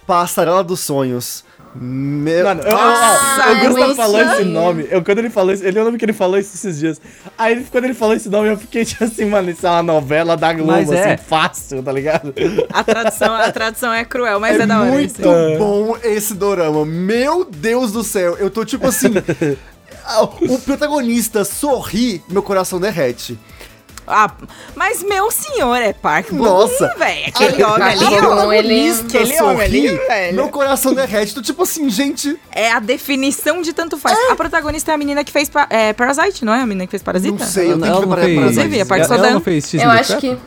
Speaker 4: Passarela dos Sonhos. Meu...
Speaker 1: Mano, eu, eu,
Speaker 2: Nossa,
Speaker 1: eu- o Gusta
Speaker 2: é isso
Speaker 1: falou esse
Speaker 2: aí.
Speaker 1: nome. Eu, quando ele falou isso, ele eu lembro que ele falou isso esses dias. Aí ele- quando ele falou esse nome, eu fiquei (laughs) tipo assim, mano, isso é uma novela da Globo,
Speaker 3: Mas
Speaker 1: assim,
Speaker 3: é.
Speaker 1: fácil, tá ligado?
Speaker 5: A tradução, a tradução é cruel, mas é, da hora.
Speaker 4: muito
Speaker 5: assim.
Speaker 4: bom esse dorama. Meu Deus do céu. Eu tô
Speaker 1: (laughs)
Speaker 4: tipo assim. ah, o protagonista sorri, meu coração derrete.
Speaker 5: Ah, mas meu senhor é Park Bo
Speaker 4: Nossa.
Speaker 5: Nossa, velho, aquele
Speaker 4: Ah,
Speaker 5: homem ali.
Speaker 2: aquele
Speaker 5: ó,
Speaker 2: homem ali.
Speaker 5: aquele homem
Speaker 4: Sorri,
Speaker 5: ali, velho.
Speaker 4: meu coração derrete. Tô tipo assim, gente,
Speaker 5: É a definição de tanto faz. A protagonista é a menina que fez pa- é, Parasite, não é a menina que fez Parasita?
Speaker 4: não sei, eu
Speaker 3: Ela-
Speaker 4: tenho
Speaker 3: ela
Speaker 4: que
Speaker 3: não
Speaker 4: preparar
Speaker 3: fez-
Speaker 4: pra
Speaker 5: Você via,
Speaker 4: análise.
Speaker 5: Parque
Speaker 3: ela- ela
Speaker 5: Sodan?
Speaker 3: não fez X
Speaker 2: Eu
Speaker 3: no
Speaker 2: acho
Speaker 3: Trap?
Speaker 2: que.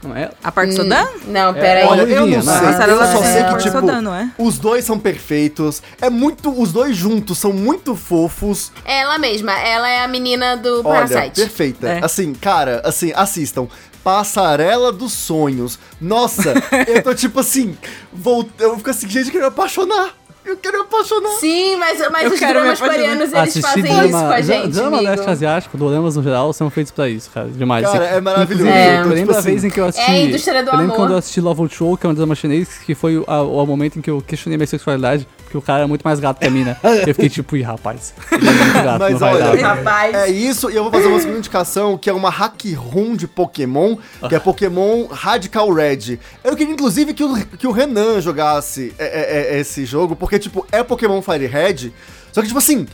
Speaker 3: Não é?
Speaker 5: A
Speaker 2: Hum.
Speaker 5: Park Sodan?
Speaker 2: Não, peraí.
Speaker 4: Olha, eu não
Speaker 3: Olivia, né?
Speaker 4: sei.
Speaker 5: Passarela
Speaker 4: Eu só sei
Speaker 2: é
Speaker 4: que,
Speaker 2: uma
Speaker 4: tipo,
Speaker 5: soda, não é?
Speaker 4: os dois são perfeitos. É muito. Os dois juntos são muito fofos.
Speaker 2: Ela mesma, ela é a menina do
Speaker 4: Olha,
Speaker 2: Parasite.
Speaker 4: perfeita.
Speaker 5: É.
Speaker 4: Assim, cara, assim, assistam. Passarela dos
Speaker 2: (laughs)
Speaker 4: sonhos. Nossa, eu tô tipo assim. Vou, eu fico assim, gente, eu quero me apaixonar. Eu quero me apaixonar.
Speaker 2: Sim, mas, mas
Speaker 5: Eu
Speaker 2: os
Speaker 5: quero me
Speaker 2: dramas
Speaker 5: apaixonar.
Speaker 2: coreanos, eles fazem isso com a gente,
Speaker 3: Drama
Speaker 2: amigo.
Speaker 3: leste asiático, doramas no geral, são feitos pra isso, cara. Demais. Assim,
Speaker 4: Cara, é maravilhoso.
Speaker 3: Inclusive,
Speaker 2: É.
Speaker 3: Eu
Speaker 4: Então,
Speaker 3: lembro
Speaker 4: tipo
Speaker 3: a
Speaker 4: assim,
Speaker 3: vez em que eu assisti.
Speaker 2: É a indústria do
Speaker 3: eu lembro
Speaker 2: amor.
Speaker 3: quando eu assisti Love Old Show, que é um drama chinês, que foi o, a- o momento em que eu questionei minha sexualidade, porque o cara é muito mais gato que a mina. eu fiquei tipo, ih, rapaz. Ele é muito gato,
Speaker 4: Mas
Speaker 3: não vai
Speaker 4: olha,
Speaker 3: dar. cara."
Speaker 2: Rapaz.
Speaker 4: É isso, e eu vou fazer uma segunda indicação, que é uma hack room de Pokémon, que
Speaker 3: Ah.
Speaker 4: é Pokémon Radical Red. Eu queria, inclusive, que o, que o Renan jogasse é, é, é, esse jogo, porque, tipo, é Pokémon Fire Red, só que, tipo assim,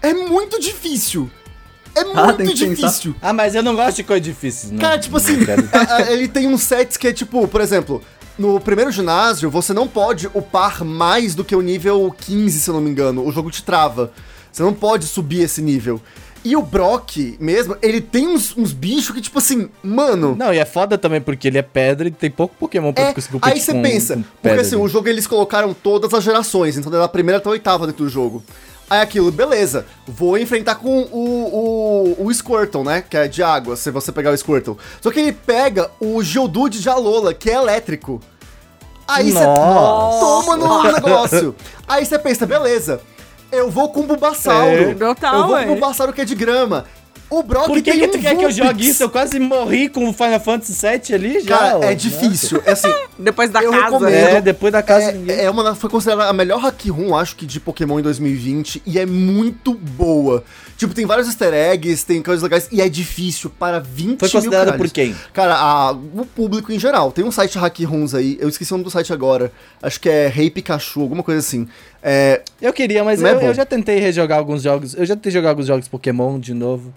Speaker 4: é muito difícil. É muito
Speaker 3: Ah, tem que pensar.
Speaker 4: difícil.
Speaker 1: Ah, mas eu não gosto de coisa difícil, não.
Speaker 4: Cara, tipo assim,
Speaker 1: quero.
Speaker 4: (laughs) a- a- ele tem uns sets que é tipo, por exemplo, no primeiro ginásio você não pode upar mais do que o nível 15, se eu não me engano. O jogo te trava. Você não pode subir esse nível. E o Brock mesmo, ele tem uns, uns bichos que, tipo assim, mano.
Speaker 1: (laughs) Não, e é foda também porque ele é pedra e tem pouco Pokémon pra
Speaker 4: É,
Speaker 1: tu conseguir competir
Speaker 4: aí você
Speaker 1: com-
Speaker 4: pensa,
Speaker 1: com
Speaker 4: porque
Speaker 1: pedra.
Speaker 4: assim, o jogo eles colocaram todas as gerações, então da primeira até a oitava dentro do jogo. Aí aquilo, beleza, vou enfrentar com o, o, o Squirtle, né, que é de água, se você pegar o Squirtle. Só que ele pega o Geodude de Alola, que é elétrico. Aí você
Speaker 1: Nossa.
Speaker 4: toma no negócio. Aí você pensa, beleza, eu vou com o Bulbasauro.
Speaker 1: É.
Speaker 5: Total,
Speaker 4: eu vou
Speaker 5: é.
Speaker 4: com o Bulbasauro que é de grama. O Brock
Speaker 1: Por que,
Speaker 4: tem
Speaker 1: que
Speaker 4: um
Speaker 1: tu quer que eu
Speaker 4: Vulpix.
Speaker 1: jogue isso? Eu quase morri com o Final Fantasy VII ali já.
Speaker 4: Cara,
Speaker 1: ó.
Speaker 4: é difícil. É assim,
Speaker 5: Depois da
Speaker 4: Eu
Speaker 5: casa.
Speaker 4: recomendo.
Speaker 5: né?
Speaker 1: É, depois da casa de ninguém.
Speaker 4: É, é uma, da- foi considerada a melhor hack room, acho que, de Pokémon em 2020, e é muito boa. Tipo, tem vários easter eggs, tem coisas legais, e é difícil para 20
Speaker 1: Foi considerada
Speaker 4: mil caralhos.
Speaker 1: por quem?
Speaker 4: Cara, a- o público em geral. Tem um site hack rooms aí, eu esqueci o nome do site agora. Acho que é Rei Pikachu, alguma coisa assim. É,
Speaker 1: Eu queria, mas
Speaker 4: Não é
Speaker 1: eu,
Speaker 4: bom.
Speaker 1: eu já tentei rejogar alguns jogos. Eu já tentei jogar alguns jogos Pokémon de novo.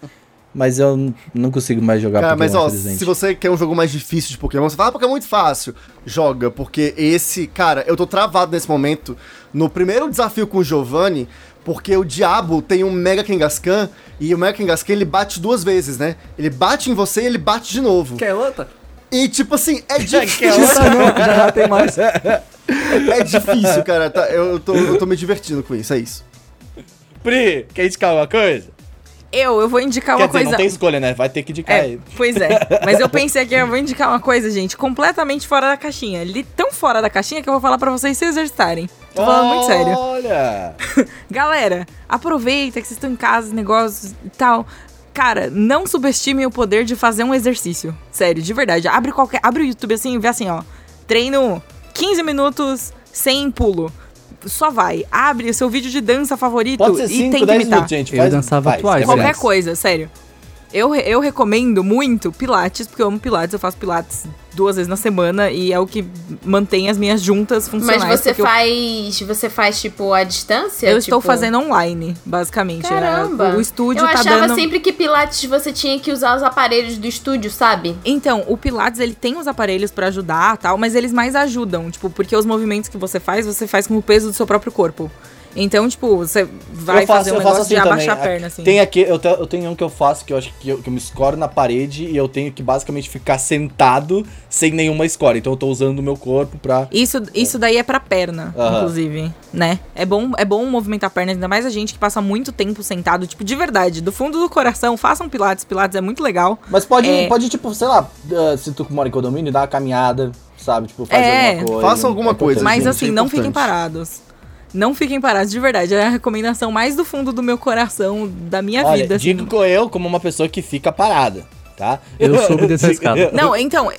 Speaker 1: Mas eu n- não consigo mais jogar
Speaker 4: cara,
Speaker 1: Pokémon,
Speaker 4: mas ó,
Speaker 1: infelizmente.
Speaker 4: se você quer um jogo mais difícil de Pokémon, você fala, ah, Pokémon é muito fácil. Joga, porque esse, cara, eu tô travado nesse momento no primeiro desafio com o Giovanni, porque o diabo tem um Mega Kangaskhan e o Mega Kangaskhan ele bate duas vezes, né? Ele bate em você e ele bate de novo.
Speaker 3: Quer outra?
Speaker 4: E tipo assim, é difícil.
Speaker 3: Isso não, já já tem
Speaker 4: (laughs)
Speaker 3: mais.
Speaker 4: é difícil, cara. tá? eu, eu tô, eu tô me divertindo com isso, é isso.
Speaker 1: Pri, quer indicar uma coisa?
Speaker 5: Eu, eu vou indicar
Speaker 1: quer
Speaker 5: É uma
Speaker 1: dizer,
Speaker 5: coisa.
Speaker 1: não tem escolha, né? Vai ter que indicar
Speaker 5: É,
Speaker 1: aí.
Speaker 5: pois é. Mas eu pensei aqui, eu vou indicar uma coisa, gente, completamente fora da caixinha. Li- Tão fora da caixinha que eu vou falar pra vocês se exercitarem. Tô falando
Speaker 4: Oh.
Speaker 5: muito sério.
Speaker 1: Olha!
Speaker 5: Galera, aproveita que vocês estão em casa, negócios e tal. Cara, não subestimem o poder de fazer um exercício. Sério, de verdade. Abre qualquer, abre o YouTube assim e vê assim, ó. Treino 15 minutos sem pulo. Só vai. Abre o seu vídeo de dança favorito
Speaker 1: Pode ser
Speaker 5: e
Speaker 1: 5,
Speaker 5: tenta
Speaker 1: 10
Speaker 5: imitar.
Speaker 1: minutos, gente.
Speaker 3: Eu dançava Twice, né?
Speaker 1: quer ver?
Speaker 5: Qualquer coisa, sério. Eu, re- eu recomendo muito Pilates, porque eu amo Pilates, eu faço Pilates duas vezes na semana e é o que mantém as minhas juntas
Speaker 2: Mas
Speaker 5: funcionais.
Speaker 2: você
Speaker 5: porque eu-
Speaker 2: faz. Você faz, tipo, à distância?
Speaker 5: Eu estou
Speaker 2: Tipo,
Speaker 5: fazendo online, basicamente. né?
Speaker 2: Caramba!
Speaker 5: O estúdio
Speaker 2: Eu
Speaker 5: tá
Speaker 2: achava assim-
Speaker 5: dando.
Speaker 2: sempre que Pilates você tinha que usar os aparelhos do estúdio, sabe?
Speaker 5: Então, o Pilates, ele tem os aparelhos pra ajudar tal, mas eles mais ajudam, tipo, porque os movimentos que você faz, você faz com o peso do seu próprio corpo. Então, tipo, você vai
Speaker 1: eu faço,
Speaker 5: fazer um
Speaker 1: eu faço
Speaker 5: negócio
Speaker 1: assim
Speaker 5: de
Speaker 1: também.
Speaker 5: abaixar a
Speaker 1: Ah,
Speaker 5: perna, assim.
Speaker 1: Tem aqui, eu, te- eu tenho um que eu faço que eu acho que eu, que eu me escoro na parede e eu tenho que basicamente ficar sentado sem nenhuma escora. Então eu tô usando o meu corpo pra.
Speaker 5: Isso, isso daí é pra perna,
Speaker 1: Aham.
Speaker 5: inclusive, né? É bom, é bom movimentar a perna, ainda mais a gente que passa muito tempo sentado, tipo, de verdade, do fundo do coração, façam pilates, pilates é muito legal.
Speaker 1: Mas pode,
Speaker 5: É.
Speaker 1: pode tipo, sei lá, ah, se tu mora em condomínio, dá uma caminhada, sabe? Tipo, faz
Speaker 5: É.
Speaker 1: alguma coisa.
Speaker 4: Faça alguma
Speaker 1: É importante,
Speaker 4: coisa,
Speaker 5: Mas
Speaker 4: gente, é
Speaker 5: assim, não
Speaker 4: importante.
Speaker 5: fiquem parados. Não fiquem parados, de verdade, é a recomendação mais do fundo do meu coração, da minha
Speaker 1: Olha,
Speaker 5: vida. assim.
Speaker 1: digo com eu como uma pessoa que fica parada, tá?
Speaker 3: Eu
Speaker 1: (laughs)
Speaker 3: soube dessa escada.
Speaker 5: Não, então,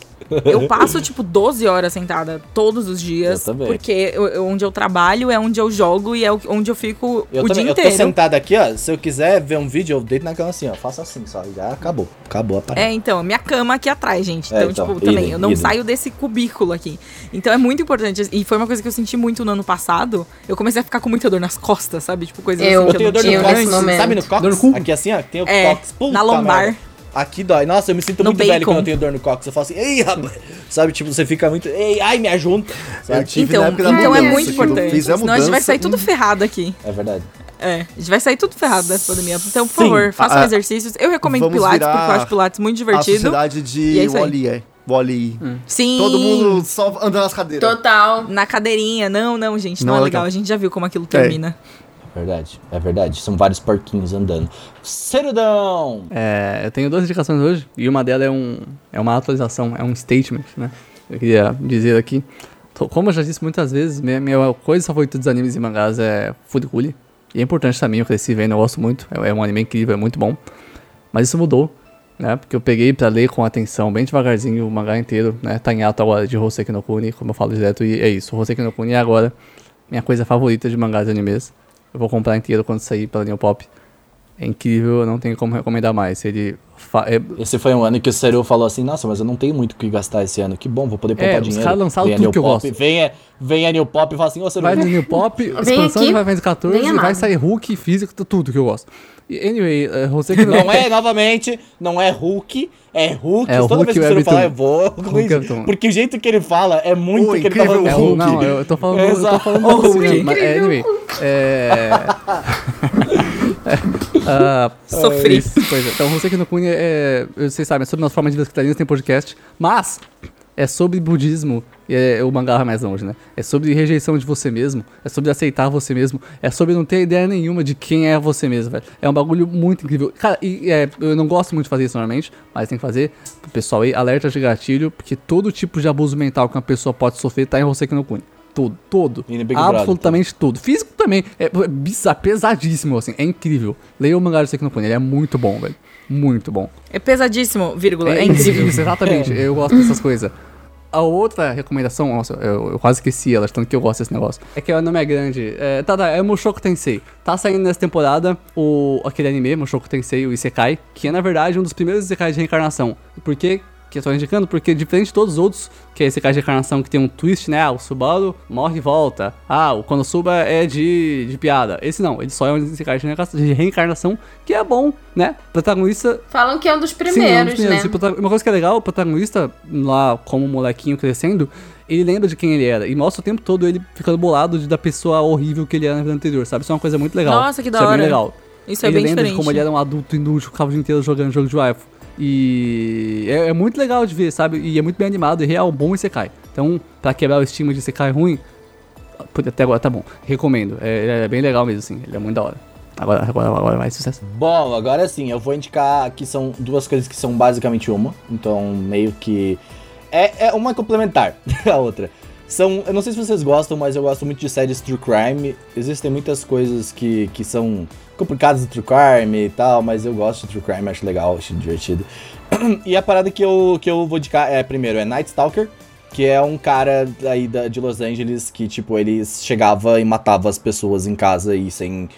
Speaker 5: eu passo, tipo, 12 horas sentada todos os dias.
Speaker 1: Eu também.
Speaker 5: Porque eu- eu- onde eu trabalho é onde eu jogo e é o- onde eu fico
Speaker 1: Eu
Speaker 5: o
Speaker 1: também,
Speaker 5: dia
Speaker 1: eu tô
Speaker 5: inteiro.
Speaker 1: sentado aqui, ó. Se eu quiser ver um vídeo, eu deito na cama assim, ó. Faço assim, só. e Já acabou. Acabou a parada.
Speaker 5: É, então, a minha cama aqui atrás, gente.
Speaker 1: É,
Speaker 5: Então,
Speaker 1: então,
Speaker 5: tipo, também,
Speaker 1: idem,
Speaker 5: eu não
Speaker 1: idem.
Speaker 5: saio desse cubículo aqui. Então é muito importante. E foi uma coisa que eu senti muito no ano passado. Eu comecei a ficar com muita dor nas costas, sabe? Tipo, coisa
Speaker 2: Eu-
Speaker 5: assim que eu não
Speaker 2: tenho
Speaker 5: tinha.
Speaker 2: dor no
Speaker 5: antes.
Speaker 2: cox. momento.
Speaker 1: Sabe no cox?
Speaker 3: Dor no cu?
Speaker 1: Aqui assim, ó. Tem o
Speaker 5: É,
Speaker 1: cox. Puta
Speaker 5: na lombar.
Speaker 1: merda. Aqui dói. Nossa, eu me sinto
Speaker 5: No
Speaker 1: muito velho
Speaker 5: bacon.
Speaker 1: quando eu tenho dor no cox. Eu falo assim, ei, rapaz. Sabe, tipo, você fica muito. Ei, ai, me ajunta.
Speaker 4: Eu
Speaker 1: Sabe?
Speaker 4: tive
Speaker 5: Então,
Speaker 4: na época da
Speaker 5: então é
Speaker 4: mudança,
Speaker 5: muito
Speaker 4: que eu
Speaker 5: importante.
Speaker 4: Fiz a
Speaker 5: Senão a gente vai
Speaker 4: mudança,
Speaker 5: sair tudo ferrado aqui.
Speaker 1: É verdade.
Speaker 5: É, a gente vai sair tudo ferrado dessa pandemia. Então, por
Speaker 1: Sim.
Speaker 5: favor, façam
Speaker 4: Ah,
Speaker 5: exercícios. Eu recomendo
Speaker 4: vamos
Speaker 5: Pilates,
Speaker 4: virar
Speaker 5: porque eu acho Pilates muito
Speaker 4: a
Speaker 5: divertido.
Speaker 4: sociedade
Speaker 5: E é
Speaker 4: de
Speaker 5: isso aí. Hum.
Speaker 4: Wall-E, é. Wall-E.
Speaker 5: Sim.
Speaker 4: Todo mundo só andando nas cadeiras.
Speaker 2: Total.
Speaker 5: Na cadeirinha. Não, não, gente, não,
Speaker 4: Não
Speaker 5: é
Speaker 4: é
Speaker 5: legal.
Speaker 4: legal.
Speaker 5: A gente já viu como aquilo
Speaker 4: É.
Speaker 5: termina.
Speaker 1: É verdade. É verdade. São vários porquinhos andando. Cerudão!
Speaker 3: (laughs) É, eu tenho duas indicações hoje e uma delas é, um, é uma atualização, é um statement, né? Eu queria dizer aqui. to- como eu já disse muitas vezes, minha, minha coisa favorita dos animes e mangás é Furikuli. E é importante também, eu cresci vendo, eu gosto muito. É, é um anime incrível, é muito bom. Mas isso mudou, né? Porque eu peguei pra ler com atenção, bem devagarzinho, o mangá inteiro, né? Tá em alta agora de Hoseki no Kuni, como eu falo direto, e é isso. Hoseki no Kuni é agora minha coisa favorita de mangás e animes. Eu vou comprar inteiro quando sair pela New Pop. É incrível, eu não tenho como recomendar mais. Ele fa- é,
Speaker 1: Esse foi um ano que o Seru falou assim, nossa, mas eu não tenho muito o que gastar esse ano. Que bom, vou poder
Speaker 3: É,
Speaker 1: poupar
Speaker 3: os
Speaker 1: dinheiro.
Speaker 3: caras lançaram
Speaker 1: Vem a
Speaker 3: tudo
Speaker 1: New
Speaker 3: que eu
Speaker 1: Pop,
Speaker 3: gosto.
Speaker 1: Vem, é- vem a New Pop e fala assim, ô Seru,
Speaker 3: Vai no New Pop, expansão
Speaker 2: aqui.
Speaker 3: de Final Fantasy 14
Speaker 2: Vem
Speaker 3: e vai
Speaker 2: amado.
Speaker 3: sair Hulk, físico, tu- tudo que eu gosto. E, anyway, é, você
Speaker 1: (laughs)
Speaker 3: que
Speaker 1: Não é, novamente, não é Hulk, é Hulk.
Speaker 3: É o
Speaker 1: Toda
Speaker 3: Hulk
Speaker 1: vez que você
Speaker 3: Webtoon.
Speaker 1: falar, eu vou.
Speaker 3: Hulk Webtoon.
Speaker 1: porque o jeito que ele fala é muito
Speaker 4: Ô,
Speaker 1: que ele tá
Speaker 4: incrível
Speaker 1: falando
Speaker 3: É
Speaker 4: o
Speaker 3: o,
Speaker 4: Hulk.
Speaker 3: não, eu tô falando, eu tô
Speaker 1: Exato.
Speaker 3: falando
Speaker 1: O
Speaker 3: do
Speaker 1: Hulk.
Speaker 3: Hulk, mas é, anyway. É. Ah,
Speaker 5: Sofri.
Speaker 3: isso, pois é. Então, você que no Cunha é. eu- Vocês sabem, é sobre nossa forma de vida vegetariana, tem podcast, mas é sobre budismo. E é, o mangá vai mais longe, né? É sobre rejeição de você mesmo, é sobre aceitar você mesmo, é sobre não ter ideia nenhuma de quem é você mesmo, velho. É um bagulho muito incrível. Cara, e, é, eu não gosto muito de fazer isso normalmente, mas tem que fazer. O pessoal aí, alerta de gatilho, porque todo tipo de abuso mental que uma pessoa pode sofrer tá em você que no Cunha. Tudo, todo.
Speaker 1: E no Big Brother, então.
Speaker 3: Absolutamente tudo. Físico também. É bizarro, pesadíssimo, assim. É incrível. Leia o mangá do Sekino Kuni. Ele é muito bom, velho. Muito bom.
Speaker 5: É pesadíssimo, vírgula. É incrível.
Speaker 3: Isso, exatamente. Eu gosto dessas coisas. A outra recomendação, nossa, eu, eu quase esqueci ela, de tanto que eu gosto desse negócio. É que o nome é grande. É, tá, tá, é Mushoku Tensei. Tá saindo nessa temporada o, aquele anime, Mushoku Tensei, o Isekai, que é, na verdade, um dos primeiros Isekais de reencarnação. E Por quê? Que eu tô indicando, porque diferente de todos os outros, que é esse caso de reencarnação que tem um twist, né? Ah, o Subaru morre e volta. Ah, o Konosuba é de, de piada. Esse não, ele só é um esse de reencarnação- de reencarnação, que é bom, né? Protagonista
Speaker 2: Falam que é um dos
Speaker 3: Sim, é um
Speaker 2: primeiros,
Speaker 3: dos primeiros. E
Speaker 2: né?
Speaker 3: prota- Uma coisa que é legal, o protagonista, lá como um molequinho crescendo, ele lembra de quem ele era. E mostra o tempo todo ele ficando bolado de- da pessoa horrível que ele era na vida anterior, sabe? Isso é uma coisa muito legal.
Speaker 5: (laughs) Nossa, que da
Speaker 3: Isso é
Speaker 5: hora.
Speaker 3: bem legal.
Speaker 5: Isso é
Speaker 3: ele
Speaker 5: bem
Speaker 3: lembra
Speaker 5: diferente.
Speaker 3: de como ele era um adulto inútil, ficava o dia inteiro jogando jogo de rifle. E é, é muito legal de ver, sabe? E é muito bem animado, e real bom e Sekai. Então, pra quebrar o estigma de Sekai ruim, por- até agora tá bom. Recomendo. É, ele é bem legal mesmo, assim. Ele é muito da hora. Agora, agora, agora vai sucesso.
Speaker 1: Bom, agora sim, eu vou indicar que são duas coisas que são basicamente uma. Então, meio que. É, é uma complementar (laughs) a outra. São. Eu não sei se vocês gostam, mas eu gosto muito de séries True Crime. Existem muitas coisas que, que são complicadas de True Crime e tal, mas eu gosto de True Crime, acho legal, acho divertido. (clears throat) E a parada que eu, que eu vou indicar é, primeiro, é Night Stalker, que é um cara aí da, de Los Angeles que, tipo, ele chegava e matava as pessoas em casa e sem.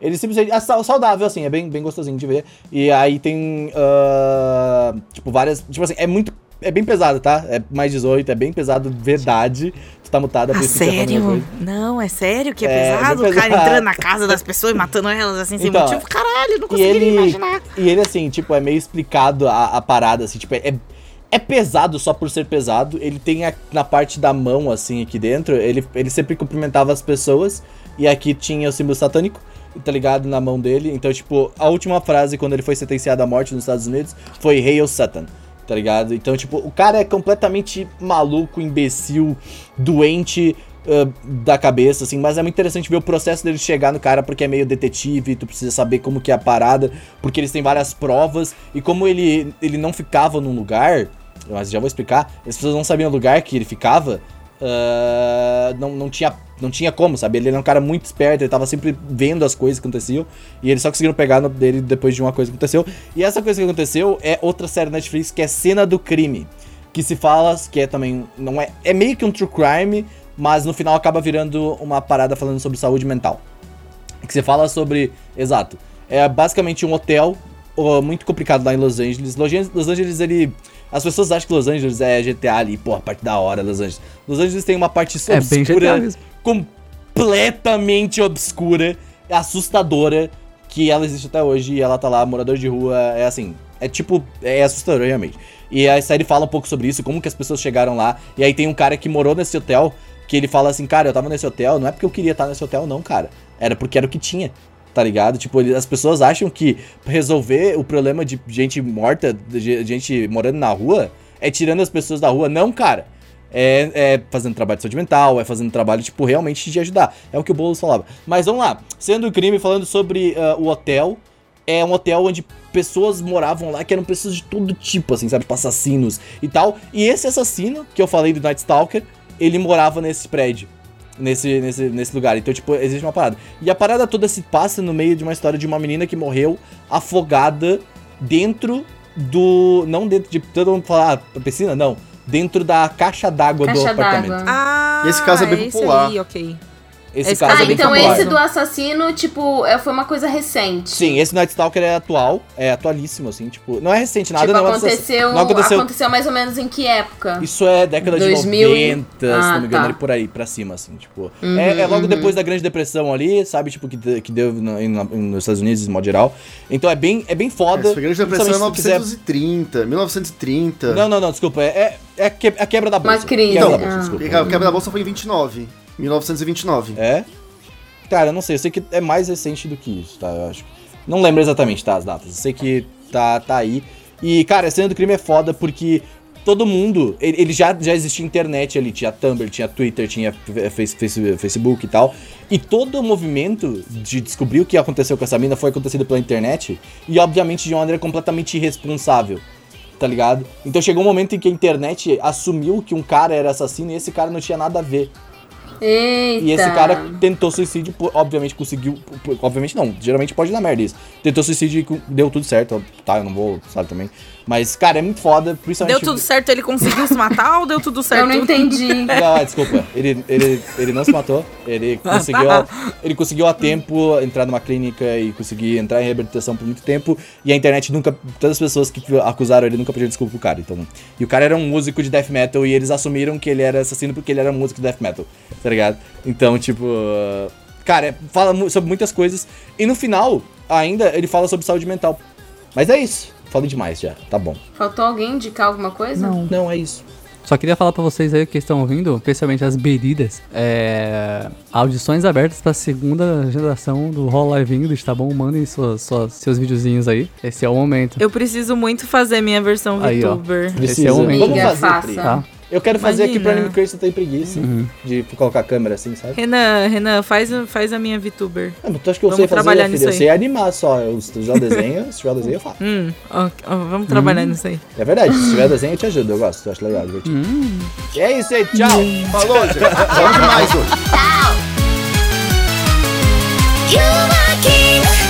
Speaker 1: Ele simplesmente. É sau- saudável, assim, é bem, bem gostosinho de ver. E aí tem. ah, tipo, várias. Tipo assim, é muito. É bem pesado, tá? É mais 18, é bem pesado, verdade. Tu tá mutada,
Speaker 5: Ah,
Speaker 1: por isso que eu ia falar a mesma
Speaker 5: sério?
Speaker 1: coisa.
Speaker 5: Não, é sério que é,
Speaker 1: É,
Speaker 5: pesado?
Speaker 1: bem
Speaker 5: O cara
Speaker 1: pesado.
Speaker 5: entrando na casa das pessoas e matando elas assim sem
Speaker 1: Então,
Speaker 5: motivo? Caralho, não
Speaker 1: E
Speaker 5: conseguiria
Speaker 1: ele,
Speaker 5: imaginar.
Speaker 1: e ele, assim, tipo, é meio explicado a, a parada, assim, tipo, é, é pesado só por ser pesado. Ele tem a- na parte da mão, assim, aqui dentro, ele, ele sempre cumprimentava as pessoas. E aqui tinha o símbolo satânico, tá ligado? Na mão dele. Então, tipo, a última frase quando ele foi sentenciado à morte nos Estados Unidos foi Hail Satan, tá ligado? Então, tipo, o cara é completamente maluco, imbecil, doente. ah, da cabeça, assim, mas é muito interessante ver o processo dele chegar no cara, porque é meio detetive, tu precisa saber como que é a parada, porque eles têm várias provas, e como ele, ele não ficava num lugar, mas já vou explicar, as pessoas não sabiam o lugar que ele ficava, ah, não, não, tinha, não tinha como, sabe? Ele era um cara muito esperto, ele tava sempre vendo as coisas que aconteciam, e eles só conseguiram pegar no- dele depois de uma coisa que aconteceu. E essa coisa que aconteceu é outra série da Netflix que é Cena do Crime, que se fala que é também, não é, é meio que um true crime, mas no final acaba virando uma parada falando sobre saúde mental que você fala sobre. Exato. É basicamente um hotel ó, muito complicado lá em Los Angeles. Los Angeles, Los Angeles, ele. As pessoas acham que Los Angeles é GTA ali, pô, a parte da hora, Los Angeles. Los Angeles tem uma parte
Speaker 3: É bem GTA
Speaker 1: obscura,
Speaker 3: mesmo.
Speaker 1: completamente obscura, assustadora, que ela existe até hoje e ela tá lá, morador de rua, é assim. É tipo, é assustador realmente. E a série fala um pouco sobre isso, como que as pessoas chegaram lá. E aí tem um cara que morou nesse hotel, que ele fala assim, cara, eu tava nesse hotel, não é porque eu queria estar nesse hotel, não, cara. Era porque era o que tinha, tá ligado? Tipo, ele- as pessoas acham que resolver o problema de gente morta, de ge- gente morando na rua, é tirando as pessoas da rua. Não, cara. É, é fazendo trabalho de saúde mental, é fazendo trabalho, tipo, realmente de ajudar. É o que o Boulos falava. Mas vamos lá. Sendo o crime, falando sobre ah, o hotel, é um hotel onde pessoas moravam lá que eram pessoas de todo tipo, assim, sabe? Tipo, assassinos e tal. E esse assassino, que eu falei do Night Stalker, ele morava nesse prédio. Nesse, nesse, nesse lugar. Então, tipo, existe uma parada. E a parada toda se passa no meio de uma história de uma menina que morreu afogada dentro do. Não dentro de. Todo mundo fala, ah, piscina? Não. Dentro da caixa d'água do
Speaker 2: Caixa
Speaker 1: apartamento.
Speaker 2: d'água.
Speaker 5: Ah,
Speaker 4: Esse caso é bem
Speaker 5: esse
Speaker 4: popular.
Speaker 5: aí, ok.
Speaker 1: Esse,
Speaker 5: Esse
Speaker 1: caso
Speaker 5: caso
Speaker 1: é
Speaker 2: Ah,
Speaker 1: bem
Speaker 2: então
Speaker 1: famoso.
Speaker 2: esse do assassino, tipo, é- foi uma coisa recente.
Speaker 1: Sim, esse Night Stalker é atual, é atualíssimo, assim, tipo, não é recente nada,
Speaker 2: Tipo,
Speaker 1: não, é
Speaker 2: aconteceu,
Speaker 1: não
Speaker 2: aconteceu.
Speaker 1: aconteceu-
Speaker 2: mais ou menos em que época?
Speaker 1: Isso é década
Speaker 2: 2000
Speaker 1: de
Speaker 2: e-
Speaker 1: 90, se
Speaker 2: Ah,
Speaker 1: não me engano,
Speaker 2: tá. Uhum,
Speaker 1: ele por aí, pra cima, assim, tipo. é, é logo depois da Grande Depressão ali, sabe, tipo, que, de- que deu na- em- na- nos Estados Unidos, de modo geral. Então é bem, é bem foda.
Speaker 4: Essa grande depressão é
Speaker 1: principalmente se tu quiser-
Speaker 4: 930, 1930.
Speaker 1: Não, não, não, desculpa, é, é, é que- a quebra da bolsa.
Speaker 2: crise,
Speaker 1: Quebra da
Speaker 4: ah.
Speaker 1: bolsa, desculpa.
Speaker 4: E a quebra da bolsa foi em 29. 1929.
Speaker 1: É? Cara, eu não sei, eu sei que é mais recente do que isso, tá? Eu acho. Não lembro exatamente, tá, as datas. Eu sei que tá, tá aí. E, cara, a cena do crime é foda porque todo mundo. Ele, ele já, já existia internet ali, tinha Tumblr, tinha Twitter, tinha fe- face- face- Facebook e tal. E todo o movimento de descobrir o que aconteceu com essa mina foi acontecido pela internet. E, obviamente, de uma maneira completamente irresponsável. Tá ligado? Então chegou um momento em que a internet assumiu que um cara era assassino e esse cara não tinha nada a ver.
Speaker 2: Eita.
Speaker 1: E esse cara tentou suicídio, pô, obviamente conseguiu. pô, Obviamente não, geralmente pode dar merda isso. Tentou suicídio e cu- deu tudo certo, ó, tá? Eu não vou, sabe também. Mas, cara, é muito foda, principalmente.
Speaker 5: Deu tudo certo, ele conseguiu se matar ou deu tudo certo?
Speaker 2: (laughs) Eu não entendi.
Speaker 1: Não, ah, desculpa. Ele, ele, ele não se matou. Ele conseguiu, ele conseguiu a tempo entrar numa clínica e conseguir entrar em reabilitação por muito tempo. E a internet nunca. Todas as pessoas que acusaram ele nunca pediram desculpa pro cara. Então, e o cara era um músico de death metal e eles assumiram que ele era assassino porque ele era um músico de death metal. Tá ligado? Então, tipo. Cara, é- fala mu- sobre muitas coisas. E no final, ainda, ele fala sobre saúde mental. Mas é isso. Falei demais já. Tá bom.
Speaker 2: Faltou alguém indicar alguma coisa? Não.
Speaker 1: Não, é isso.
Speaker 3: Só queria falar pra vocês aí que estão ouvindo, especialmente as beridas, é, audições abertas pra segunda geração do Roll Live English, tá bom? Mandem suas, suas- seus videozinhos aí. Esse é o momento.
Speaker 5: Eu preciso muito fazer minha versão
Speaker 3: Aí, ó.
Speaker 5: VTuber.
Speaker 3: Esse é o momento.
Speaker 1: Vamos
Speaker 2: Amiga,
Speaker 1: fazer,
Speaker 2: faça.
Speaker 1: Pri.
Speaker 3: Tá?
Speaker 1: Eu quero fazer aqui pra
Speaker 5: Imagina.
Speaker 1: Anime Crazy, eu tenho preguiça de colocar a câmera assim, sabe?
Speaker 5: Renan, Renan, faz, faz a minha VTuber.
Speaker 1: Ah, mas tu acha que eu
Speaker 5: Vamos
Speaker 1: sei fazer,
Speaker 5: trabalhar
Speaker 1: filho?
Speaker 5: nisso
Speaker 1: Eu
Speaker 5: aí.
Speaker 1: sei animar só. Eu, se tu já desenha, se tiver desenho, eu faço.
Speaker 5: Hum, ok, ó, vamos
Speaker 3: Hum.
Speaker 5: trabalhar nisso aí.
Speaker 1: É verdade, se tiver desenho, eu te ajudo. Eu gosto, eu acho legal, divertido. É isso aí, tchau!
Speaker 4: Falou, gente.
Speaker 1: (laughs)
Speaker 4: Falamos demais hoje.
Speaker 6: 「You are king